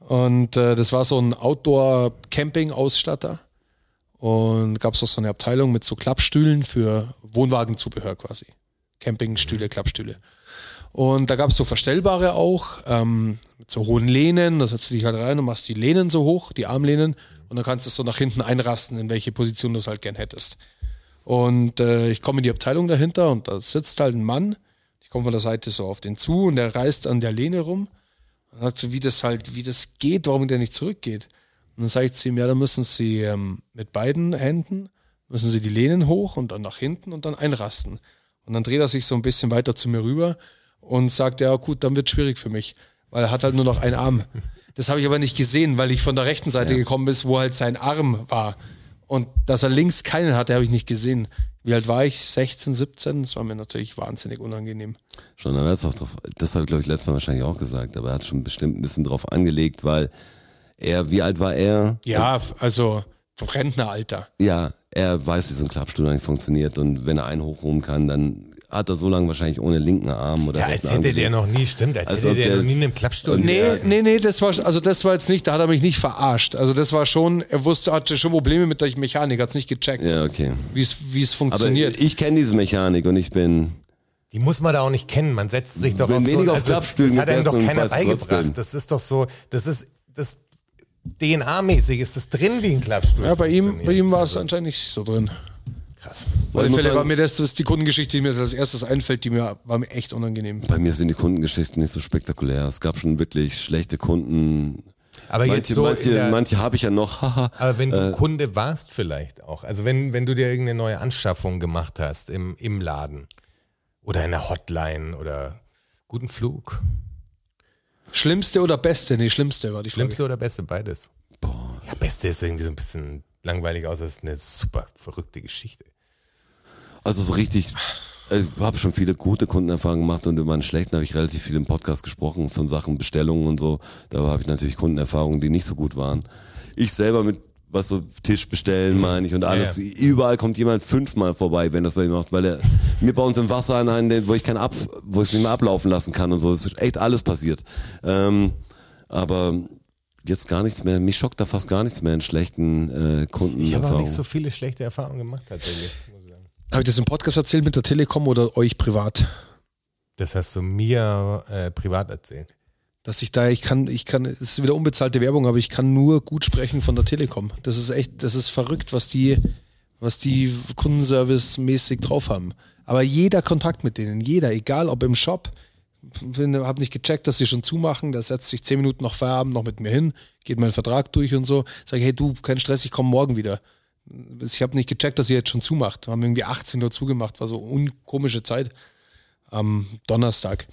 Und äh, das war so ein Outdoor-Camping-Ausstatter. Und gab es auch so eine Abteilung mit so Klappstühlen für Wohnwagenzubehör quasi.
Mhm.
Campingstühle, Klappstühle. Und da gab es so verstellbare auch, ähm, mit so hohen Lehnen. Da setzt du dich halt rein und machst die Lehnen so hoch, die
Mhm.
Armlehnen. Und dann kannst du es so nach hinten einrasten, in welche Position du es halt gern hättest. Und äh, ich komme in die Abteilung dahinter und da sitzt halt ein Mann. Ich komme von der Seite so auf den zu und der reißt an der Lehne rum. Und sagt so, wie das halt, wie das geht, warum der nicht zurückgeht. Und dann sage ich zu ihm, ja, da müssen sie ähm, mit beiden Händen, müssen sie die Lehnen hoch und dann nach hinten und dann einrasten. Und dann dreht er sich so ein bisschen weiter zu mir rüber und sagt, ja gut, dann wird schwierig für mich, weil er hat halt nur noch einen Arm. Das habe ich aber nicht gesehen, weil ich von der rechten Seite gekommen bin, wo halt sein Arm war. Und dass er links keinen hatte, habe ich nicht gesehen. Wie alt war ich? 16, 17? Das war mir natürlich wahnsinnig unangenehm.
Schon, aber er hat's auch drauf, das habe ich glaube ich letztes Mal wahrscheinlich auch gesagt, aber er hat schon bestimmt ein bisschen drauf angelegt, weil er, wie alt war er?
Ja, also Rentneralter.
Ja, er weiß, wie so ein Klappstuhl eigentlich funktioniert und wenn er einen hochruhen kann, dann hat er so lange wahrscheinlich ohne linken Arm oder
Ja,
rechten
als
Arm
hätte der
gelegt.
noch nie, stimmt, als
Also,
hätte der
der
noch nie
ist-
in einem Klappstuhl
Und-
Nee,
gesessen.
nee, nee, das war, also das war jetzt nicht, da hat er mich nicht verarscht. Also das war schon, er wusste, hatte schon Probleme mit der Mechanik, hat es nicht gecheckt,
Ja, okay.
wie es wie es
Aber
funktioniert.
ich kenne diese Mechanik und ich bin
Die muss man da auch nicht kennen. Man setzt sich doch
Bin
auf so also,
weniger auf
Das
Klappstühlen
hat
gesessen
einem doch
und
keiner
weiß
beigebracht.
trotzdem.
Das ist doch so, das ist das DNA-mäßig ist das drin wie ein Klappstuhl.
ja, bei ihm, bei
funktioniert.
ihm war es anscheinend nicht so drin.
krass.
Auf
ich
jeden
muss
Fall war
sagen-
mir das, das ist die Kundengeschichte, die mir als erstes einfällt, die mir war mir echt unangenehm.
bei mir sind die Kundengeschichten nicht so spektakulär. Es gab schon wirklich schlechte Kunden.
Aber jetzt
Manche,
so in
manche,
der,
manche äh, habe ich ja noch. haha.
aber wenn du Kunde warst vielleicht auch. Also wenn wenn du dir irgendeine neue Anschaffung gemacht hast im im Laden oder in der Hotline oder guten Flug.
Schlimmste oder beste? Nee, schlimmste war die Frage.
Schlimmste oder beste beides? Ja, beste ist irgendwie so ein bisschen langweilig, außer es ist eine super verrückte Geschichte.
Also so richtig, äh, ich habe schon viele gute Kundenerfahrungen gemacht und über einen schlechten habe ich relativ viel im Podcast gesprochen von Sachen Bestellungen und so. Da habe ich natürlich Kundenerfahrungen, die nicht so gut waren. Ich selber mit was so Tisch bestellen, meine ich, und alles.
Mhm. Ja,
Überall kommt jemand fünfmal vorbei, wenn das bei ihm macht, weil er mir bei uns im Wasser an einen, wo ich kein ab, wo ich nicht mehr ablaufen lassen kann und so. Es ist echt alles passiert. Ähm, aber jetzt gar nichts mehr. Mich schockt da fast gar nichts mehr in schlechten äh, Kundenerfahrungen.
Ich habe auch nicht so viele schlechte Erfahrungen gemacht tatsächlich. muss ich sagen.
Habe ich das im Podcast erzählt mit der Telekom oder euch privat?
Das hast du mir äh, privat erzählt.
Dass ich da, ich kann, ich kann, es ist wieder unbezahlte Werbung, aber ich kann nur gut sprechen von der Telekom. Das ist echt, das ist verrückt, was die, was die Kundenservice-mäßig drauf haben. Aber jeder Kontakt mit denen, jeder, egal ob im Shop, habe nicht gecheckt, dass sie schon zumachen, da setzt sich zehn Minuten nach Feierabend noch mit mir hin, geht mein Vertrag durch und so, sage, hey du, kein Stress, ich komme morgen wieder. Ich habe nicht gecheckt, dass ihr jetzt schon zumacht. Haben irgendwie 18 Uhr zugemacht, war so unkomische Zeit am Donnerstag.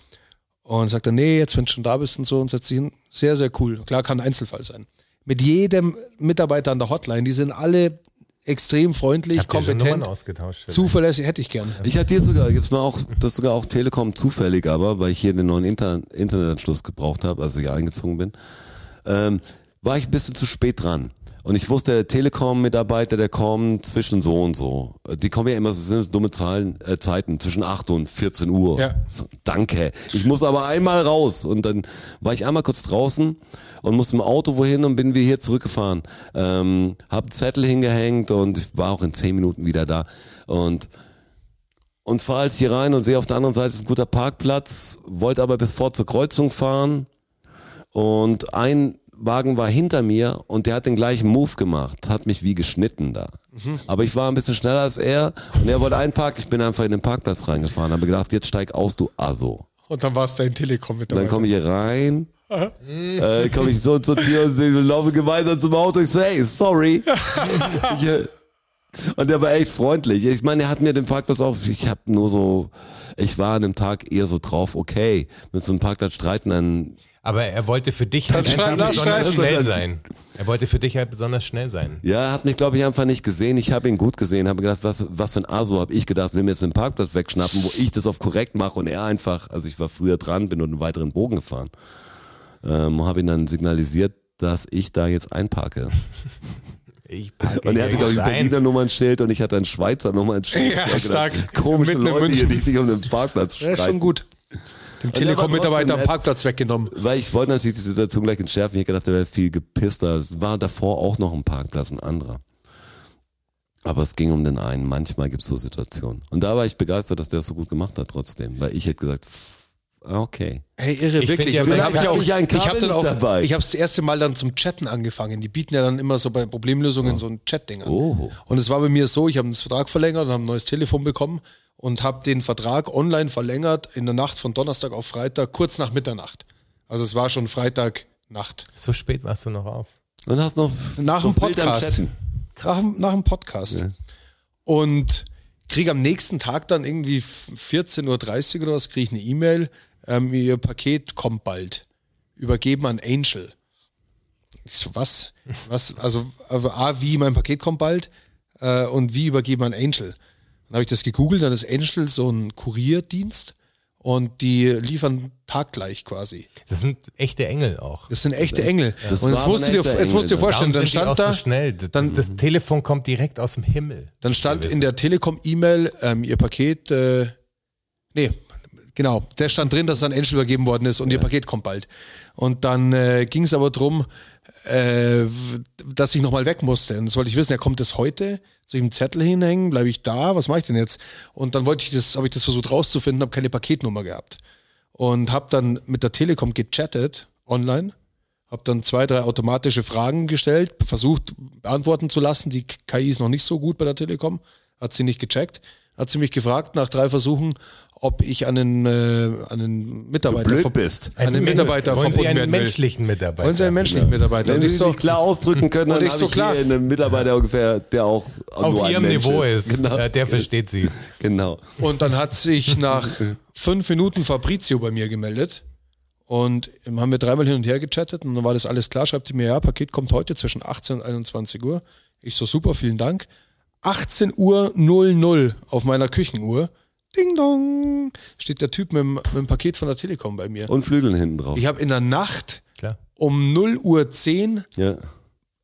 Und sagt er, nee, jetzt, wenn du schon da bist und so, und setzt sich hin. Sehr, sehr cool. Klar, kann ein Einzelfall sein. Mit jedem Mitarbeiter an der Hotline, die sind alle extrem freundlich,
Habt ihr schon Nummern
kompetent,
ausgetauscht? vielleicht?
zuverlässig, hätte ich gern.
Ich hatte jetzt sogar, jetzt mal auch, das sogar auch Telekom zufällig, aber weil ich hier den neuen Inter Internetanschluss gebraucht habe, also hier eingezogen bin. Ähm, war ich ein bisschen zu spät dran. Und ich wusste, der Telekom-Mitarbeiter, der kommt zwischen so und so. Äh, Die kommen ja immer, das sind dumme Zahlen, äh, Zeiten, zwischen 8 und 14 Uhr.
Ja.
So, danke. Ich muss aber einmal raus. Und dann war ich einmal kurz draußen und musste im Auto wohin und bin wir hier zurückgefahren. Ähm, hab einen Zettel hingehängt und war auch in 10 Minuten wieder da. Und und fahre halt hier rein und sehe auf der anderen Seite ist ein guter Parkplatz, wollte aber bis vor zur Kreuzung fahren und ein Wagen war hinter mir und der hat den gleichen Move gemacht, hat mich wie geschnitten da. Aber ich war ein bisschen schneller als er und er wollte einparken, ich bin einfach in den Parkplatz reingefahren, habe gedacht, jetzt steig aus, du Aso.
Und dann war es dein Telekom mit
Und dann komme ich hier rein, äh, komme ich so zur Tür und wir laufen gemeinsam zum Auto. Ich so, hey, sorry. ich, äh, und der war echt freundlich. Ich meine, er hat mir den Parkplatz auch, ich habe nur so, ich war an dem Tag eher so drauf, okay, mit so einem Parkplatz streiten, dann
Aber er wollte für dich halt
schrei-
einfach
lass
besonders
schreien.
schnell sein. Er wollte für dich halt besonders schnell sein.
Ja, er hat mich, glaube ich, einfach nicht gesehen. Ich habe ihn gut gesehen, habe gedacht, was, was für ein Aso habe ich gedacht, will mir jetzt den Parkplatz wegschnappen, wo ich das auf korrekt mache und er einfach, also ich war früher dran, bin nur einen weiteren Bogen gefahren. Ähm, habe ihn dann signalisiert, dass ich da jetzt einparke.
Ich packe
Und er hatte,
hier
glaube ich,
jetzt
ein Berliner Nummernschild und ich hatte ein Schweizer Nummernschild.
Ja,
Ich hab
stark.
Komische
Mitten in
Leute hier,
München.
die sich um den Parkplatz streiten.
Das ist schon gut. Dem
der war
Telekom-Mitarbeiter
trotzdem
am
nett.
Parkplatz weggenommen.
Weil ich wollte natürlich die Situation gleich entschärfen. Ich hab gedacht, der wäre viel gepisster. Es war davor auch noch ein Parkplatz, ein anderer. Aber es ging um den einen. Manchmal gibt es so Situationen. Und da war ich begeistert, dass der es so gut gemacht hat trotzdem. Weil ich hätte gesagt, pff, ah, okay.
Hey, irre,
Ich
wirklich.
find ja,
Und dann
man
hab
hat
ich auch,
ja ein
ich habe
Kabel
dann auch,
nicht dabei.
ich habe das erste Mal dann zum Chatten angefangen. Die bieten ja dann immer so bei Problemlösungen so ein Chat-Ding an.
Oh.
Und es war bei mir so, ich habe einen Vertrag verlängert und habe ein neues Telefon bekommen und habe den Vertrag online verlängert in der Nacht von Donnerstag auf Freitag, kurz nach Mitternacht. Also es war schon Freitagnacht.
So spät warst du noch auf.
Und hast noch
Nach
noch
dem
Bild am
Podcast.
Chatten.
Nach, dem- nach dem Podcast. Und kriege am nächsten Tag dann irgendwie 14.30 Uhr oder was, kriege ich eine E-Mail, ähm, ihr Paket kommt bald. Übergeben an Angel. Ich so, was? Was? Also, also A, wie mein Paket kommt bald äh, und wie übergeben an Angel. Dann habe ich das gegoogelt, dann ist Angel so ein Kurierdienst und die liefern taggleich quasi.
Das sind echte Engel auch.
Das sind echte Engel.
Das
und
war
jetzt musst, du
ein
dir,
echter
jetzt musst du dir
Engel. ne?
vorstellen,
Darum
dann
sind die auch
stand da,
so schnell. Das, das, das Telefon kommt direkt aus dem Himmel.
Dann stand in der Telekom-E-Mail ähm, ihr Paket, äh, nee, genau, der stand drin, dass es an Angel übergeben worden ist und ihr Paket kommt bald. Und dann äh, ging es aber drum, äh, w- dass ich nochmal weg musste. Und das wollte ich wissen, ja, kommt das heute? Soll ich einen Zettel hinhängen? Bleibe ich da? Was mache ich denn jetzt? Und dann wollte ich das, habe ich das versucht rauszufinden, habe keine Paketnummer gehabt. Und habe dann mit der Telekom gechattet online habe dann zwei, drei automatische Fragen gestellt, versucht beantworten zu lassen. Die KI ist noch nicht so gut bei der Telekom, hat sie nicht gecheckt. Hat sie mich gefragt nach drei Versuchen, ob ich an einen, äh, an einen Mitarbeiter,
blöd
verb-
bist.
An einen Mitarbeiter
Wollen Sie
verbunden
einen
werden will.
menschlichen Mitarbeiter?
Wollen Sie einen menschlichen Mitarbeiter?
Wenn
Und
sie
ich
sich
so,
nicht klar ausdrücken können,
Und
dann
ich
habe
so,
ich
klar.
hier einen Mitarbeiter ungefähr, der auch nur
Auf
ein
ihrem
Mensch
Niveau
ist.
ist.
Genau.
Ja, der versteht Sie.
genau.
und dann hat sich nach fünf Minuten Fabrizio bei mir gemeldet und haben wir dreimal hin und her gechattet und dann war das alles klar. Schreibt die mir, ja, Paket kommt heute zwischen 18 und 21 Uhr. Ich so, super, vielen Dank. 18 Uhr 00 auf meiner Küchenuhr. Ding dong. Steht der Typ mit dem, mit dem Paket von der Telekom bei mir.
Und Flügeln hinten drauf.
Ich habe in der Nacht
Klar.
um 0 Uhr 10
ja.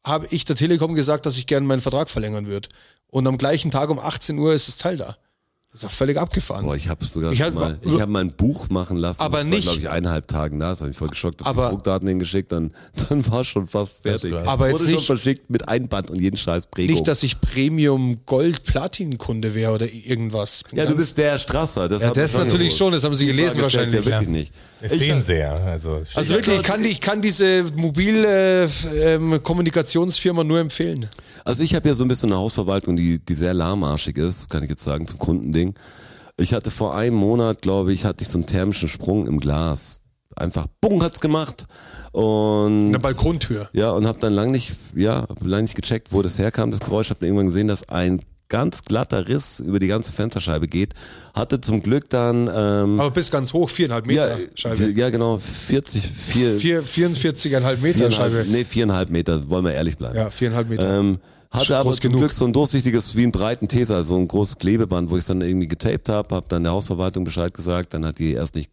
habe ich der Telekom gesagt, dass ich gerne meinen Vertrag verlängern würde. Und am gleichen Tag um 18 Uhr ist das Teil da. Das ist doch völlig abgefahren.
Boah, ich habe sogar
Ich
schon
hab-
mal, ich habe mal ein Buch machen lassen.
Aber
das
nicht-
glaube ich, eineinhalb Tagen da. Das habe ich voll geschockt. Hab
Aber-
die Druckdaten hingeschickt, dann, dann war schon fast fertig.
geil.
Aber jetzt
Wurde
nicht-
schon verschickt mit Einband und jeden Scheiß Prägung.
Nicht, dass ich Premium Gold Platin Kunde wäre oder irgendwas. Bin
ja, du
ganz-
bist der Strasser. Das,
ja,
hat man
das natürlich
gewusst.
schon, das haben sie
Die
gelesen
Frage stellt
wahrscheinlich.
Ja, wirklich nicht.
Das sehen Sie ja. Also,
Also wirklich, ich kann, die- ich kann diese mobile äh, f- ähm, Kommunikationsfirma nur empfehlen.
Also ich habe ja so ein bisschen eine Hausverwaltung, die, die sehr lahmarschig ist, kann ich jetzt sagen, zum Kundending. Ich hatte vor einem Monat, glaube ich, hatte ich so einen thermischen Sprung im Glas. Einfach, bung, hat's gemacht. Und
Eine Balkontür.
Ja, und hab dann lang nicht, ja, hab lang nicht gecheckt, wo das herkam, das Geräusch. Hab dann irgendwann gesehen, dass ein ganz glatter Riss über die ganze Fensterscheibe geht. Hatte zum Glück dann, ähm,
Aber bis ganz hoch, viereinhalb
ja,
Meter Scheibe.
ja, genau, 40, 4,
Vier, 44,5 Meter Scheibe.
nee, viereinhalb Meter, wollen wir ehrlich bleiben.
Ja, viereinhalb Meter.
Ähm,
Schon
hatte aber
groß
zum
genug.
Glück so ein durchsichtiges, wie ein breiten Teser, so ein großes Klebeband, wo ich es dann irgendwie getaped habe, habe dann der Hausverwaltung Bescheid gesagt, dann hat die erst nicht,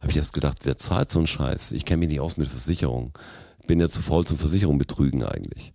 habe ich erst gedacht, wer zahlt so einen Scheiß? Ich kenne mich nicht aus mit Versicherung. bin ja zu faul zum Versicherung betrügen eigentlich.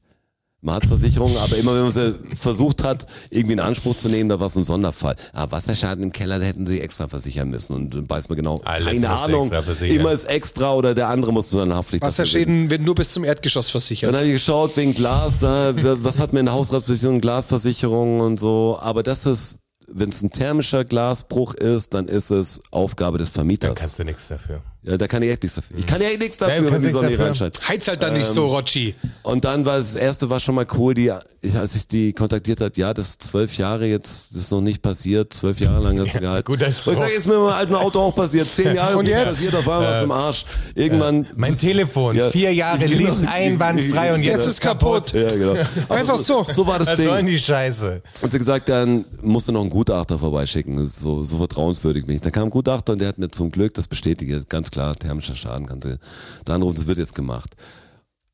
Man hat Versicherungen, aber immer wenn man sie versucht hat, irgendwie in Anspruch zu nehmen, da war es ein Sonderfall. Ah, Wasserschaden im Keller, da hätten sie extra versichern müssen. Und dann weiß man genau,
Alles
keine
musst du
Ahnung,
extra versichern.
immer ist extra oder der andere muss man dann Haftpflicht dafür
Wasserschäden werden nur bis zum Erdgeschoss
dann
versichert.
habe ich geschaut wegen Glas, da, was hat man in der Hausratsversicherung, Glasversicherung und so. Aber das ist, wenn es ein thermischer Glasbruch ist, dann ist es Aufgabe des Vermieters.
Kannst du nichts dafür.
ja, da kann ich echt nichts dafür. Ich kann ja echt nichts dafür,
du
wenn
kannst
die
nichts
Sonne hier
dafür.
reinscheint.
Heiz halt dann nicht
Ähm,
so, Rotschi.
Und dann war das erste war schon mal cool, die, ich, als ich die kontaktiert habe, ja, das ist zwölf Jahre jetzt, das ist noch nicht passiert, zwölf Jahre lang hat sie gehalten.
guter
Und ich
Spruch.
sage, ist mir mit meinem alten Auto auch passiert, zehn Jahre
Und
ist mir
jetzt?
passiert, auf einmal was im Arsch. Irgendwann.
Mein Telefon,
Ja.
vier Jahre
Genau.
lief einwandfrei und jetzt,
Jetzt ist kaputt.
Ja, genau. Aber
Einfach so.
So war das
Was
Ding.
soll denn die Scheiße?
Und sie gesagt, dann musst du noch einen Gutachter vorbeischicken. Das ist so, so vertrauenswürdig bin ich. Dann kam ein Gutachter und der hat mir zum Glück das bestätigt. Ganz klar, thermischer Schaden kannst du. Da anrufen, es wird jetzt gemacht.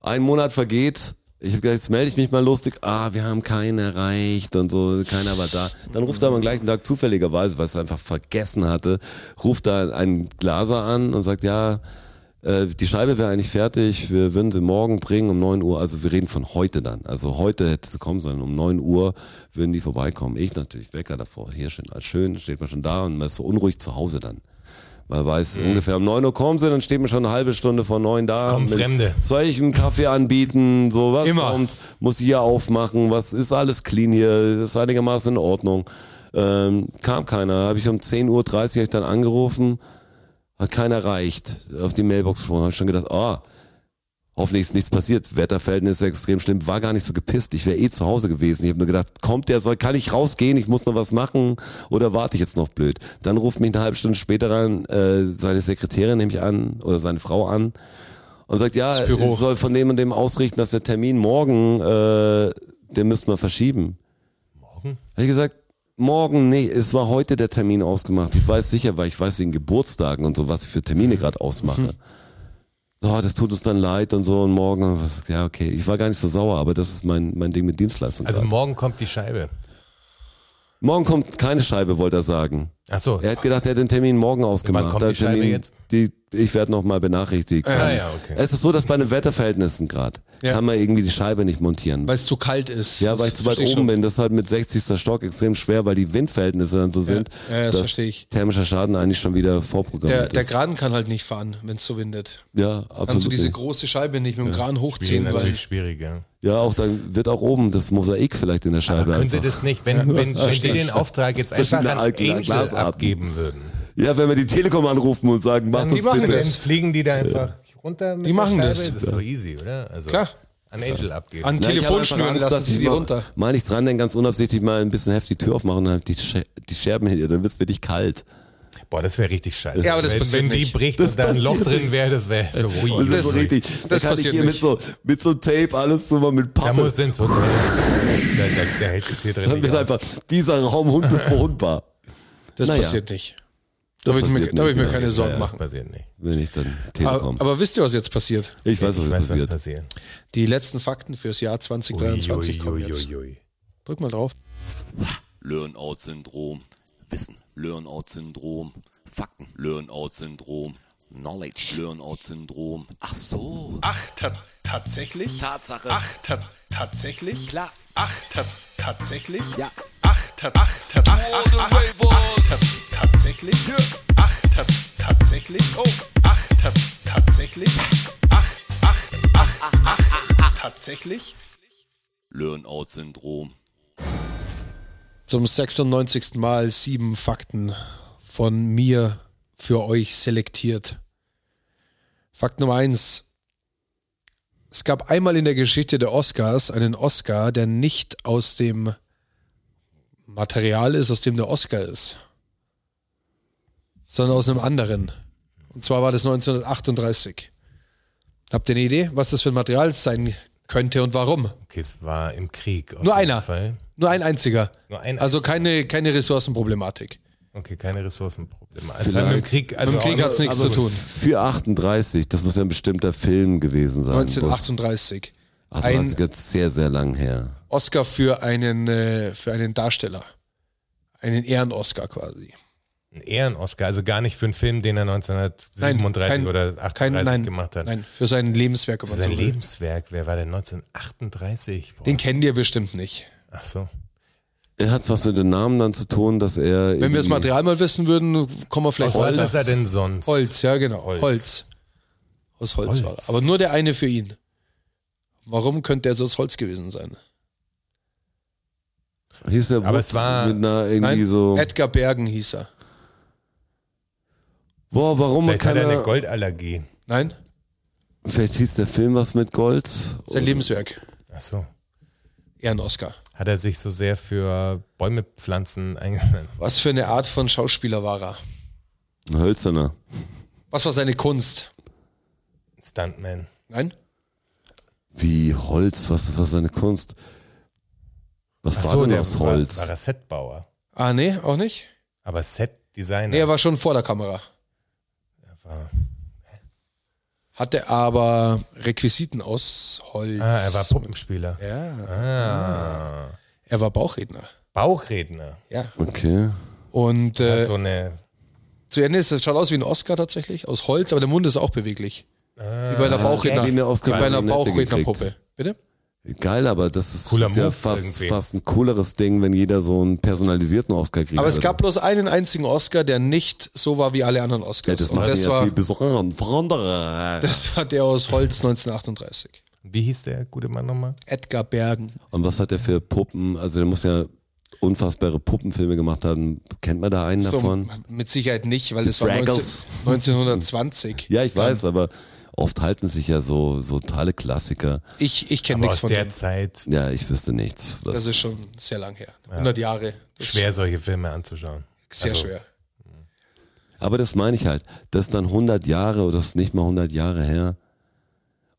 Ein Monat vergeht. Ich habe gesagt, jetzt melde ich mich mal lustig. Ah, wir haben keinen erreicht und so, keiner war da. Dann ruft er aber am gleichen Tag zufälligerweise, weil es einfach vergessen hatte, ruft da einen Glaser an und sagt, ja, äh, die Scheibe wäre eigentlich fertig, wir würden sie morgen bringen um 9 Uhr. Also wir reden von heute dann. Also heute hätte sie kommen sollen, um 9 Uhr würden die vorbeikommen. Ich natürlich, Wecker davor, hier schön, als schön, steht man schon da und man ist so unruhig zu Hause dann. Man weiß ungefähr um 9 Uhr kommen sie, dann steht man schon eine halbe Stunde vor 9 da.
Mhm. Es kommen
Mit-
Fremde.
Soll ich einen Kaffee anbieten? So, was
Immer.
kommt? Muss ich hier aufmachen? Was ist alles clean hier? Ist einigermaßen in Ordnung. Ähm, kam keiner. Habe ich um 10.30 Uhr hab ich dann angerufen. Hat keiner erreicht. äh, Auf die Mailbox gesprochen. Habe ich schon gedacht, oh, hoffentlich ist nichts passiert. Wetterverhältnisse extrem schlimm. War gar nicht so gepisst. Ich wäre eh zu Hause gewesen. Ich habe nur gedacht, kommt der, soll, kann ich rausgehen? Ich muss noch was machen. Oder warte ich jetzt noch blöd? Dann ruft mich eine halbe Stunde später an, äh, seine Sekretärin nehme ich an, oder seine Frau an. Und sagt, ja,
Das Büro.
ich soll von dem und dem ausrichten, dass der Termin morgen, äh, den müssten wir verschieben. Habe ich gesagt, morgen, nee, es war heute der Termin ausgemacht. Ich weiß sicher, weil ich weiß wegen Geburtstagen und so, was ich für Termine gerade ausmache. Oh, das tut uns dann leid und so und morgen, was- ja okay, ich war gar nicht so sauer, aber das ist mein, mein Ding mit Dienstleistung.
Also
gerade.
morgen kommt die Scheibe.
morgen kommt keine Scheibe, wollte er sagen.
Ach so.
Er hat gedacht, er hat den Termin morgen ausgemacht.
kommt
Der
die Scheibe
Termin,
jetzt?
Die, ich werde nochmal benachrichtigt.
Ah, ja, okay.
Es ist so, dass bei den Wetterverhältnissen gerade
Ja.
kann man irgendwie die Scheibe nicht montieren.
Weil es zu kalt ist.
Ja,
Das
weil ich zu weit
versteh ich
oben
schon.
bin. Das ist halt mit 60. Stock extrem schwer, weil die Windverhältnisse dann so sind,
ja, das
dass
versteh ich.
thermischer Schaden eigentlich schon wieder vorprogrammiert
Der, der
ist.
Kran kann halt nicht fahren, wenn es so windet.
Ja,
Kannst du
absolut.
diese
nicht.
große Scheibe nicht mit dem Kran
Schwierig,
hochziehen, weil
natürlich schwierig, ja.
ja, auch dann wird auch oben das Mosaik vielleicht in der Scheibe.
Könnte
einfach.
das nicht, wenn, wenn, wenn die den Auftrag jetzt einfach
Verschiedene
an
Al- Gla-
Angel
Glasarten.
abgeben würden,
ja, wenn wir die Telekom anrufen und sagen, macht
die
uns
machen
bitte.
dann fliegen die da einfach runter mit
Die machen
der Scheibe.
das.
Das ist so easy, oder? Also
Klar.
An Angel abgeben.
an
Na, ich hab einfach
Telefonschnüren
Angst,
lassen
dass
sie
ich
die
mal-
runter.
Mal nicht dran, dann ganz unabsichtlich mal ein bisschen heftig die Tür aufmachen und dann die, Sche- die Scherben hinter dir, dann wird's wirklich kalt.
Boah, das wäre richtig scheiße.
Ja, aber das
wenn,
passiert
wenn die
nicht.
bricht und da ein Loch drin wäre, das wäre.
Und das, ist so richtig.
das
dann kann ich
passiert
hier
nicht.
mit so, mit so Tape alles so mal mit
Da
Pappe.
muss ins Hotel. Da, da, da hält es hier drin.
dann
nicht
wird
aus.
einfach dieser Raum hundbewohnbar.
Das
Naja.
passiert nicht. Da will ich mir,
passiert
da will ich
nicht,
mir
ja.
keine
ja,
Sorgen
das
machen.
passiert nicht.
Wenn ich dann
Aber,
Telekom.
aber wisst ihr, was jetzt passiert?
ich weiß, was
ich
jetzt
weiß,
passiert.
was passiert.
Die letzten Fakten fürs Jahr 2023 kommen jetzt.
Uiuiui.
Drück mal drauf.
Learn-out-Syndrom, Wissen, Learn-out-Syndrom, Fakten, Learn-out-Syndrom, Knowledge, Learn-out-Syndrom. Ach so.
Ach, ta tatsächlich?
Tatsache.
Ach, ta tatsächlich?
Klar.
Ach, ta tatsächlich?
Ja.
Ach, ta ach, ta ach, ach, ach, ach, ta tatsächlich? Ach, ta tatsächlich? Oh. Ach, ta tatsächlich? Ach, ach, ach, ach, ach, tatsächlich?
Learn-out-Syndrom.
Zum 96. Mal sieben Fakten von mir für euch selektiert. Fakt Nummer eins. Es gab einmal in der Geschichte der Oscars einen Oscar, der nicht aus dem Material ist, aus dem der Oscar ist, sondern aus einem anderen. Und zwar war das 1938. Habt ihr eine Idee, was das für ein Material sein könnte und warum?
Okay, es war im Krieg. auf
Nur
jeden
einer.
Fall.
Nur ein einziger.
Nur ein
also
einziger.
keine, keine Ressourcenproblematik.
Okay, keine Ressourcenprobleme. Also mit dem Krieg, also
Mit dem Krieg
auch-
hat's nichts zu
aber-
tun.
Für 38, das muss ja ein bestimmter Film gewesen sein.
1938. Ein
1938 ist sehr, sehr lang her.
Oscar für einen, äh, für einen Darsteller. Einen Ehren-Oscar quasi.
einen Ehren-Oscar, also gar nicht für einen Film, den er 1937
kein-
oder 38
Kein, nein,
gemacht hat. Also
nein, für sein Lebenswerk. Wenn man
Sein
so will.
Lebenswerk, wer war denn 1938? Boah.
Den kennt ihr bestimmt nicht.
Ach so.
Er hat was mit dem Namen dann zu tun, dass er.
Wenn wir das
irgendwie-
Material mal wissen würden, kommen wir vielleicht
Aus was ist er denn sonst?
Holz, ja genau.
Holz.
Holz. Aus Holz,
Holz.
war er. Aber nur der eine für ihn. Warum könnte er so aus Holz gewesen sein?
Hieß der
Aber es
Woods
war-
mit einer irgendwie
Nein,
so.
Edgar Bergen hieß er.
Boah, warum
Vielleicht hat
kann
er eine
er.
Goldallergie.
Nein,
Vielleicht hieß der Film was mit Gold.
sein Lebenswerk.
Ach so.
Ehren-Oscar.
Hat er sich so sehr für Bäume pflanzen eingesetzt?
Was für eine Art von Schauspieler war er?
Ein Hölzerner.
Was war seine Kunst?
Stuntman.
Nein?
Wie Holz, was was seine Kunst? Was
Ach
war
so,
denn
der
aus
war,
Holz?
war er Setbauer.
Ah, nee, auch nicht?
Aber
Nee,
Set-Designer.
er war schon vor der Kamera.
war-
Hatte aber Requisiten aus Holz.
ah, er war Puppenspieler.
Ja.
Ah.
Er war Bauchredner.
Bauchredner.
Ja.
Okay.
Und äh,
Hat so eine.
zu Ende ist, das schaut aus wie ein Oscar tatsächlich, aus Holz, aber der Mund ist auch beweglich. wie bei einer
Ah.
Bauchredner,
wie eine
wie bei einer
Oscar-Nominette
Bauchrednerpuppe. Bitte?
Geil, aber das ist,
Cooler
ist ja
Move
fast,
irgendwie.
fast ein cooleres Ding, wenn jeder so einen personalisierten Oscar kriegt. Also
Aber es gab bloß einen einzigen Oscar, der nicht so war wie alle anderen
Ja,
Oscars.
das
und
macht ihn
das
ja
war,
viel besonderer und besonderer.
das war der aus Holz 1938.
Wie hieß der gute Mann nochmal?
Edgar Bergen.
Und was hat der für Puppen? Also der muss ja unfassbare Puppenfilme gemacht haben. Kennt man da einen
So,
davon?
mit Sicherheit nicht, weil
Die
das war
Fraggles.
19, 1920.
Ja, ich weiß, aber oft halten sich ja so, so totale Klassiker.
Ich, ich kenne
Aber
nichts
aus
von
der
dem.
Zeit
Ja, ich wüsste nichts.
Das ist schon sehr lang her. 100 Jahre. Das ist
schwer, solche Filme anzuschauen.
Sehr
Also,
schwer.
Aber das meine ich halt. Das ist dann 100 Jahre oder das ist nicht mal 100 Jahre her.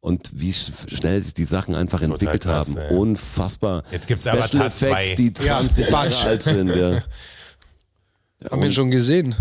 Und wie sch schnell sich die Sachen einfach entwickelt
krass,
haben.
ey.
Unfassbar.
Jetzt gibt's
Special
Avatar
Effects,
2.
die 20 Jahre
Batsch.
alt sind. Ja.
Haben wir ihn schon gesehen.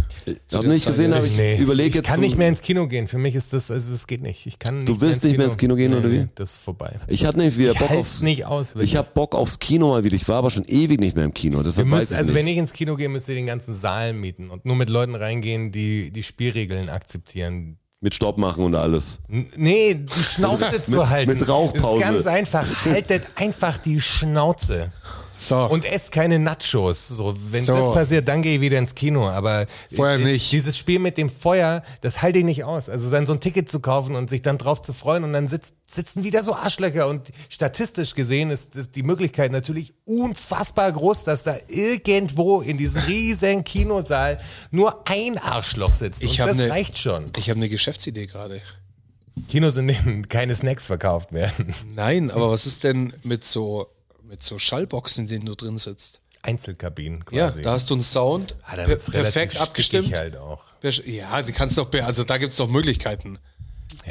Hab nicht
Zeit,
gesehen,
ja.
aber Genau, ich überlege
ich
jetzt.
kann
zum-
nicht mehr ins Kino gehen. Für mich ist das, also es geht nicht. Ich kann nicht
Du willst nicht mehr ins Kino gehen, oder wie?
Das ist vorbei.
ich hatte nicht wieder
Ich
Bock
halt's
aufs.
nicht aus. wirklich.
Ich habe Bock aufs Kino mal wieder. Ich war aber schon ewig nicht mehr im Kino.
Ihr
Deshalb weiß
müsst,
ich
also wenn
nicht.
ich ins Kino gehe, müsst ihr den ganzen Saal mieten und nur mit Leuten reingehen, die die Spielregeln akzeptieren.
Mit Stopp machen und alles.
N- Nee, die Schnauze zu
Mit-
halten.
mit Rauchpause.
Ist ganz einfach. Haltet einfach die Schnauze.
So.
Und esst keine Nachos. So, wenn
So.
das passiert, dann gehe ich wieder ins Kino. Aber
Vorher
äh,
nicht.
Dieses Spiel mit dem Feuer, das halte ich nicht aus. Also dann so ein Ticket zu kaufen und sich dann drauf zu freuen und dann sitzt, sitzen wieder so Arschlöcher. Und statistisch gesehen ist, ist die Möglichkeit natürlich unfassbar groß, dass da irgendwo in diesem riesen Kinosaal nur ein Arschloch sitzt.
Ich
und
hab
das
ne-
reicht schon.
ich habe eine Geschäftsidee gerade.
Kinos, in denen keine Snacks verkauft werden.
Nein, aber was ist denn mit so, mit so Schallboxen, in denen du drin sitzt?
Einzelkabinen
Ja,
quasi.
da hast du einen Sound
ah, da
per
wird's relativ
perfekt
stickig
abgestimmt.
halt auch.
Per- Ja, du kannst doch, per- also da gibt's doch Möglichkeiten.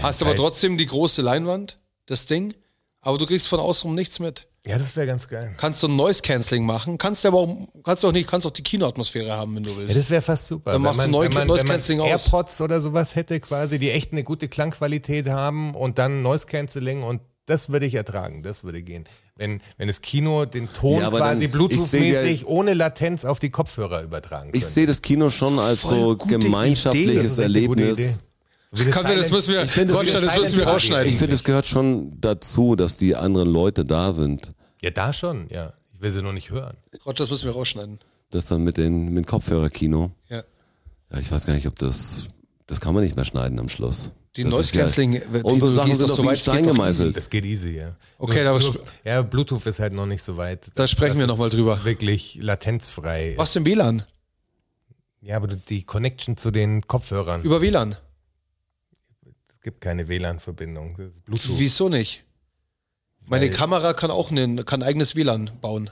hast aber
geil.
trotzdem die große Leinwand, das Ding, aber du kriegst von außen nichts mit.
Ja, das wäre ganz geil.
Kannst du ein Noise Cancelling machen, kannst aber auch, kannst auch nicht, kannst auch die Kinoatmosphäre haben, wenn du willst.
Ja, das wäre fast super.
Dann machst du neu- Noise Cancelling aus.
AirPods oder sowas hätte quasi, die echt eine gute Klangqualität haben und dann Noise Cancelling und das würde ich ertragen, das würde gehen. Wenn, wenn das Kino den Ton
Ja, aber dann-
quasi
ich
Bluetooth-mäßig
sehe ja-
ohne Latenz auf die Kopfhörer übertragen
Ich
könnte.
sehe das Kino schon als
voll
so
gute Idee.
gemeinschaftliches
Das ist echt eine gute Idee.
Erlebnis.
So wie das
Kann wir- das
Silent-
müssen wir-
Ich finde, so wie
Gottschalk, das müssen
Silent
wir
Party.
rausschneiden.
Ich finde, es gehört schon dazu, dass die anderen Leute da sind.
Ja, da schon, ja. Ich will sie nur nicht hören.
Gott, das müssen wir rausschneiden.
Das dann mit den mit Kopfhörerkino.
Ja.
Ja, ich weiß gar nicht, ob das. Das kann man nicht mehr schneiden am Schluss.
Die
Das
Noise
ist ja-
Cancelling, die
Unsere
du
Sachen
gehst
sind
doch
doch
so
wie
weit,
ein
es geht
Stein
doch
gemeißelt.
Das geht easy, ja.
Okay,
Nur-
aber
nur,
sp-
ja, Bluetooth ist halt noch nicht so weit.
Da sprechen wir
es
noch mal drüber.
Wirklich latenzfrei.
Was
ist.
denn WLAN?
Ja, aber die Connection zu den Kopfhörern.
Über WLAN?
Es gibt keine WLAN-Verbindung. Das ist Bluetooth.
Wieso nicht? Meine
Weil-
Kamera kann auch ein kann eigenes WLAN bauen.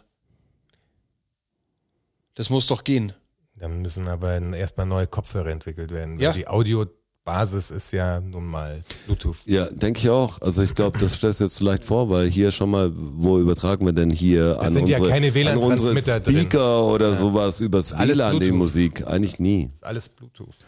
Das muss doch gehen.
Dann müssen aber erstmal neue Kopfhörer entwickelt werden.
Ja.
Weil die Audiobasis ist ja nun mal Bluetooth.
Ja, denke ich auch. Also ich glaube, das stellst du jetzt zu leicht vor, weil hier schon mal, wo übertragen wir denn hier an
sind ja
unsere,
keine
an unsere
WLAN-Transmitter drin.
Speaker oder sowas übers
alles
WLAN die
Bluetooth.
Musik? Eigentlich nie.
Ist alles Bluetooth.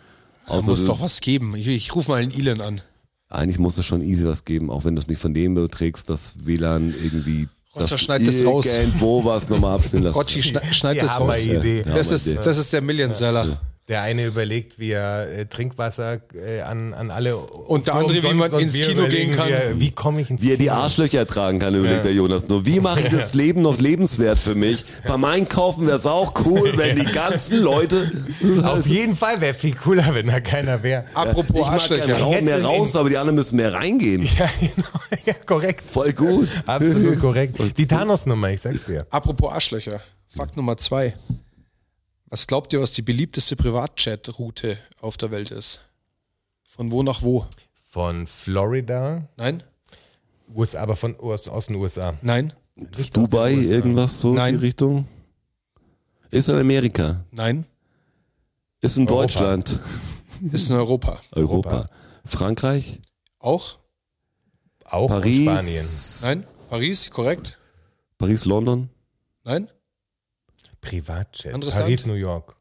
Da
Außer
muss
du-
doch was geben. Ich, ich rufe mal einen Elon an.
eigentlich muss es schon easy was geben, auch wenn du es nicht von dem überträgst, dass WLAN irgendwie
Roger,
dass du
schneid das raus.
irgendwo was nochmal abspielen lassen.
Gotchi, schneid, schneid
Ja,
das
aber
raus.
Idee.
Ja,
Das
Mann,
ist,
der-
das ist der Million-Seller.
Der eine überlegt, wie er äh, Trinkwasser äh, an, an alle. Und
der andere, wie man ins Kino gehen kann.
Wie, wie komme ich ins
Wie er die
Kino?
Arschlöcher tragen kann, überlegt der Jonas nur. Wie mache ich das Leben noch lebenswert für mich? Beim Einkaufen wäre es auch cool, wenn die ganzen Leute...
Auf
also-
jeden Fall wäre viel cooler, wenn da keiner wäre.
Ich
Apropos
mag gerne
Arschlöcher.
Rauch mehr
Jetzt
raus, aber die anderen müssen mehr reingehen.
Ja, genau. Ja, korrekt.
Voll gut.
Absolut korrekt. Die Thanos-Nummer, ich sag's dir.
Apropos Arschlöcher. Fakt Nummer zwei. Was glaubt ihr, was die beliebteste Privatjet-Route auf der Welt ist? Von wo nach wo?
Von Florida,
Nein?
USA, aber von US, aus den USA.
Nein?
Nicht aus den
Dubai,
USA.
irgendwas so
Nein.
in die Richtung? Ist in Amerika.
Nein?
Ist in
Europa.
Deutschland.
Mhm.
Ist in Europa.
Europa.
Europa.
Frankreich.
Auch?
Auch
Paris.
in Spanien.
Nein? Paris? Korrekt?
Paris, London.
Nein?
Privatjet.
Anderes
Paris,
Land?
New York.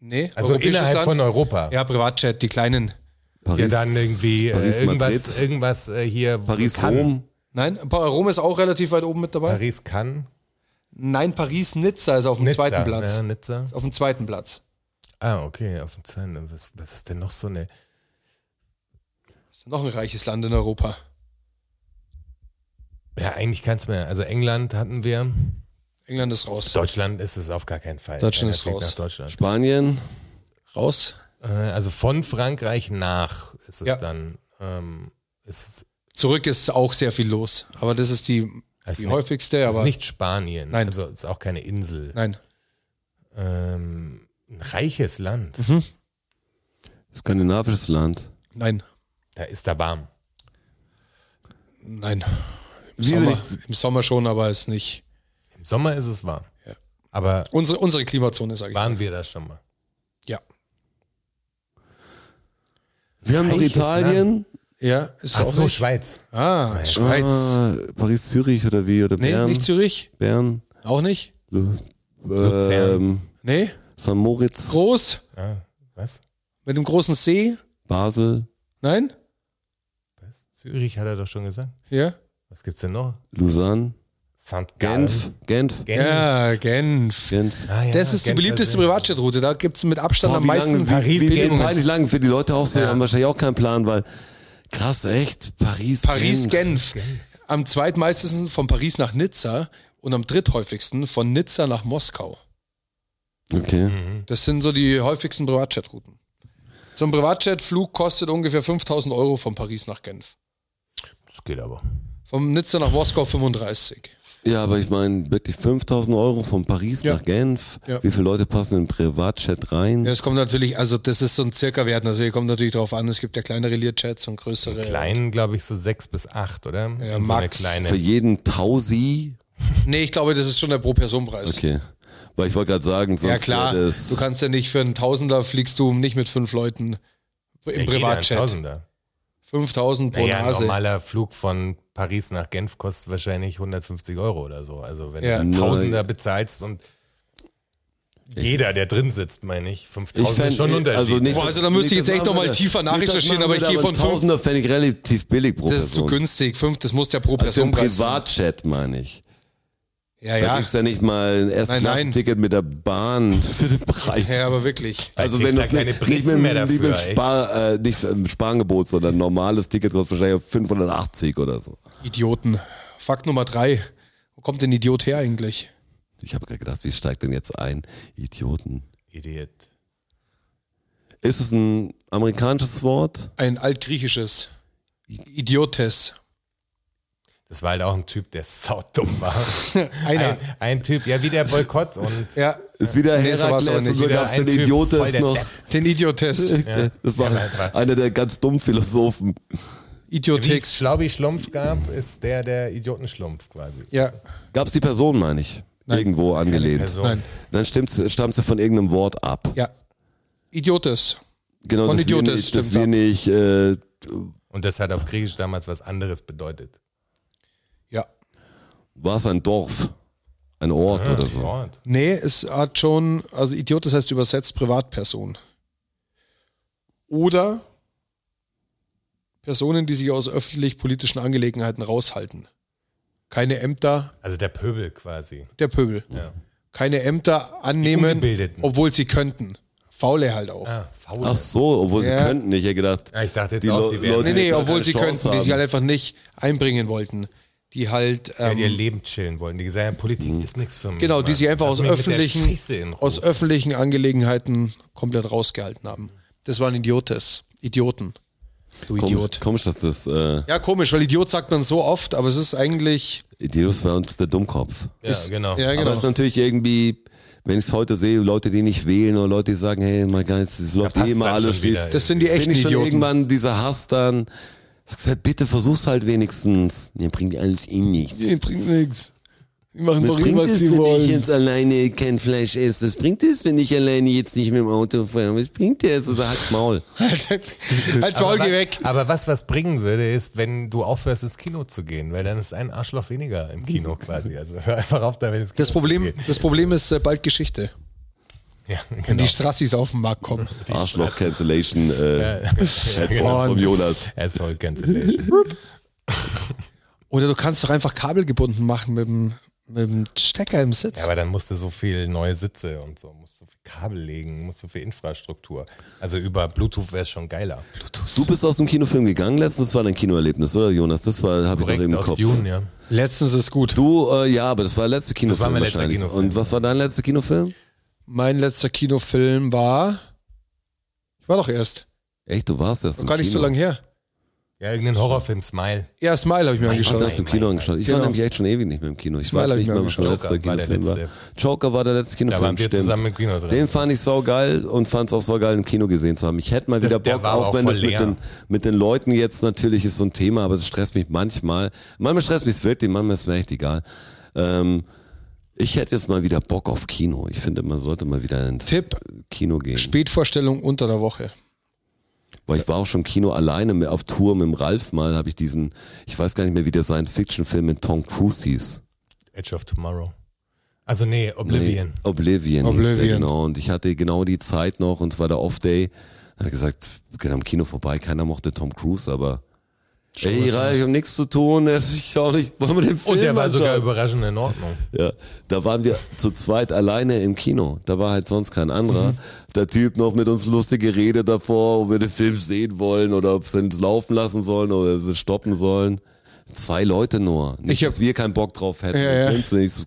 Nee?
Also
Europäisches
innerhalb
Land?
von Europa.
Ja, Privatjet, die kleinen.
Paris,
Ja, dann irgendwie
Paris,
äh, irgendwas,
Madrid.
irgendwas äh, hier.
Paris,
kann.
Rom.
Nein? Pa- Rom ist auch relativ weit oben mit dabei.
Paris kann.
Nein, Paris-Nizza ist auf dem
Nizza.
zweiten Platz.
Ja, Nizza.
Ist auf dem zweiten Platz.
Ah, okay. Auf dem zweiten. Was, was ist denn noch so eine.
Ist noch ein reiches Land in Europa.
Ja, eigentlich kann's mehr. Also England hatten wir.
England ist raus.
Deutschland ist es auf gar keinen Fall.
Deutschland
Keiner
ist
fliegt
raus.
Nach Deutschland.
Spanien.
raus.
Äh, also von Frankreich nach ist es
Ja.
dann. Ähm, ist,
Zurück ist auch sehr viel los. Aber das ist die,
Ist
die
nicht-
häufigste.
ist
Aber
nicht Spanien.
Nein.
Also ist auch keine Insel.
nein,
Ähm, ein reiches Land.
Mhm.
Skandinavisches Land.
nein,
Da ist da warm.
nein. Im
Wie will
Sommer, Im Sommer schon, aber ist nicht.
Im Sommer ist es warm. Aber
Unsere, unsere Klimazone, sage ich.
waren wir da schon mal?
Ja.
Wir haben noch
Reiches
Italien.
Ja, ist
Ach
auch
so,
nicht.
Schweiz.
Ah, Schweiz.
Ah, Paris, Zürich oder wie? Oder
nee,
Bern.
nicht Zürich.
Bern.
Auch nicht.
Lu- Ähm,
Luzern.
Nee,
St. Moritz.
groß.
Ah, was?
Mit dem großen See.
Basel.
Nein?
was? Zürich hat er doch schon gesagt.
Ja.
Was gibt's denn noch?
Lausanne.
St. Gallen.
Genf. Genf.
Genf.
Ja, Genf.
Genf.
Ah, ja,
Das ist die
Genf
beliebteste
also-
Privatjet-Route. Da gibt es mit Abstand
Boah,
am
wie
meisten
lange- wie-
Paris,
Be-
Genf.
Bewegungen.
Peinlich lang für die Leute auch so,
Ja.
haben wahrscheinlich auch keinen Plan, weil krass, echt, Paris, Genf.
Paris-Genf. Am zweitmeistesten von Paris nach Nizza und am dritthäufigsten von Nizza nach Moskau.
Okay.
Das sind so die häufigsten Privatjet-Routen. So ein Privatjet-Flug kostet ungefähr 5000 Euro von Paris nach Genf.
Das geht aber.
Vom Nizza nach Moskau 35.
Ja, aber ich meine, wirklich 5000 Euro von Paris
Ja.
nach Genf.
Ja.
Wie viele Leute passen in den Privatchat rein?
Ja, es kommt natürlich, also das ist so ein circa Wert. Natürlich kommt natürlich darauf an, es gibt ja kleinere Learjets und größere.
Klein, glaube ich, so sechs bis acht, oder?
Ja,
Und so eine
max.
Für
kleine.
jeden Tausi?
Nee, ich glaube, das ist schon der Pro-Person-Preis.
Okay. Weil ich wollte gerade sagen, sonst
Ja klar,
wäre das-
du kannst ja nicht für einen Tausender fliegst du nicht mit fünf Leuten
Ja,
im
jeder ein
Privatjet.
Tausender.
5000 pro
Naja, ein
Nase.
normaler Flug von Paris nach Genf kostet wahrscheinlich 150 Euro oder so. Also wenn
Ja.
du einen
Nur-
Tausender bezahlst und jeder, der drin sitzt, meine ich, 5000
fänd-
ist schon ein Unterschied.
Also, nicht,
Boah, also da müsste ich jetzt
das
echt
machen
noch mal
wir-
tiefer
nicht das
nachrecherchieren,
machen
aber
wir
ich
da,
gehe von fünf-
Tausender fände ich relativ billig pro
Das ist zu
Person.
günstig. Fünf, das muss ja pro
Also
Person
im
preis sein.
Privatchat meine ich. Da
Ja, ja.
kriegst du ja nicht mal ein Erstklassenticket mit der Bahn für den Preis. Also
Ja, aber wirklich.
Da kriegst
du's
du ja keine Brezen mehr
nicht mit dem
dafür, ey.
Spar, äh, nicht im Sparangebot, sondern ein normales Ticket kostet wahrscheinlich 580 oder so.
Idioten. Fakt Nummer drei. Wo kommt denn Idiot her eigentlich?
Ich habe gerade gedacht, wie steigt denn jetzt ein? Idioten.
Idiot.
Ist es ein amerikanisches Wort?
Ein altgriechisches. Idiotes.
Das war halt auch ein Typ, der saudumm war.
Einer.
Ein, ein Typ, ja, wie der Boykott und
Ja,
Ist wieder
Nee, so war's aber
Herakles
nicht.
und so
Wieder
gab's
ein
den
Typ,
Idioten
voll der
noch.
Depp.
den Idiotes.
Das war einer der ganz dummen Philosophen.
wie es
Idiotex.
Schlaubi-Schlumpf gab, ist der der Idiotenschlumpf quasi.
Ja,
Gab's die Person, meine ich. Irgendwo angelehnt.
Person.
nein.
Dann stimmt's, stammt sie von irgendeinem Wort ab.
Ja. Idiotes.
Genau,
Von
das wir
Idiotes
nicht, dass
stimmt's
wir
ab.
nicht äh,
Und das hat auf Griechisch damals was anderes bedeutet.
Ja.
war es ein Dorf, ein Ort oder so.
Wort.
Nee, es hat schon, also Idiotes heißt übersetzt Privatperson. Oder Personen, die sich aus öffentlich-politischen Angelegenheiten raushalten. Keine Ämter,
Also der Pöbel quasi.
der Pöbel.
Ja.
Keine Ämter annehmen,
Ungebildeten.
obwohl sie könnten. Faule halt auch.
Ah, faul.
Ach so, obwohl
Ja.
sie könnten. Ich hätte gedacht,
Ja, ich dachte jetzt
die
auch,
Lo-
sie wären-
Leute,
Nee, nee,
gar
obwohl
keine
sie
Chance
könnten, die sich halt einfach nicht einbringen wollten. Die halt,
ja,
ähm,
die ihr Leben chillen wollen. Die gesagt haben, Politik ist nichts für mich.
genau, die
Mann.
sich einfach aus
Lass mich mit der
öffentlichen,
Scheiße in Ruhe.
aus öffentlichen Angelegenheiten komplett rausgehalten haben. Das waren Idiotes. Idioten. Du
Komisch,
Idiot.
komisch, dass das äh,
Ja, komisch, weil Idiot sagt man so oft, aber es ist eigentlich.
Idiot bei uns der Dummkopf.
ja, genau.
Ja,
Aber
genau.
das ist natürlich irgendwie, wenn ich es heute sehe, Leute, die nicht wählen oder Leute, die sagen, hey, mein Gott, es läuft eh
passt's
immer
dann schon
alles schief.
wieder.
Das sind die
Wenn
echten
ich schon
Idioten.
irgendwann dieser Hass dann, sagst du halt, bitte versuch's halt wenigstens. Mir bringt alles eh nichts.
bringt nichts. Die machen
Was bringt es, wenn ich jetzt alleine kein Fleisch esse? Was bringt es, wenn ich alleine jetzt nicht mit dem Auto fahre? Was bringt das? Oder halt's Maul.
Als Maul
was,
geh weg.
aber was was bringen würde, ist, wenn du aufhörst, ins Kino zu gehen, weil dann ist ein Arschloch weniger im Kino quasi. Also hör einfach auf damit ins Kino
Das Problem,
zu gehen.
das Problem ist äh, bald Geschichte,
Ja,
wenn
genau.
die Strassis auf den Markt kommen.
Arschloch Cancellation äh,
genau.
vom Jonas.
Asshole Cancellation.
Oder du kannst doch einfach kabelgebunden machen mit dem, mit dem Stecker im Sitz.
Ja, aber dann musst du so viel neue Sitze und so, musst du viel Kabel legen, musst du viel Infrastruktur. Also über Bluetooth wäre es schon geiler.
Du bist aus dem Kinofilm gegangen letztens, das war dein Kinoerlebnis, oder Jonas? Das war, hab ich noch
Korrekt
im
aus
Kopf.
Dune, ja.
Letztens ist gut.
Du, äh, ja, aber das war der letzte Kinofilm.
war mein letzter
wahrscheinlich.
Kinofilm.
Und was war dein letzter Kinofilm?
Mein letzter Kinofilm war. Ich war doch erst.
Echt, du warst erst im
Gar nicht
Kino.
so lange her.
Ja, irgendein Horrorfilm, Smile.
Ja, Smile habe ich mir
Ich
angeschaut.
erst im Kino angeschaut. Ich war
Genau.
nämlich echt schon ewig nicht mehr im Kino. Ich
Smile
weiß
hab ich
nicht
mir
mehr, was mein
angeschaut.
letzter
Joker war der
Kinofilm war.
letzte.
Joker war der letzte Kinofilm,
Da waren wir
stimmt.
zusammen im Kino drin.
Den fand ich saugeil und fand es auch saugeil im Kino gesehen zu haben. Ich hätte mal wieder
der
Bock,
war
auch
auch
wenn
voll
das mit
leer.
den, mit den Leuten jetzt natürlich ist so ein Thema, aber das stresst mich manchmal. Manchmal stresst mich wirklich, manchmal ist mir echt egal. Ähm, ich hätte jetzt mal wieder Bock auf Kino. Ich finde, man sollte mal wieder ins
Tipp.
Kino gehen.
Spätvorstellung unter der Woche.
Weil ich war auch schon im Kino alleine mit- auf Tour mit dem Ralf mal, habe ich diesen, ich weiß gar nicht mehr, wie der Science-Fiction-Film mit Tom Cruise hieß.
Edge of Tomorrow. Also nee, Oblivion.
Nee, Oblivion. Hieß der,
Oblivion.
genau. Und ich hatte genau die Zeit noch und es war der Off-Day. Da hab ich gesagt, wir gehen am Kino vorbei. Keiner mochte Tom Cruise, aber ey, Ralf, ich hab nichts zu tun. Ich auch nicht, wollen wir den Film
Und der war sogar
anschauen?
überraschend in Ordnung.
Ja, da waren wir zu zweit alleine im Kino. Da war halt sonst kein anderer.
Mhm.
Der Typ noch mit uns lustige Rede davor, ob wir den Film sehen wollen oder ob sie ihn laufen lassen sollen oder sie stoppen sollen. Zwei Leute nur. Nicht,
Ich hab-
dass wir keinen Bock drauf hätten.
Ja, ja.
Filmst du nicht. So,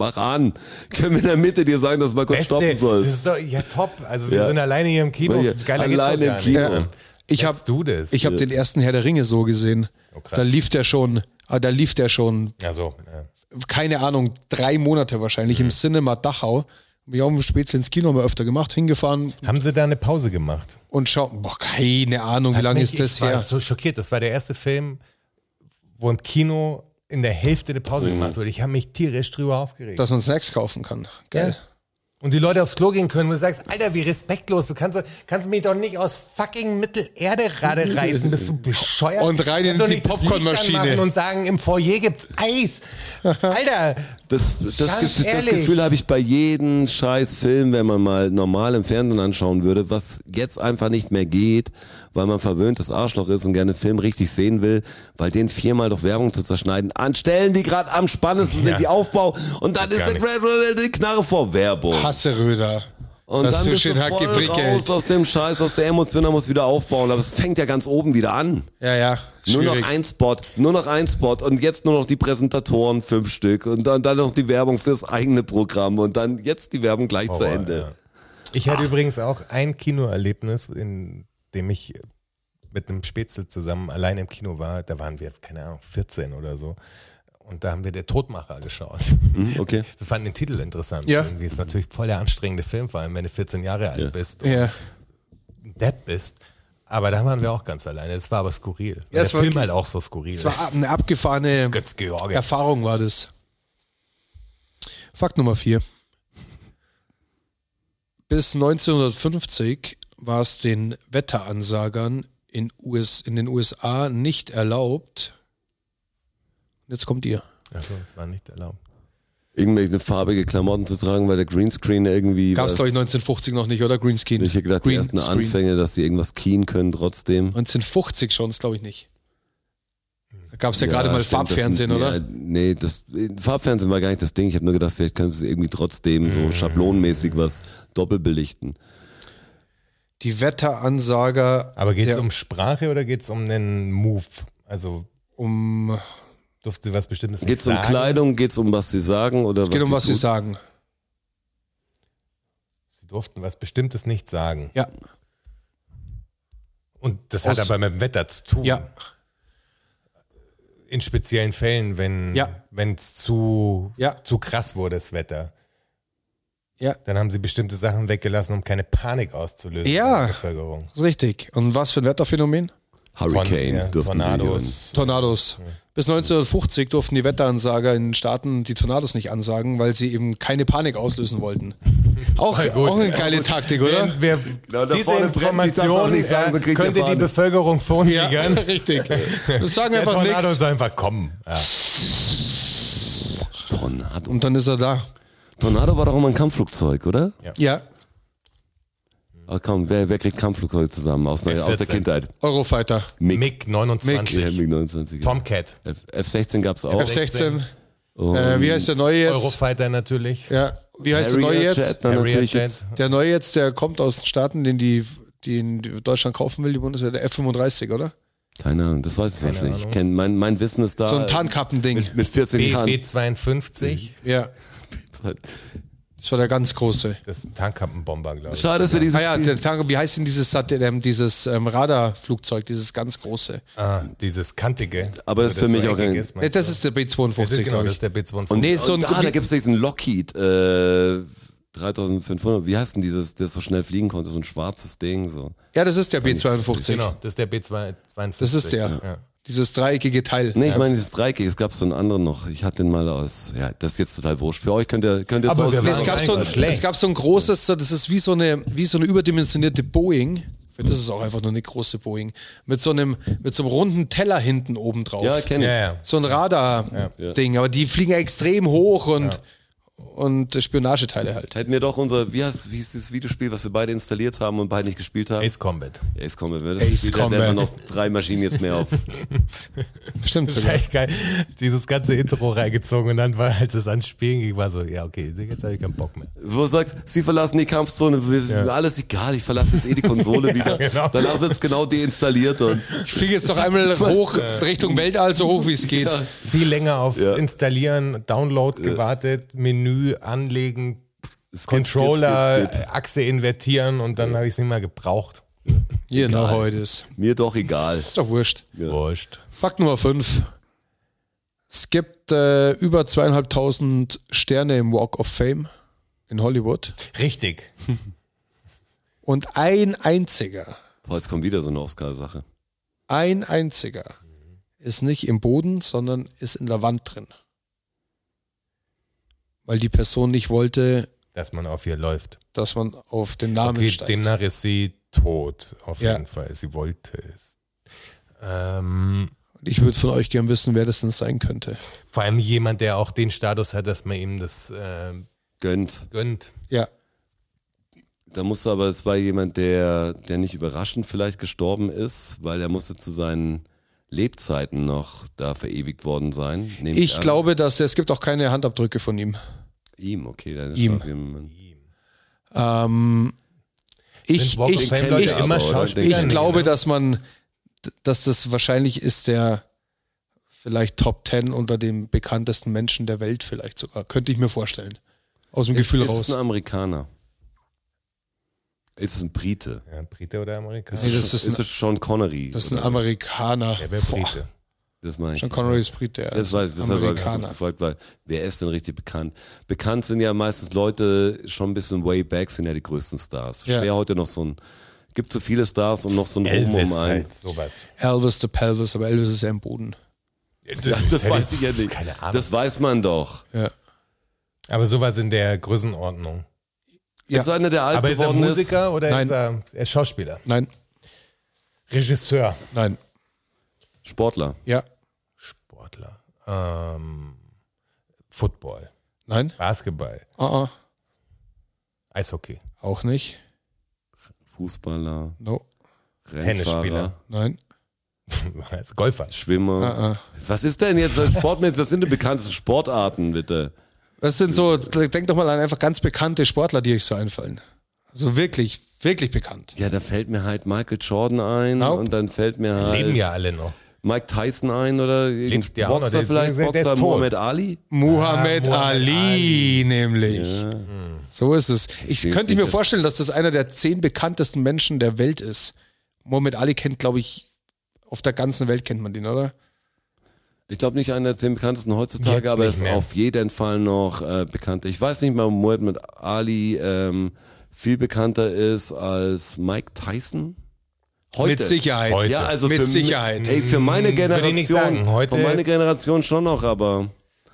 Mach an. Können wir in der Mitte dir sagen, dass du mal kurz
Beste,
stoppen
Äh,
das
sollst?
ist doch, ja top. Also wir
Ja.
sind alleine hier im Kino.
Ja,
Geiler
alleine
geht's doch
im
gar
Kino.
nicht.
Ja.
Ich habe
Hättest du das.
Ich habe den ersten Herr der Ringe so gesehen.
Oh, krass.
da lief der schon, ah, da lief der schon,
also, ja.
keine Ahnung, drei Monate wahrscheinlich
Mhm.
im Cinema Dachau. Wir haben spät ins Kino mal öfter gemacht, hingefahren
haben sie da eine Pause gemacht?
und schauen. Boah, keine Ahnung, wie lange
Nicht,
ist das
ich war
her?
so schockiert. Das war der erste Film, wo im Kino in der Hälfte eine Pause
Mhm.
gemacht wurde. Ich habe mich tierisch drüber aufgeregt.
Dass man Snacks kaufen kann. Geil.
und die Leute aufs Klo gehen können, wo du sagst, Alter, wie respektlos, du kannst, kannst mich doch nicht aus fucking Mittelerde gerade reißen, bist du bescheuert?
Und rein in
Kannst doch
die
nicht das Licht
Popcornmaschine.
anmachen Und sagen, im Foyer gibt's Eis. Alter,
Das, das,
Ganz
Gefühl, das
ehrlich.
Gefühl habe ich bei jedem scheiß Film, wenn man mal normal im Fernsehen anschauen würde, was jetzt einfach nicht mehr geht, weil man verwöhntes Arschloch ist und gerne einen Film richtig sehen will, weil den viermal durch Werbung zu zerschneiden, an Stellen, die gerade am spannendsten
Ja.
sind, die Aufbau, und dann ist
gar
der Gradual die Knarre vor Werbung.
Hasse Röder.
Und
dass
dann
du
bist du
schön Hacke
voll raus
prickelt.
aus dem Scheiß, aus der Emotion, da muss wieder aufbauen, aber es fängt ja ganz oben wieder an.
Ja, ja.
Nur noch
schwierig.
ein Spot, nur noch ein Spot und jetzt nur noch die Präsentatoren, fünf Stück und dann, dann noch die Werbung fürs eigene Programm und dann jetzt die Werbung
Oh,
gleich zu
Horror,
Ende.
Ich hatte übrigens auch ein Kinoerlebnis, in dem ich mit einem Spätzle zusammen allein im Kino war. Da waren wir, keine Ahnung, 14 oder so. Und da haben wir der Todmacher geschaut.
okay.
Wir fanden den Titel interessant.
Hm. Ja.
Irgendwie ist natürlich voll der anstrengende Film, vor allem wenn du 14 Jahre alt bist und
Ja.
ein Depp bist. Aber da waren wir auch ganz alleine. Das war aber skurril. Und der
es war
Film
wirklich-
halt auch so skurril.
Es war ab- eine abgefahrene
Götz George.
Erfahrung, war das. Fakt Nummer vier. Bis 1950 war es den Wetteransagern in, US, in den USA nicht erlaubt. Jetzt kommt ihr.
Also, das war nicht erlaubt.
Irgendwelche farbige Klamotten zu tragen, weil der Greenscreen irgendwie.
Gab es,
was-
glaube ich, 1950 noch nicht, oder? Greenscreen.
Ich hätte gedacht, die ersten
Greenscreen.
Anfänge, dass sie irgendwas keen können trotzdem.
1950 schon, glaube ich nicht. Da gab es ja,
Ja,
gerade mal
stimmt, das-
Farbfernsehen,
ja,
oder?
Nee, das Farbfernsehen war gar nicht das
Mhm.
Ding. Ich habe nur gedacht, vielleicht können sie irgendwie trotzdem so schablonenmäßig was doppelbelichten.
die Wetteransager
Aber geht es
der-
um Sprache oder geht es um einen Move? Also
um
durfte was Bestimmtes
Geht's
nicht
um
sagen?
Kleidung, geht's um was sie sagen oder
es geht um was sie
tun?
sagen.
Sie durften was Bestimmtes nicht sagen.
Ja,
Und das hat
Aus-
aber mit dem Wetter zu tun.
ja,
In speziellen Fällen, wenn
Ja.
es zu,
Ja.
zu krass wurde, das Wetter.
ja,
Dann haben sie bestimmte Sachen weggelassen, um keine Panik auszulösen
Ja.
in der Bevölkerung.
richtig. Und was für ein Wetterphänomen?
Hurricane
ja,
dürften sie
Tornados.
Tornados. Bis 1950 durften die Wetteransager in den Staaten die Tornados nicht ansagen, weil sie eben keine Panik auslösen wollten. Auch, auch eine geile Taktik, oder?
Wer, wer,
Na, da
diese
vorne brennt, sie darf's auch
Information
nicht sagen,
ja,
so kriegt
könnte
ihr
die
Panik.
Bevölkerung verunsichern.
richtig. Das sagen
Der
einfach
Tornado
nichts.
soll einfach kommen. Ja.
sagen. Tornado.
Und dann ist er da.
Tornado war doch immer ein Kampfflugzeug, oder?
Ja,
Ah, komm, wer, wer kriegt Kampfflugzeuge zusammen aus,
F-
der, aus der
14.
Kindheit?
Eurofighter.
Mick.
MiG 29.
Ja, Mick 29.
Tomcat.
F- F16 gab's auch.
F-16.
Und
Äh, wie heißt der neue jetzt?
Eurofighter natürlich.
ja, wie heißt der neue
Harrier
jetzt?
Jet, dann
Harrier
natürlich
Jet.
jetzt
Der neue jetzt, der kommt aus den Staaten, den die, den die Deutschland kaufen will, die Bundeswehr, der F-35, oder?
Keine Ahnung, das weiß ich noch nicht. Ich kenn, mein, mein Wissen ist da.
So ein Tarnkappending.
Äh, mit, mit 14
B,
Jahren.
B52.
Mhm.
Ja, das war der ganz große.
Das ist ein Tankkappenbomber, glaube ich.
Schade, dass wir dieses
Ah ja,
Spiel-
der Tango, wie heißt denn dieses, Sat- ähm, dieses ähm, Radarflugzeug, dieses ganz große?
Ah, dieses kantige.
Aber das ist für mich auch kein-
Nee, das ist der
das
B-52,
ist genau,
glaube
das ist
ich.
der B52.
Und,
Nee, so
und
ein
da,
Gummi-
da gibt's diesen Lockheed äh, 3500. Wie heißt denn dieses, der so schnell fliegen konnte? So ein schwarzes Ding. So.
Ja, das ist der B-52.
genau, das ist der B52.
Das ist der.
Ja.
Dieses dreieckige Teil.
Nee, ich meine dieses Dreieck, es gab so einen anderen noch. Ich hatte den mal aus. Ja, das ist jetzt total wurscht. Für euch könnt ihr, könnt ihr
Aber
zu Hause
wir
sagen,
Es gab, so ein,
Eigentlich schlecht.
es gab so ein großes, so- das ist wie so eine, wie so eine überdimensionierte Boeing. Das ist auch einfach nur eine große Boeing. Mit so einem, mit so einem runden Teller hinten oben drauf.
Ja, kenn ich.
Ja, ja.
so ein Radar-Ding, aber die fliegen extrem hoch und, und Spionageteile halt.
Hätten wir doch unser, wie heißt, wie hieß dieses Videospiel, was wir beide installiert haben und beide nicht gespielt haben?
Ace Combat.
Ace Combat. Wenn wir das
Ace
gespielt hätten, hätten wir noch
Combat.
drei Maschinen jetzt mehr auf.
Stimmt
Das
sogar.
war echt geil. Dieses ganze Intro reingezogen und dann war, als es ans Spielen ging, war so, ja, okay, jetzt habe ich keinen Bock mehr.
Wo du sagst, sie verlassen die Kampfzone, wir- alles egal, ich verlasse jetzt eh die Konsole wieder.
genau.
Danach wird's genau deinstalliert und
Ich fliege jetzt noch einmal hoch Richtung Weltall, so hoch wie es geht.
Viel länger aufs
Ja.
Installieren, Download gewartet, Menü anlegen,
skip,
Controller,
skip, skip,
Achse invertieren und dann habe ich es nicht mehr gebraucht.
Genau, heute ist.
mir doch egal.
Ist doch wurscht.
Wurscht.
Fakt Nummer 5. Es gibt äh, über zweieinhalbtausend Sterne im Walk of Fame in Hollywood.
Richtig.
Und ein einziger,
Boah, jetzt kommt wieder so eine Oscar-Sache.
ein einziger ist nicht im Boden, sondern ist in der Wand drin. Weil die Person nicht wollte,
Dass man auf ihr läuft.
dass man auf den Namen
Okay,
steigt.
demnach ist sie tot, auf
Ja.
jeden Fall. Sie wollte es. Ähm,
Und ich würde von euch gern wissen, wer das denn sein könnte.
vor allem jemand, der auch den Status hat, dass man ihm das äh,
Gönnt.
gönnt.
Ja.
Da musste aber, es war jemand, der, der nicht überraschend vielleicht gestorben ist, weil er musste zu seinen Lebzeiten noch da verewigt worden sein. Nehme
Ich
an.
glaube, dass es gibt auch keine Handabdrücke von ihm.
Ihm, okay. Dann ist
Ihm.
schon jemand-
Ähm, ich,
Walk of
ich,
Fame
ich,
Leute
ich,
aber,
immer
oder?
Schauspieler?
ich
Nein,
glaube,
ne?
dass man, dass das wahrscheinlich ist der vielleicht Top 10 unter den bekanntesten Menschen der Welt vielleicht sogar. Könnte ich mir vorstellen. Aus dem Gefühl
ist es
raus.
ein Amerikaner? Ist es ein Brite?
Ja, Brite oder Amerikaner?
Nee, das ist
ist
ein,
es Sean Connery?
das ist ein
oder?
Amerikaner.
Er wäre
Boah,
Brite.
Das meine ich.
Sean Connery ist Brit, der
Das
ist
weiß ich, das habe ich
Amerikaner.
gefragt, weil wer ist denn richtig bekannt? Bekannt sind ja meistens Leute schon ein bisschen way back, sind ja die größten Stars.
Ja.
Schwer heute noch so ein, gibt zu viele Stars und noch so ein Ruhm um
Elvis
einen.
halt, sowas.
Elvis the Pelvis, aber Elvis ist ja im Boden.
Das,
Das weiß ich ja nicht.
Keine Ahnung.
Das weiß man doch.
Ja.
Aber sowas in der Größenordnung.
Ja.
Ist einer, der alt
Aber ist er
geworden ist.
Musiker oder
Nein.
ist er, er ist Schauspieler?
Nein,
Regisseur.
nein.
Sportler.
Ja,
Sportler. Ähm, Football.
nein.
Basketball.
Ah, ah.
Eishockey.
Auch nicht.
Fußballer,
No.
Rennfahrer,
Tennisspieler.
Nein.
Als Golfer.
Schwimmer.
Ah, ah.
Was ist denn jetzt als Sportmensch? Was sind die bekanntesten Sportarten, bitte?
Was sind so, denk doch mal an einfach ganz bekannte Sportler, die euch so einfallen. Also wirklich, wirklich bekannt.
Ja, da fällt mir halt Michael Jordan ein
Nope.
und dann fällt mir halt
Leben ja alle noch.
Mike Tyson ein oder irgendein
ja auch noch.
Boxer
Der-
vielleicht,
der- der ist
Boxer
tot.
Muhammad Ali.
Muhammad,
Ah, Muhammad
Ali, nämlich. So ist es. Ich
seh's
könnte mir
nicht.
vorstellen, dass das einer der zehn bekanntesten Menschen der Welt ist. Muhammad Ali kennt, glaube ich, auf der ganzen Welt kennt man den, oder?
Ich glaube nicht einer der zehn bekanntesten heutzutage,
Jetzt
aber
nicht
ist
mehr.
auf jeden Fall noch äh, bekannt. Ich weiß nicht mal, Muhammad Ali ähm, viel bekannter ist als Mike Tyson. Heute.
Mit Sicherheit.
Heute. Hm,
Ja, also
Mit
für,
Sicherheit.
Ey, für meine
Würde
Generation.
ich nicht sagen. Heute-
für meine Generation schon noch, aber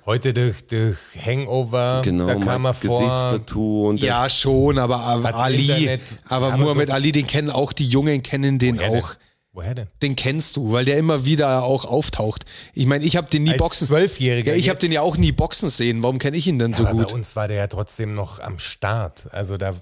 Heute durch, durch Hangover,
genau,
da kam
Mike
er vor.
Gesichtstattoo und
Ja,
das,
schon, aber, aber
Hat
Ali,
Internet.
aber
Aber
Muhammad
so-
Ali, den kennen auch die Jungen, kennen den
Woher denn?
auch.
Woher denn?
Den kennst du, weil der immer wieder auch auftaucht. Ich meine, ich habe den nie
Als
boxen.
Zwölfjähriger
Ja, ich habe
jetzt.
den ja auch nie boxen sehen. Warum kenne ich ihn denn so
Aber
gut?
bei uns war der ja trotzdem noch am Start. Also da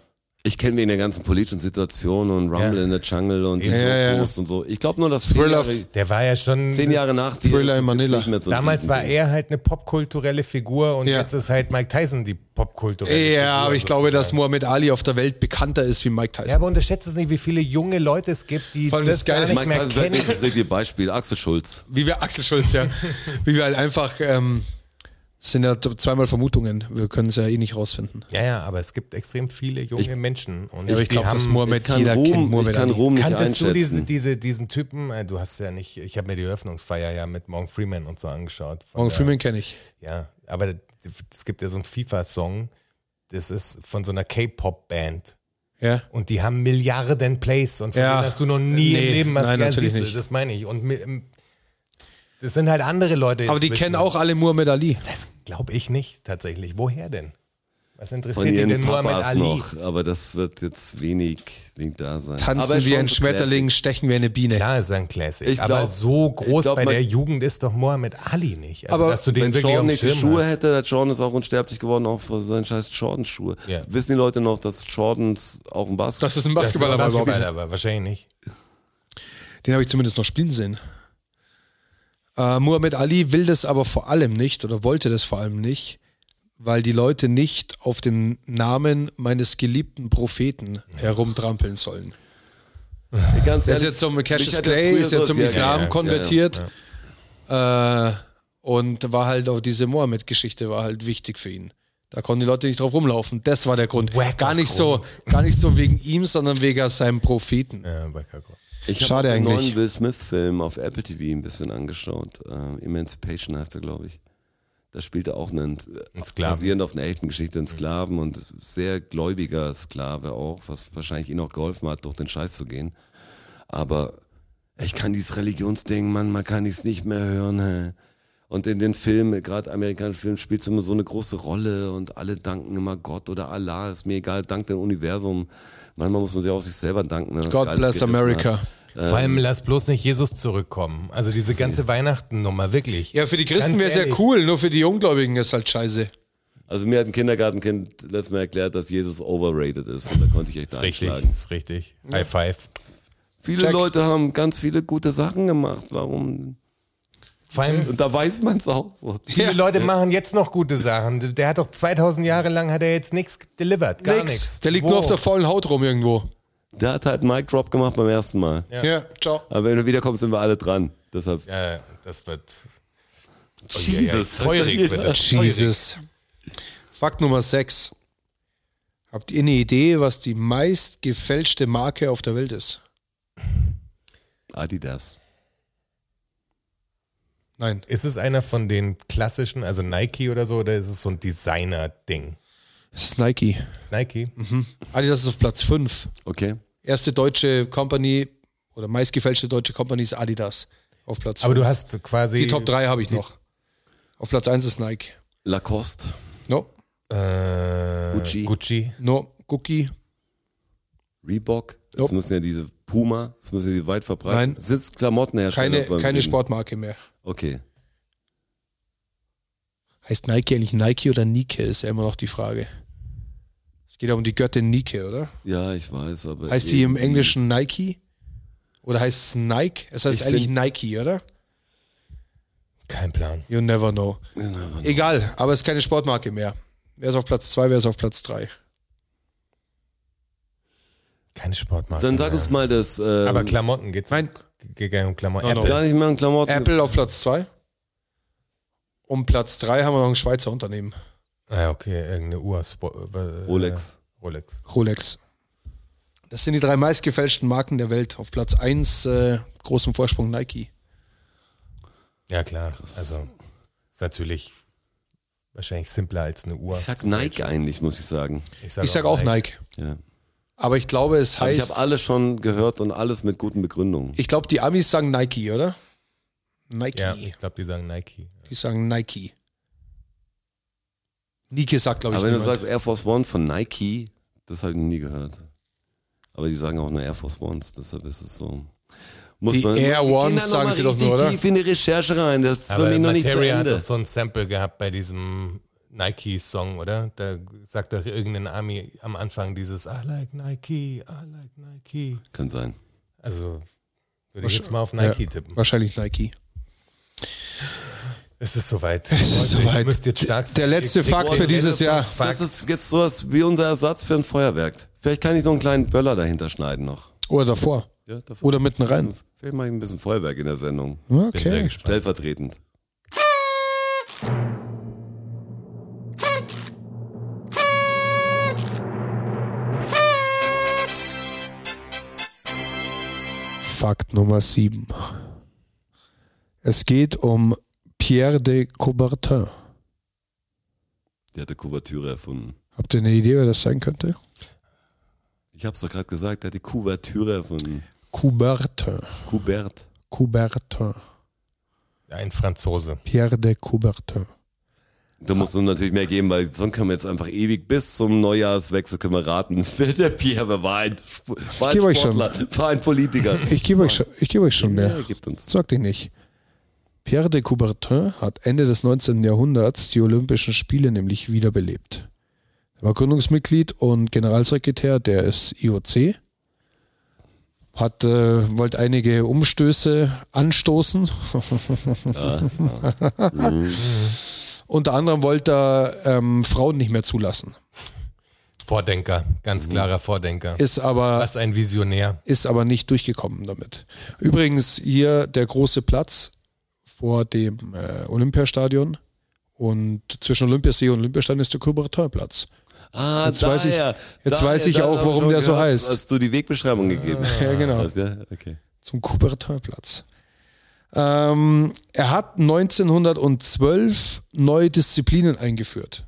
ich kenne wegen der ganzen politischen Situation und Rumble
Ja.
in the Jungle und die
ja,
Dokus und so. Ich glaube nur, dass
Thriller-
zehn Jahre,
Der war ja schon.
zehn Jahre nach dir
Thriller
ist es jetzt
in Manila.
nicht mehr so ein
Damals war
Riesending.
er halt eine popkulturelle Figur und
Ja.
jetzt ist halt Mike Tyson die popkulturelle Figur.
Ja, aber ich glaube, dass
sozusagen.
Muhammad Ali auf der Welt bekannter ist wie Mike
Ja,
Tyson.
aber unterschätzt es nicht, wie viele junge Leute es gibt, die
Vor allem
das
das Geile-
gar nicht
Mike
mehr
Tyson sagt
kennen.
nicht das richtige Beispiel, Axel Schulz.
wie wir Axel Schulz, ja. wie wir halt einfach, ähm, sind ja z- zweimal Vermutungen. Wir können es ja eh nicht rausfinden.
Ja, ja, aber es gibt extrem viele junge Menschen. Und
aber ich
die
glaube,
haben-
dass Muhammad
Kann
jeder kennt.
Ruhm, ich
Muhammad
kann
Ali.
Ruhm nicht
Kanntest du diese,
einschätzen.
diese, diesen Typen? Äh, Du hast ja nicht, ich habe mir die Eröffnungsfeier ja mit Morgan Freeman und so angeschaut. Von
Morgan
der-
Freeman kenne ich.
Ja, aber es gibt ja so einen FIFA-Song, das ist von so einer K-Pop-Band.
Ja.
Und die haben Milliarden Plays und von
Ja.
denen hast du noch nie
Nee,
im Leben was
nein,
gern
natürlich
siehst. du,
nicht.
Das meine ich. Und mi- m- das sind halt andere Leute.
Aber die
inzwischen.
kennen auch alle Muhammad Ali.
Das glaube ich nicht tatsächlich. Woher denn? Was
Von
interessiert die
ihren
denn Muhammad
Papas
Ali?
noch, aber das wird jetzt wenig, wenig da sein. aber
Tanzen
schon
wie ein
so
Schmetterling, stechen wie eine Biene.
Klar ist er ein Classic,
Ich
aber
glaub-
so
ich
groß
glaub,
bei
man-
der Jugend ist doch Muhammad Ali nicht. Also,
Aber
dass du
Wenn
den wirklich
Jordan
am
nicht die
Schirm
Schuhe
hast.
hätte, der Jordan ist auch unsterblich geworden, auch für seinen scheiß Jordan-Schuhe.
Ja.
Wissen die Leute noch, dass Jordans auch ein Basketball
Das ist ein
Das ist
Basketballer.
Basketballer,
Basketballer.
aber wahrscheinlich nicht.
Den habe ich zumindest noch spielen sehen. Äh, Muhammad Ali will das aber vor allem nicht oder wollte das vor allem nicht, weil die Leute nicht auf dem Namen meines geliebten Propheten herumtrampeln sollen.
Ganz
Er ist
ehrlich,
jetzt zum
mich
Cassius
hat er
Clay,
früher
ist jetzt
so-
zum
ja,
Islam
ja, ja,
konvertiert. Äh, und war halt auch diese Mohammed-Geschichte war halt wichtig für ihn. Da konnten die Leute nicht drauf rumlaufen. Das war der Grund.
Wacker
Gar nicht
Grund.
so, gar nicht so wegen ihm, sondern wegen seinem Propheten.
Ja, Äh, bei Kakao.
Ich hab
Schade
auch den
eigentlich.
neuen Will Smith-Film auf Apple TV ein bisschen angeschaut. Ähm, Emancipation heißt er, glaube ich. Da spielt er auch einen,
Ein Sklaven.
basierend auf einer echten Geschichte, einen Sklaven und sehr gläubiger Sklave auch, was wahrscheinlich ihn auch geholfen hat, durch den Scheiß zu gehen. Aber ich kann dieses Religionsding, Mann, man kann es nicht mehr hören. Hä. Und in den Filmen, gerade amerikanischen Filmen, spielt es immer so eine große Rolle und alle danken immer Gott oder Allah, ist mir egal, dank dem Universum. Manchmal muss man sich auch sich selber danken. wenn man was
God
Geiles
bless
gerissen hat.
America.
Ähm.
Vor allem lass bloß nicht Jesus zurückkommen. Also diese ganze Weihnachten-Nummer, wirklich.
Ja, für die Christen
Ganz
wäre es ja
ehrlich.
cool, nur für die Ungläubigen ist halt scheiße.
Also mir hat ein Kindergartenkind letztes Mal erklärt, dass Jesus overrated ist und da konnte ich echt
Ist richtig,
einschlagen.
ist richtig. High five.
Viele
Check.
Leute haben ganz viele gute Sachen gemacht, warum?
Vor allem,
Und da weiß man es auch. So.
viele Leute machen jetzt noch gute Sachen. Der hat doch 2000 Jahre lang hat er jetzt nichts delivered, gar nichts.
Der liegt
Wo?
nur auf der faulen Haut rum irgendwo.
Der hat halt einen Mic Drop gemacht beim ersten Mal.
Ja, ciao.
Aber wenn du wiederkommst, sind wir alle dran. Deshalb.
Ja, das wird
Oh,
oh
Jesus.
feurig. Wird das.
Jesus. Fakt Nummer 6. Habt ihr eine Idee, was die meist gefälschte Marke auf der Welt ist?
Adidas.
Nein.
Ist es einer von den klassischen, also Nike oder so, oder ist es so ein Designer-Ding?
Es ist Nike.
Ist Nike?
Adidas ist auf Platz 5.
Okay.
Erste deutsche Company oder meistgefälschte deutsche Company ist Adidas auf Platz 5.
Aber du hast quasi.
die Top 3 habe ich noch. Auf Platz 1 ist Nike.
Lacoste.
No,
Äh,
Gucci.
Gucci.
no, Cookie.
Reebok. Jetzt
Nope.
müssen ja diese Puma. Jetzt müssen ja die weit verbreiten.
Nein.
Sitzt Klamottenhersteller.
Keine,
beim
keine
Reden.
Sportmarke mehr.
Okay.
Heißt Nike eigentlich Nike oder Nike, ist ja immer noch die Frage. Es geht ja um die Göttin Nike, oder?
Ja, ich weiß, aber.
Heißt die im
irgendwie-
Englischen Nike? Oder heißt es Nike? Es heißt
Ich
eigentlich
find-
Nike, oder?
Kein Plan.
You never know. Egal, aber es ist keine Sportmarke mehr. Wer ist auf Platz 2, wer ist auf Platz 3?
Keine Sportmarke.
Dann sag
mehr.
uns mal das. Ähm,
Aber Klamotten geht's.
Nein. Oh,
Gegangen um Klamotten.
No, no.
Apple.
Gar nicht mehr an Klamotten.
Apple auf Platz 2. Um Platz 3 haben wir noch ein Schweizer Unternehmen.
Ah, okay, irgendeine Uhr. Spo- äh,
Rolex.
Rolex.
Rolex. Das sind die drei meistgefälschten Marken der Welt. Auf Platz 1 äh, großem Vorsprung Nike.
Ja, klar. Also, ist natürlich wahrscheinlich simpler als eine Uhr.
Ich sag Nike eigentlich, muss ich sagen.
Ich sag auch Nike.
Ja.
Aber ich glaube, es
Aber ich
heißt.
habe alles schon gehört und alles mit guten Begründungen.
Ich glaube, die Amis sagen Nike, oder? Nike.
Ja, ich glaube, die sagen Nike.
Die sagen Nike. Nike sagt, glaube ich,
Aber wenn du
niemand.
sagst Air Force One von Nike, das habe ich noch nie gehört. Aber die sagen auch nur Air Force Ones, deshalb ist es so. Muss
Die Air
Wir gehen da
Ones
noch
sagen
mal
sie doch
richtig
nur, oder?
tief in die Recherche rein, das ist für
Aber
mich noch nicht zu
Materia hat
Ende.
doch so ein Sample gehabt bei diesem Nike-Song, oder? Da sagt doch irgendein Ami am Anfang dieses I like Nike, I like Nike.
Kann sein.
Also würde ich jetzt mal auf Nike
ja,
tippen.
Wahrscheinlich Nike.
Es ist soweit.
ist
Leute,
soweit.
Ihr müsst jetzt stark sein.
Der letzte
Ihr kriegt
Fakt
den
für dieses
letzten
Jahr.
Das
Fakt.
ist jetzt sowas wie unser Ersatz für ein Feuerwerk. Vielleicht kann ich noch einen kleinen Böller dahinter schneiden noch.
Oder davor.
Ja, davor.
Oder mitten rein.
Vielleicht mache ich ein bisschen Feuerwerk in der Sendung.
Bin sehr
Okay.
gespannt.
Stellvertretend.
Fakt Nummer 7. Es geht um Pierre de Coubertin.
Der hat eine Kuvertüre erfunden.
Habt ihr eine Idee, wer das sein könnte?
Ich hab's doch gerade gesagt, der hat die Kuvertüre erfunden.
Coubertin.
Kubert.
Coubertin.
Ein Franzose.
Pierre de Coubertin.
Da musst du natürlich mehr geben, weil sonst können wir jetzt einfach ewig bis zum Neujahrswechsel können wir raten. Wer der Pierre war ein, Sp- war ein
geb euch schon.
Sportler, war ein Politiker.
Ich ne. gebe euch schon, ich gebe euch schon mehr.
Ja, gibt uns.
Sagt ihr nicht. Pierre de Coubertin hat Ende des 19. Jahrhunderts die Olympischen Spiele nämlich wiederbelebt. Er war Gründungsmitglied und Generalsekretär des IOC. Hat, äh, wollte einige Umstöße anstoßen. Unter anderem wollte er ähm, Frauen nicht mehr zulassen.
Vordenker. Ganz klarer Vordenker.
Mhm. Ist aber
Was ein Visionär.
ist aber nicht durchgekommen damit. Übrigens hier der große Platz vor dem äh, Olympiastadion und zwischen Olympiasee und Olympiastadion ist der Coubertin-Platz.
Ah,
Jetzt weiß ich-
daher.
jetzt weiß ich
das
auch,
hab
warum
schon
der so
gehört,
heißt.
Hast du die Wegbeschreibung gegeben?
Ja, genau,
Hast, ja? Okay.
zum Coubertin-Platz. Ähm, er hat 1912 neue Disziplinen eingeführt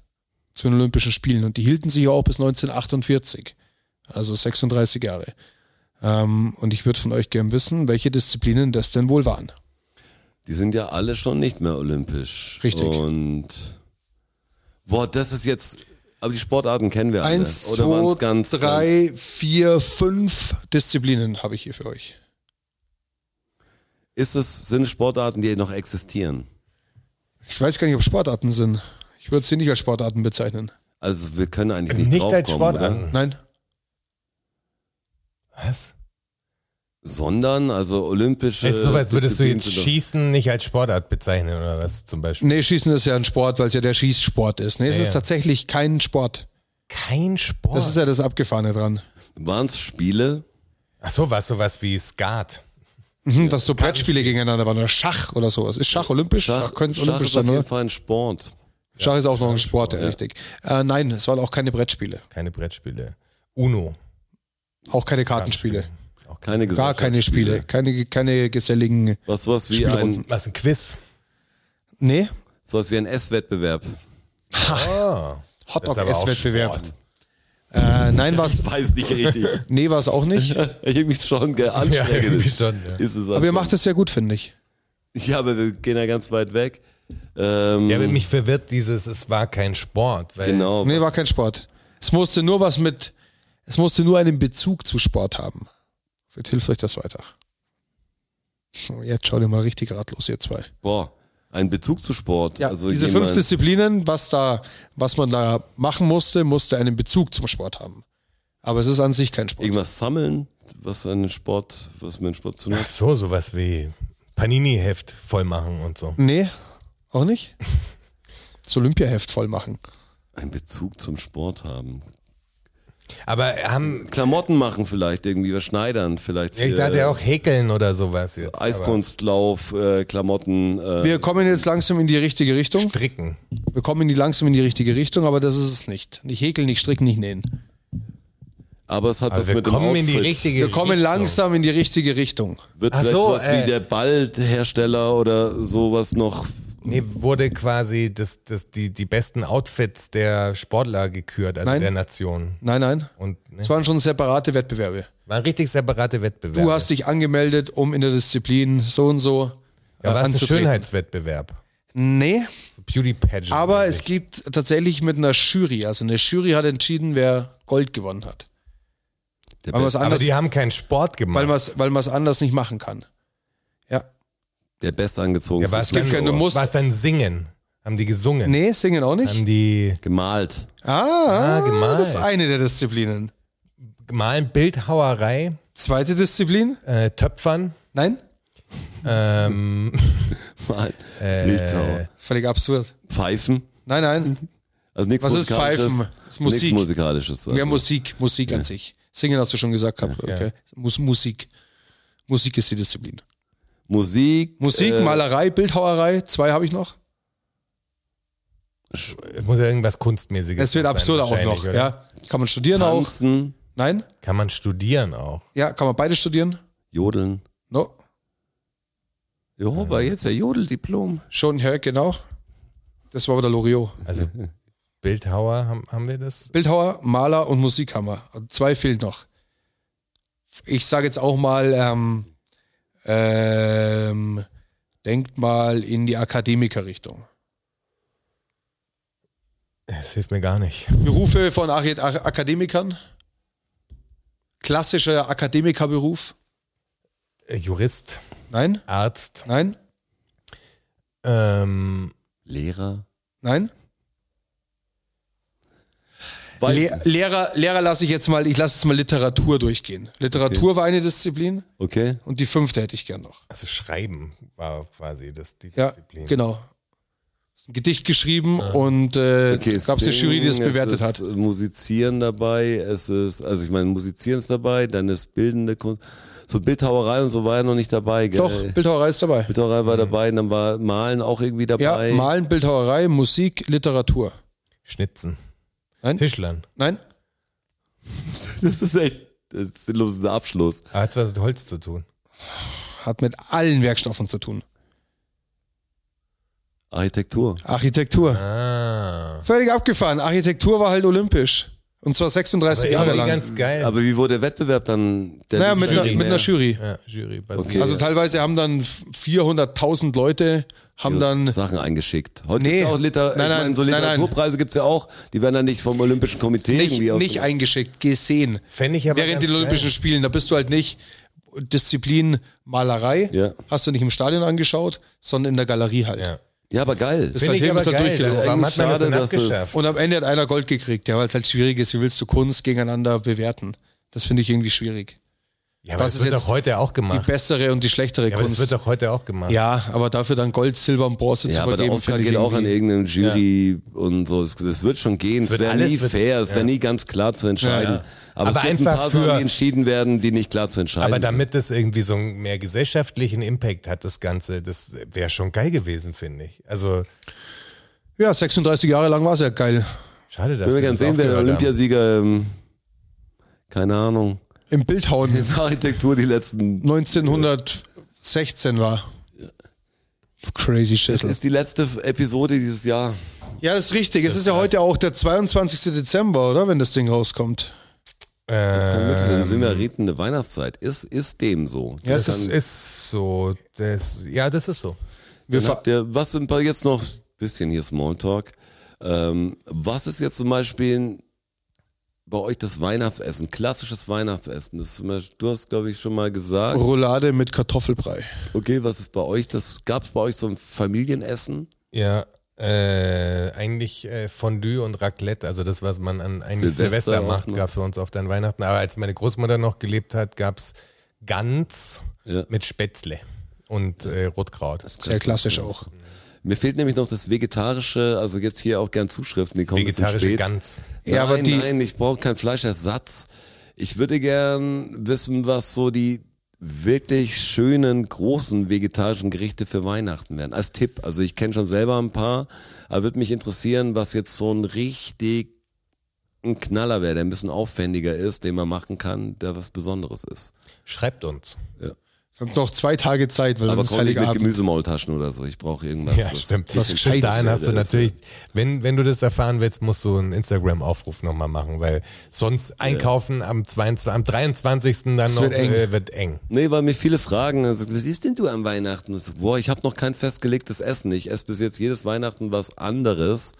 zu den Olympischen Spielen und die hielten sich auch bis 1948, also 36 Jahre. Ähm, und ich würde von euch gern wissen, welche Disziplinen das denn wohl waren.
Die sind ja alle schon nicht mehr olympisch.
Richtig.
Und boah, das ist jetzt. Aber die Sportarten kennen wir alle.
Eins,
Oder waren's
zwei,
ganz, Ganz,
drei, vier, fünf Disziplinen habe ich hier für euch.
ist es, sind es Sportarten, die noch existieren?
Ich weiß gar nicht, ob Sportarten sind. Ich würde sie nicht als Sportarten bezeichnen.
Also wir können eigentlich nicht,
Nicht als
draufkommen, oder?
Sportarten.
Nein,
Was?
sondern also
Äh,
olympische.
Ist sowas würdest du
Disziplinen
jetzt
sind doch-
Schießen nicht als Sportart bezeichnen oder was zum Beispiel?
nee, Schießen ist ja ein Sport, weil es ja der Schießsport ist. Nee, es
Ja,
ist
ja.
tatsächlich kein Sport.
Kein Sport.
Das ist ja das Abgefahrene dran.
Waren es Spiele?
Ach so, was sowas wie Skat.
Mhm, dass so Brettspiele gegeneinander waren oder Schach oder sowas. Ist Schach olympisch?
Schach,
könnte
Schach
olympisch
ist auf
sein,
jeden
oder?
Fall ein Sport.
Schach ist auch noch ein Sport, ja, richtig. Äh, nein, es waren auch keine Brettspiele,
Keine Brettspiele. Uno.
auch keine Kartenspiele,
Keine
gar keine Spiele, keine, keine geselligen.
Was sowas wie
Spielrunden.
ein
Was ein Quiz.
Nee,
sowas wie ein Ess-Wettbewerb.
Ah. Das ist aber auch
Hotdog-Esswettbewerb.
Sport.
Äh, nein, was,
Weiß nicht richtig.
Nee, war es auch nicht.
ich hab mich schon geanstrengt.
Ja, irgendwie schon, ja.
Ist es
Aber ihr macht es sehr gut, finde ich.
Ja, aber wir gehen ja ganz weit weg. Ähm,
Ja, aber mich verwirrt dieses, es war kein Sport. Weil
genau.
Nee, war kein Sport. Es musste nur was mit, es musste nur einen Bezug zu Sport haben. Vielleicht hilft euch das weiter. Jetzt schaut ihr mal richtig ratlos, ihr zwei.
Boah, ein Bezug zu Sport.
Ja,
also
diese
jemand,
fünf Disziplinen, was da, was man da machen musste, musste einen Bezug zum Sport haben. Aber es ist an sich kein Sport.
Irgendwas sammeln, was einen Sport, was mit dem Sport zu tun
Ach
hat.
so, sowas wie Panini-Heft voll machen und so.
Nee, auch nicht? Das Olympiaheft voll machen.
Ein Bezug zum Sport haben.
Aber haben,
Klamotten machen vielleicht irgendwie, was schneidern vielleicht.
ich
für,
dachte
äh,
ja auch häkeln oder sowas jetzt.
Eiskunstlauf, äh, Klamotten. Äh,
Wir kommen jetzt langsam in die richtige
aber
Richtung.
Stricken.
Wir kommen in die langsam in die richtige Richtung, aber das ist es nicht. Nicht häkeln, nicht stricken, nicht nähen.
aber es hat
Aber
was
wir
mit dem
kommen in die
Outfit.
richtige
Wir kommen
Richtung.
langsam in die richtige Richtung.
Wird
Ach
vielleicht
so,
sowas
äh.
wie der Ballhersteller oder sowas noch.
Nee, wurde quasi das, das, die, die besten Outfits der Sportler gekürt, also
Nein.
der Nation.
Nein, nein.
Und ne,
Es waren schon separate Wettbewerbe.
waren richtig separate Wettbewerbe.
Du hast dich angemeldet, um in der Disziplin so und so äh,
ja, war es ein
anzutreten.
Schönheitswettbewerb.
Nee,
So Beauty Pageant.
aber es geht tatsächlich mit einer Jury. Also eine Jury hat entschieden, wer Gold gewonnen hat.
Der
Weil man es
Best-
aber
anders,
die haben keinen Sport gemacht.
weil man's- weil man's anders nicht machen kann. Ja.
Der bestangezogen
ja, war es
gibt
dann,
keine- du musst-
war es dann singen? Haben die gesungen?
Nee, singen auch nicht.
Haben die
gemalt.
Ah,
Ah, gemalt.
das ist eine der Disziplinen.
gemahlen Bildhauerei,
Zweite Disziplin?
äh, Töpfern?
Nein?
Ähm,
Mal.
Äh,
Bildhauer.
Völlig absurd.
Pfeifen.
Nein, nein.
Mhm.
Also nichts
Was ist
musikalisches.
Pfeifen? Ist Musik.
Nichts musikalisches.
Mehr
Also.
Musik, Musik an sich. Singen hast du schon gesagt gehabt. Okay. Mus Musik. Musik ist die Disziplin.
Musik.
Musik,
äh,
Malerei, Bildhauerei, zwei habe ich noch.
es muss ja irgendwas Kunstmäßiges
Es wird
sein
absurd auch
wahrscheinlich,
noch.
oder?
Ja. Kann man studieren auch?
Tanzen,
Nein?
Kann man studieren auch.
Ja, kann man beide studieren?
Jodeln.
No.
Ja, aber jetzt ein Jodeldiplom.
Schon, ja, genau. Das war aber der Loriot.
Also Bildhauer, haben, haben wir das?
Bildhauer, Maler und Musikhammer. Zwei fehlen noch. Ich sage jetzt auch mal, ähm, ähm, denkt mal in die Akademikerrichtung.
Das hilft mir gar nicht.
Berufe von Arch- Ach- Akademikern. Klassischer Akademikerberuf.
Äh, Jurist,
Nein,
Arzt,
nein,
ähm,
Lehrer.
nein.
Weil,
Le Lehrer, Lehrer lasse ich jetzt mal, ich lasse jetzt mal Literatur durchgehen. Literatur war eine Disziplin
okay.
und die fünfte hätte ich gern noch.
also Schreiben war quasi das, die
Ja,
Disziplin.
genau. Ein Gedicht geschrieben und äh,
Ah. Okay,
gab es eine Jury, die es
Singen,
bewertet hat.
Es äh, ist Musizieren dabei, es ist, also ich meine, Musizieren ist dabei, dann ist bildende Kunst. So Bildhauerei und so war ja noch nicht dabei, gell?
Doch, Bildhauerei ist dabei.
Bildhauerei war dabei, dann war Malen auch irgendwie
Ja,
dabei.
Malen, Bildhauerei, Musik, Literatur.
Schnitzen.
Nein?
Tischlern.
Nein?
Das ist echt das ist ein sinnloser Abschluss.
Ah, Hat was mit Holz zu tun.
Hat mit allen Werkstoffen zu tun.
Architektur.
Architektur.
Ah.
Völlig abgefahren. Architektur war halt olympisch. Und zwar 36 Jahre
Irgendwie
lang.
ganz geil.
Aber wie wurde der Wettbewerb dann? Der
naja,
lief
mit,
dann
einer,
nicht
mit einer
mehr.
Jury.
ja, Jury
Okay.
Also teilweise haben dann 400.000 Leute, haben dann
Sachen eingeschickt. Heute
Nee.
gibt's ja auch Liter
Nein,
ich
nein,
meine, so
nein, nein.
Literaturpreise gibt's ja auch. Die werden dann nicht vom Olympischen Komitee
nicht,
irgendwie
nicht
ausgesucht.
eingeschickt, gesehen.
Fände ich aber
Während
ganz
den Olympischen
geil.
Spielen, da bist du halt nicht Disziplin Malerei,
Ja.
hast du nicht im Stadion angeschaut, sondern in der Galerie halt.
Ja.
Ja, aber geil.
Ist halt
Finde ich
hin,
aber
ist halt
geil.
durchgelaufen.
Das, warum hat man das
Schade,
denn
dass es-
abgeschafft?
Und am Ende hat einer Gold gekriegt, ja, weil es halt schwierig ist, wie willst du Kunst gegeneinander bewerten? Das finde ich irgendwie schwierig.
ja, aber
das
das,
ist
wird
jetzt
doch heute auch
Die
gemacht.
bessere und die schlechtere
Ja, aber das
Kunst.
wird doch heute auch gemacht.
ja, aber dafür dann Gold, Silber und Bronze zu
Ja, aber
vergeben.
der Oscar
finde ich
geht auch an
irgendwie-
irgendeinem Jury und so. Es, es wird schon gehen. Es,
wird
wäre
alles-
nie
wird-
fair. Es wäre nie ganz klar zu entscheiden.
Ja, ja.
Aber,
Aber
es gibt ein
einfach
paar Sachen,
für-
die entschieden werden, die nicht klar zu entscheiden
Aber damit das irgendwie so einen mehr gesellschaftlichen Impact hat, das Ganze, das wäre schon geil gewesen, finde ich. Also
Ja, 36 Jahre lang war es ja geil.
schade,
sind. Wenn
dass
wir
sie
gerne
das
sehen, wer der
aufgehört haben.
Olympiasieger, ähm, keine Ahnung,
Im Bildhauen
Architektur die letzten,
1916 war. Crazy
das
shit.
ist die letzte Episode dieses Jahr.
Ja, das ist richtig. Es ist ja heute auch der 22. Dezember, oder? Wenn das Ding rauskommt.
Äh, Ähm.
Dann sind wir redende Weihnachtszeit. Ist, ist dem so.
Ja, es
Das ist, ist so. Das, ja, das ist so.
Wir
Dann
ver-
habt ihr, was sind bei- jetzt noch ein bisschen hier Smalltalk? Ähm, was ist jetzt zum Beispiel bei euch das Weihnachtsessen, klassisches Weihnachtsessen? Das ist zum Beispiel, du hast, glaube ich, schon mal gesagt.
Roulade mit Kartoffelbrei.
Okay, was ist bei euch? Das gab es bei euch so ein Familienessen?
Ja, äh, eigentlich äh, Fondue und Raclette, also das, was man an eigentlich
Silvester
Silvester,
auch
macht,
noch.
gab es bei uns oft an Weihnachten. Aber als meine Großmutter noch gelebt hat, gab es Gans
Ja.
mit Spätzle und äh, Rotkraut.
Sehr klassisch auch.
Mir fehlt nämlich noch das Vegetarische, also jetzt hier auch gern Zuschriften, die kommen ein bisschen
Vegetarische
spät.
Gans.
Nein,
Ja, aber die-
nein, ich brauche keinen Fleischersatz. Ich würde gern wissen, was so die wirklich schönen, großen vegetarischen Gerichte für Weihnachten wären. Als Tipp. Also ich kenne schon selber ein paar, aber würde mich interessieren, was jetzt so ein richtig ein Knaller wäre, der ein bisschen aufwendiger ist, den man machen kann, der was Besonderes ist.
Schreibt uns.
Wir haben noch zwei Tage Zeit, weil
Aber
dann ist
komm nicht mit
Heiligabend.
Gemüsemaultaschen oder so. Ich brauche irgendwas.
Ja, stimmt.
was
Bis
Gescheites
dahin hast du
wäre das,
natürlich, wenn, wenn du das erfahren willst, musst du einen Instagram-Aufruf nochmal machen, weil sonst einkaufen am, 22, am 23. dann noch
wird eng.
Äh, wird eng.
Nee, weil mir viele fragen, also, was isst denn du am Weihnachten? Ich so, boah, ich habe noch kein festgelegtes Essen. Ich esse bis jetzt jedes Weihnachten was anderes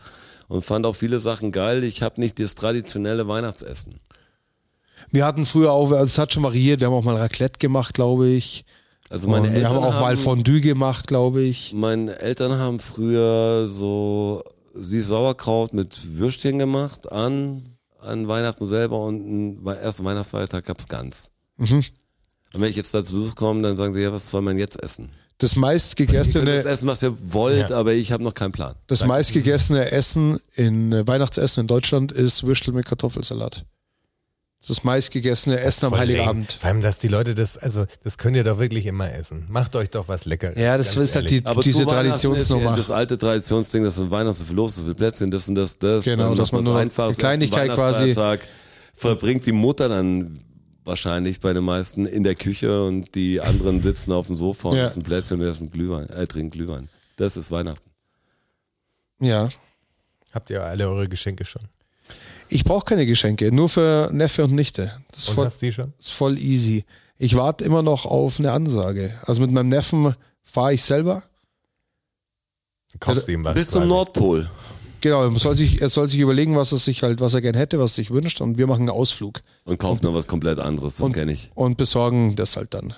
und fand auch viele Sachen geil. Ich habe nicht das traditionelle Weihnachtsessen.
Wir hatten früher auch, also es hat schon variiert, wir haben auch mal Raclette gemacht, glaube ich.
Also meine
Und Oh, wir
Eltern
haben auch mal
haben-
Fondue gemacht, glaube ich.
Meine Eltern haben früher so süß Sauerkraut mit Würstchen gemacht an, an Weihnachten selber und am ersten Weihnachtsfeiertag gab's Gans.
Mhm.
Und wenn ich jetzt da zu Besuch komme, dann sagen sie, ja, was soll man jetzt essen?
Das
Ihr könnt
meistgegessene,
jetzt essen, was ihr wollt, aber ich habe noch keinen Plan.
das meistgegessene Essen in äh, Weihnachtsessen in Deutschland ist Würstel mit Kartoffelsalat. Das ist das meistgegessene Essen am
Voll
Heiligabend.
eng. Vor allem, dass die Leute das, also das könnt ihr doch wirklich immer essen. Macht euch doch was Leckeres.
Ja, das
ganz
ist halt
ehrlich.
die,
zu Weihnachten ist
diese
ja
Traditionsnummer.
Das alte Traditionsding, das sind Weihnachten so viel los, so viel Plätzchen, das und das, das.
Genau,
dann
dass man
macht
nur
es einfach,
eine
so
Kleinigkeit
den
quasi-
Weihnachtsfeiertag Verbringt die Mutter dann wahrscheinlich bei den meisten in der Küche und die anderen sitzen auf dem Sofa und
Ja.
essen Plätzchen und essen Glühwein, äh, trinken Glühwein. Das ist Weihnachten.
Ja.
Habt ihr alle eure Geschenke schon?
Ich brauche keine Geschenke, nur für Neffe und Nichte. Das ist
Und
voll,
hast die schon?
ist voll easy. Ich warte immer noch auf eine Ansage. Also mit meinem Neffen fahre ich selber.
Kaufst du ihm was?
Bis zum
quasi.
Nordpol.
Genau, er soll sich, er soll sich überlegen, was er sich halt, was er gern hätte, was er sich wünscht, und wir machen einen Ausflug
Und kauft noch was komplett anderes, das kenne ich.
und besorgen das halt dann.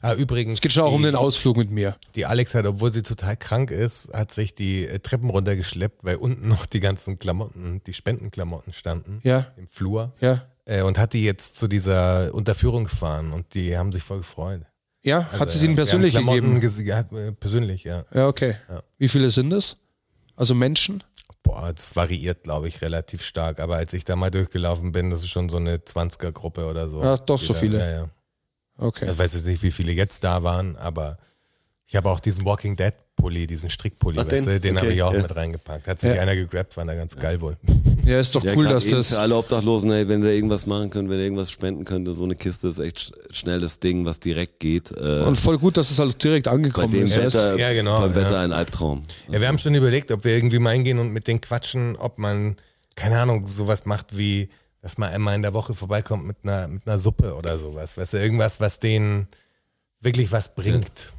Ah, übrigens.
Es geht schon auch um
die-
den Ausflug mit mir.
Die Alex hat, obwohl sie total krank ist, hat sich die äh, Treppen runtergeschleppt, weil unten noch die ganzen Klamotten, die Spendenklamotten standen
Ja,
im Flur.
ja,
Äh, und hat die jetzt zu dieser Unterführung gefahren und die haben sich voll gefreut.
ja. Hat sie
Also,
es ihnen
wir haben
persönlich
Klamotten
gegeben?
gese- hat, äh, persönlich, ja.
Ja, okay. Wie viele sind es? Also Menschen?
Boah, das variiert, glaube ich, relativ stark. Aber als ich da mal durchgelaufen bin, das ist schon so eine 20er-Gruppe oder so.
Ja, doch, so
Die da-
viele.
Ja, ja.
Okay.
Ich weiß jetzt nicht, wie viele jetzt da waren, aber ich habe auch diesen Walking Dead Pulli, diesen Strickpulli,
Ach,
weißt
den?
du, den
Okay,
habe ich auch
ja.
mit reingepackt. Hat sich
Ja.
einer gegrabt, fand er ganz geil wohl.
Ja, ist doch
Ja,
cool,
grad
dass
eben
das.
Für alle Obdachlosen, hey, wenn ihr irgendwas machen könnt, wenn ihr irgendwas spenden könnt, so eine Kiste ist echt sch- schnell das Ding, was direkt geht. Äh,
Und voll gut, dass es halt direkt
bei
angekommen
dem
ist. weißt du?
Wetter,
Ja, genau,
beim Wetter
ja.
ein Albtraum.
Ja, wir haben schon überlegt, ob wir irgendwie mal hingehen und mit denen quatschen, ob man, keine Ahnung, sowas macht wie, dass man einmal in der Woche vorbeikommt mit einer, mit einer Suppe oder sowas. Weißt du, irgendwas, was denen wirklich was bringt.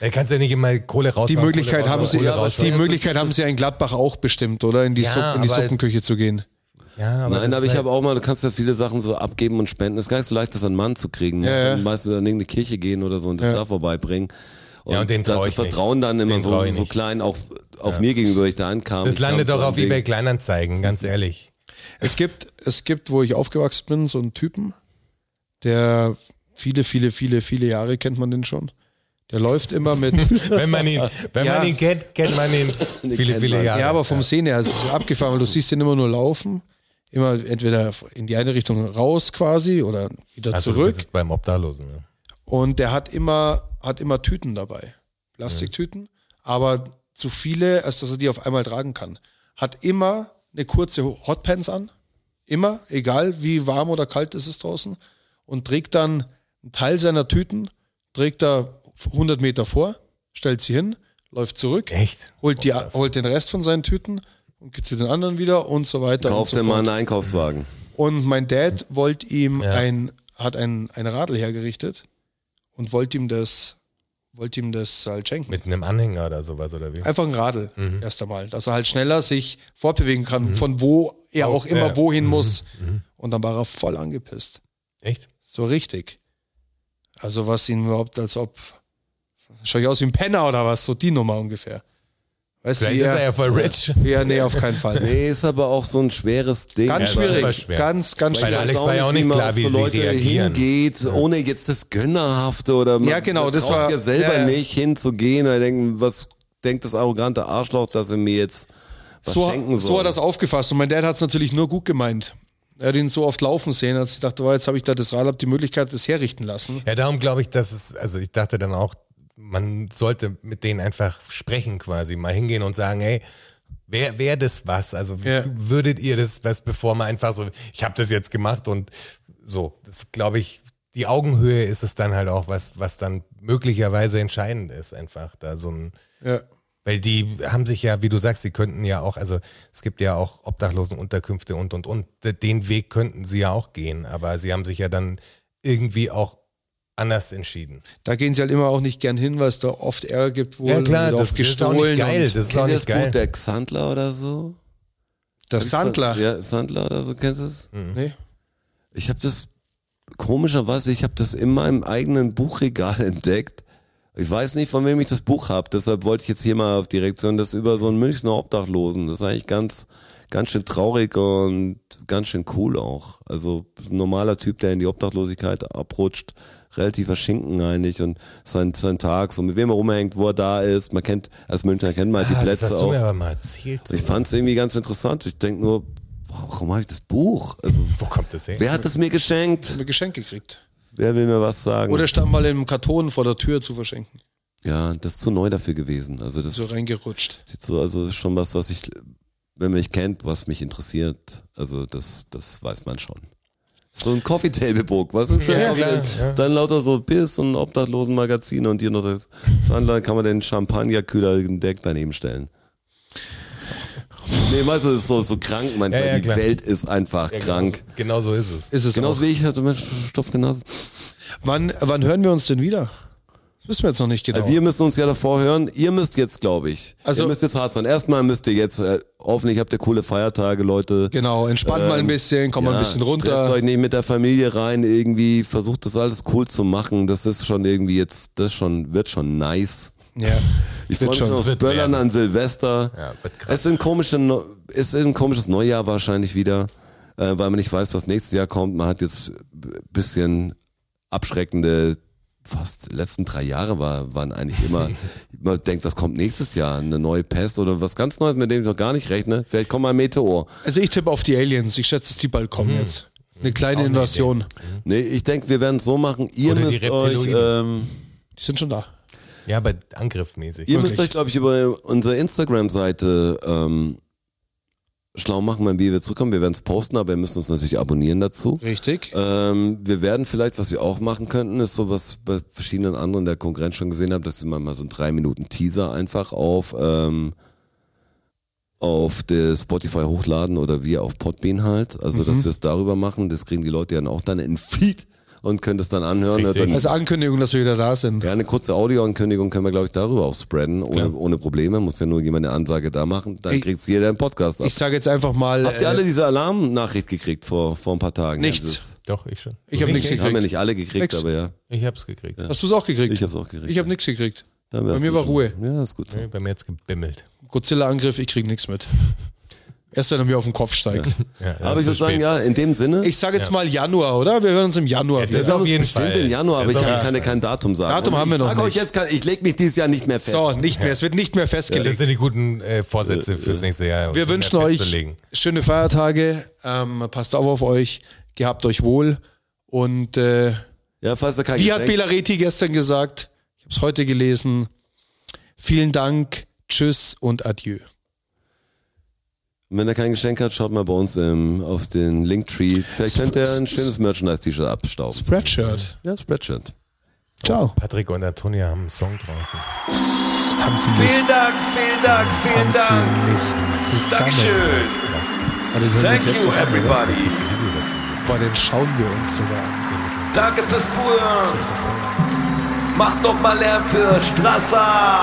Du kannst ja nicht immer Kohle raus.
Die Möglichkeit haben sie,
Kohle raus,
die
raus.
Möglichkeit haben sie ja in Gladbach auch bestimmt, oder? In die,
Ja,
Supp- in die
aber-
Suppenküche zu gehen.
Ja, aber
Nein, aber
das ist
ich
halt-
habe auch mal, du kannst ja viele Sachen so abgeben und spenden. ist gar nicht so leicht, das an einen Mann zu kriegen. Du
Ja,
musst
ja.
dann meistens an irgendeine Kirche gehen oder so und das da vorbeibringen. Und,
Ja, und den trau
das
ich
Vertrauen dann immer
Den trau
so,
ich
so
nicht.
klein, auch, auch mir gegenüber, wenn ich da ankam.
Das
Ich
landet
kam
doch
so
auf
am Ding.
eBay Kleinanzeigen, ganz ehrlich.
Es gibt, es gibt, wo ich aufgewachsen bin, so einen Typen, der viele, viele, viele, viele Jahre kennt man den schon. Der läuft immer mit.
Wenn man ihn, wenn
Ja.
man ihn kennt, kennt man ihn viele,
kennt
viele
man.
Jahre.
ja, aber vom Sehen her ist es abgefahren, weil du siehst den immer nur laufen. Immer entweder in die eine Richtung raus quasi oder wieder
also,
zurück.
Das ist beim Obdachlosen. Ne?
Und der hat immer, hat immer Tüten dabei. Plastiktüten. Aber zu viele, als dass er die auf einmal tragen kann. Hat immer eine kurze Hotpants an. Immer, egal wie warm oder kalt es ist draußen. Und trägt dann einen Teil seiner Tüten, trägt er 100 Meter vor, stellt sie hin, läuft zurück,
Echt?
holt, die,
Oh, krass.
holt den Rest von seinen Tüten und geht zu den anderen wieder und so weiter.
Kauf
und so
dir mal
fort.
einen Einkaufswagen.
Und mein Dad wollte ihm ein, hat ein, ein Radl hergerichtet und wollte ihm das, wollte ihm das halt schenken.
Mit Mhm. einem Anhänger oder sowas, oder wie?
Einfach ein Radl erst einmal, dass er halt schneller sich fortbewegen kann, von wo er auch, immer
Mhm. ja. Mhm.
wohin muss. Und dann war er voll angepisst.
Echt?
So richtig. Also was ihn überhaupt, als ob, schau ich aus wie ein Penner oder was, so die Nummer ungefähr. Weißt du,
Vielleicht
wie
ist er ja
er,
voll rich.
wie er, nee, auf keinen Fall.
Nee, ist aber auch so ein schweres Ding.
Ganz
Ja,
weil-
super
schwierig,
schwer.
ganz, ganz
Weil
schwierig.
Alex war ja auch
man
nicht
mal
klar,
auf
wie
so
sie
Leute
reagieren.
hingeht, ohne jetzt das Gönnerhafte oder man
Ja, genau, das
traut
war-
ja selber
ja, ja.
nicht hinzugehen oder denken, was denkt das arrogante Arschloch, dass er mir jetzt was
so,
schenken soll.
so hat er das aufgefasst und mein Dad hat es natürlich nur gut gemeint. Er hat ihn so oft laufen sehen, als ich dachte, wow, jetzt habe ich da das Rad, habe die Möglichkeit, das herrichten lassen.
Ja, darum glaube ich, dass es, also ich dachte dann auch, man sollte mit denen einfach sprechen quasi, mal hingehen und sagen, hey, wer wäre das was? Also
Ja.
würdet ihr das was, bevor man einfach so, ich habe das jetzt gemacht und so, das glaube ich, die Augenhöhe ist es dann halt auch was, was dann möglicherweise entscheidend ist einfach, da so ein,
Ja.
weil die haben sich ja, wie du sagst, sie könnten ja auch, also es gibt ja auch Obdachlosenunterkünfte und, und, und. D- Den Weg könnten sie ja auch gehen, aber sie haben sich ja dann irgendwie auch anders entschieden.
Da gehen sie halt immer auch nicht gern hin, weil es da oft Ärger gibt, wohl und oft gestohlen.
geil.
und
Das ist auch
Kennt ihr das
nicht
Buch
geil.
der Xandler oder so?
der Sandler. ne,
Ja, Sandler oder so, kennst du es?
Hm.
Nee.
Ich habe das, komischerweise, ich habe das in meinem eigenen Buchregal entdeckt. Ich weiß nicht, von wem ich das Buch habe, deshalb wollte ich jetzt hier mal auf die Reaktion, das ist über so einen Münchner Obdachlosen. Das ist eigentlich ganz, ganz schön traurig und ganz schön cool auch. Also ein normaler Typ, der in die Obdachlosigkeit abrutscht, relativ verschinkeneinig und sein, sein Tag, so mit wem er rumhängt, wo er da ist. Man kennt, als Münchner kennt man halt die
Ah, das
Plätze
hast du
auch.
mir aber mal erzählt.
Ich fand es irgendwie ganz interessant. Ich denk nur, warum habe ich das Buch? Also,
Wo kommt das her?
wer hat es mir geschenkt?
Haben wir Geschenk gekriegt.
Wer will mir was sagen?
Oder stand mal im Karton vor der Tür zu verschenken.
ja, das ist zu neu dafür gewesen. Also das
So reingerutscht.
sieht so, also ist schon was, was ich, wenn man mich kennt, was mich interessiert. Also das, das weiß man schon. So ein Coffee Table Book, was ist denn?
Ja, klar, ja.
Dann lauter so Biss und obdachlosen Magazine und hier noch das Sandler kann man den Champagnerkühler den Deck daneben stellen. Nee, weißt du, das ist so, so krank manchmal.
Ja, ja,
Die
klar.
Welt ist einfach krank.
Genau so ist es.
Ist es
Genauso
auch.
wie ich hatte, Mensch, stopfte Nase.
Wann, wann hören wir uns denn wieder? Das wissen wir jetzt noch nicht genau.
Also wir müssen uns ja davor hören. Ihr müsst jetzt, glaube ich.
Also-
Also ihr müsst jetzt hart sein. Erstmal müsst ihr jetzt, äh, hoffentlich habt ihr coole Feiertage, Leute.
genau, entspannt mal ein
Ähm,
bisschen, kommt mal
ja,
ein bisschen
Stresst
runter.
euch nicht mit der Familie rein, irgendwie versucht das alles cool zu machen. Das ist schon irgendwie jetzt, das schon, wird schon nice.
Ja.
Ich
Wird
freue mich
schon,
schon
es
aufs
wird
Böllern
werden.
an Silvester.
Ja, wird krass.
es ist ein, komische, Neu- es ist ein komisches Neujahr wahrscheinlich wieder, äh, weil man nicht weiß, was nächstes Jahr kommt. Man hat jetzt b- bisschen abschreckende, fast letzten drei Jahre war, waren eigentlich immer, man denkt, was kommt nächstes Jahr? Eine neue Pest oder was ganz Neues, mit dem ich noch gar nicht rechne. Vielleicht kommt mal ein Meteor.
Hm.
Also ich tippe auf die Aliens. Ich schätze, dass die bald kommen jetzt. Eine kleine Invasion.
Nee, ich denke, wir werden es so machen. Ihr
Oder die
müsst euch,
Reptiloiden.
ähm,
Die sind schon da.
Ja, aber angriffmäßig.
ihr müsst euch, glaube ich, über unsere Instagram-Seite ähm, schlau machen, wenn wir zurückkommen. Wir werden es posten, aber ihr müsst uns natürlich abonnieren dazu.
Richtig.
Ähm, wir werden vielleicht, was wir auch machen könnten, ist so, was bei verschiedenen anderen der Konkurrenz schon gesehen haben, dass man mal so einen 3-Minuten-Teaser einfach auf, ähm, auf der Spotify hochladen oder wir auf Podbean halt. Also, dass wir es darüber machen. Das kriegen die Leute dann auch dann in Feed und können das dann anhören. Hört dann
Als Also Ankündigung, dass wir wieder da sind.
ja, eine kurze Audioankündigung können wir, glaube ich, darüber auch spreaden, ohne, ohne Probleme. Muss ja nur jemand eine Ansage da machen, dann
Ich-
kriegt jeder einen Podcast ab.
Ich sage jetzt einfach mal,
Habt ihr alle
äh,
diese Alarmnachricht gekriegt vor, vor ein paar Tagen?
Nichts.
Ja, das-
Doch, ich schon.
ich habe nichts
Haben ja
gekriegt.
nicht alle gekriegt,
Nix.
aber ja.
Ich hab's gekriegt.
Hast du es auch gekriegt?
Ich hab's auch gekriegt.
Ich habe nichts gekriegt.
Dann
Bei
wärst
mir
du
war
schon-
Ruhe.
Ja, ist gut so.
Nee, Bei mir jetzt gebimmelt.
Godzilla-Angriff, ich krieg nichts mit. Erst wenn er mir auf den Kopf steigt.
Ja,
aber ich
zu
würde sagen,
spät.
ja, in dem Sinne.
Ich sage jetzt mal Januar, oder? Wir hören uns im Januar
Ja, das
wieder.
ist auf jeden
bestimmt
Fall.
in Januar, aber
Das
ich
ist auf
kann,
jeden
kann dir
Fall.
kein Datum sagen.
Datum
Und
haben wir
ich
noch
sag
nicht.
euch jetzt, kein- ich leg mich dieses Jahr nicht mehr fest.
So, nicht mehr. Es wird nicht mehr
Das
festgelegt.
sind die guten äh, Vorsätze fürs nächste Jahr.
Wir
um mehr
wünschen euch
festzulegen.
schöne Feiertage. Ähm, passt auf auf euch. Gehabt euch wohl. Und äh,
Ja, falls da kein
wie hat
Geschenk-
Bela Reti gestern gesagt? Ich habe es heute gelesen. Vielen Dank, tschüss und adieu.
Und Wenn er kein Geschenk hat, schaut mal bei uns ähm, auf den Linktree. Vielleicht könnt ihr ein schönes Merchandise-T-Shirt abstauben.
Spreadshirt.
Ja, Spreadshirt.
Ciao.
Patrick und Antonia haben einen Song draußen.
Haben Sie nicht.
Vielen Dank, vielen Dank, vielen
Haben
Dank.
sie nicht zusammen.
Äh,
Dankeschön.
Das ist krass.
Thank you, everybody.
Das Video dazu.
Boah, den schauen wir uns sogar an.
Danke fürs Zuhören. Macht noch mal Lärm für Strasser.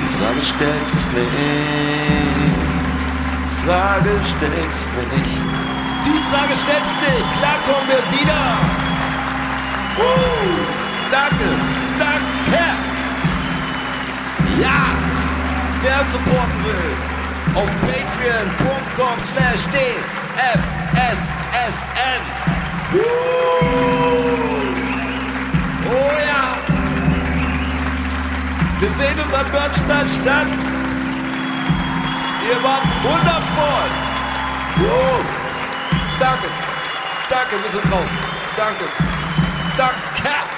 Die Frage stellt sich nicht. Die Frage stellt sich nicht. Die Frage stellt sich nicht. Klar kommen wir wieder. Uh, danke, danke. Ja, wer supporten will, auf patreon.com slash dfssn. Uh, oh ja. Wir sehen uns am Börnstein statt. Ihr wart wundervoll. Uh, danke. Danke, wir sind draußen. Danke. Danke.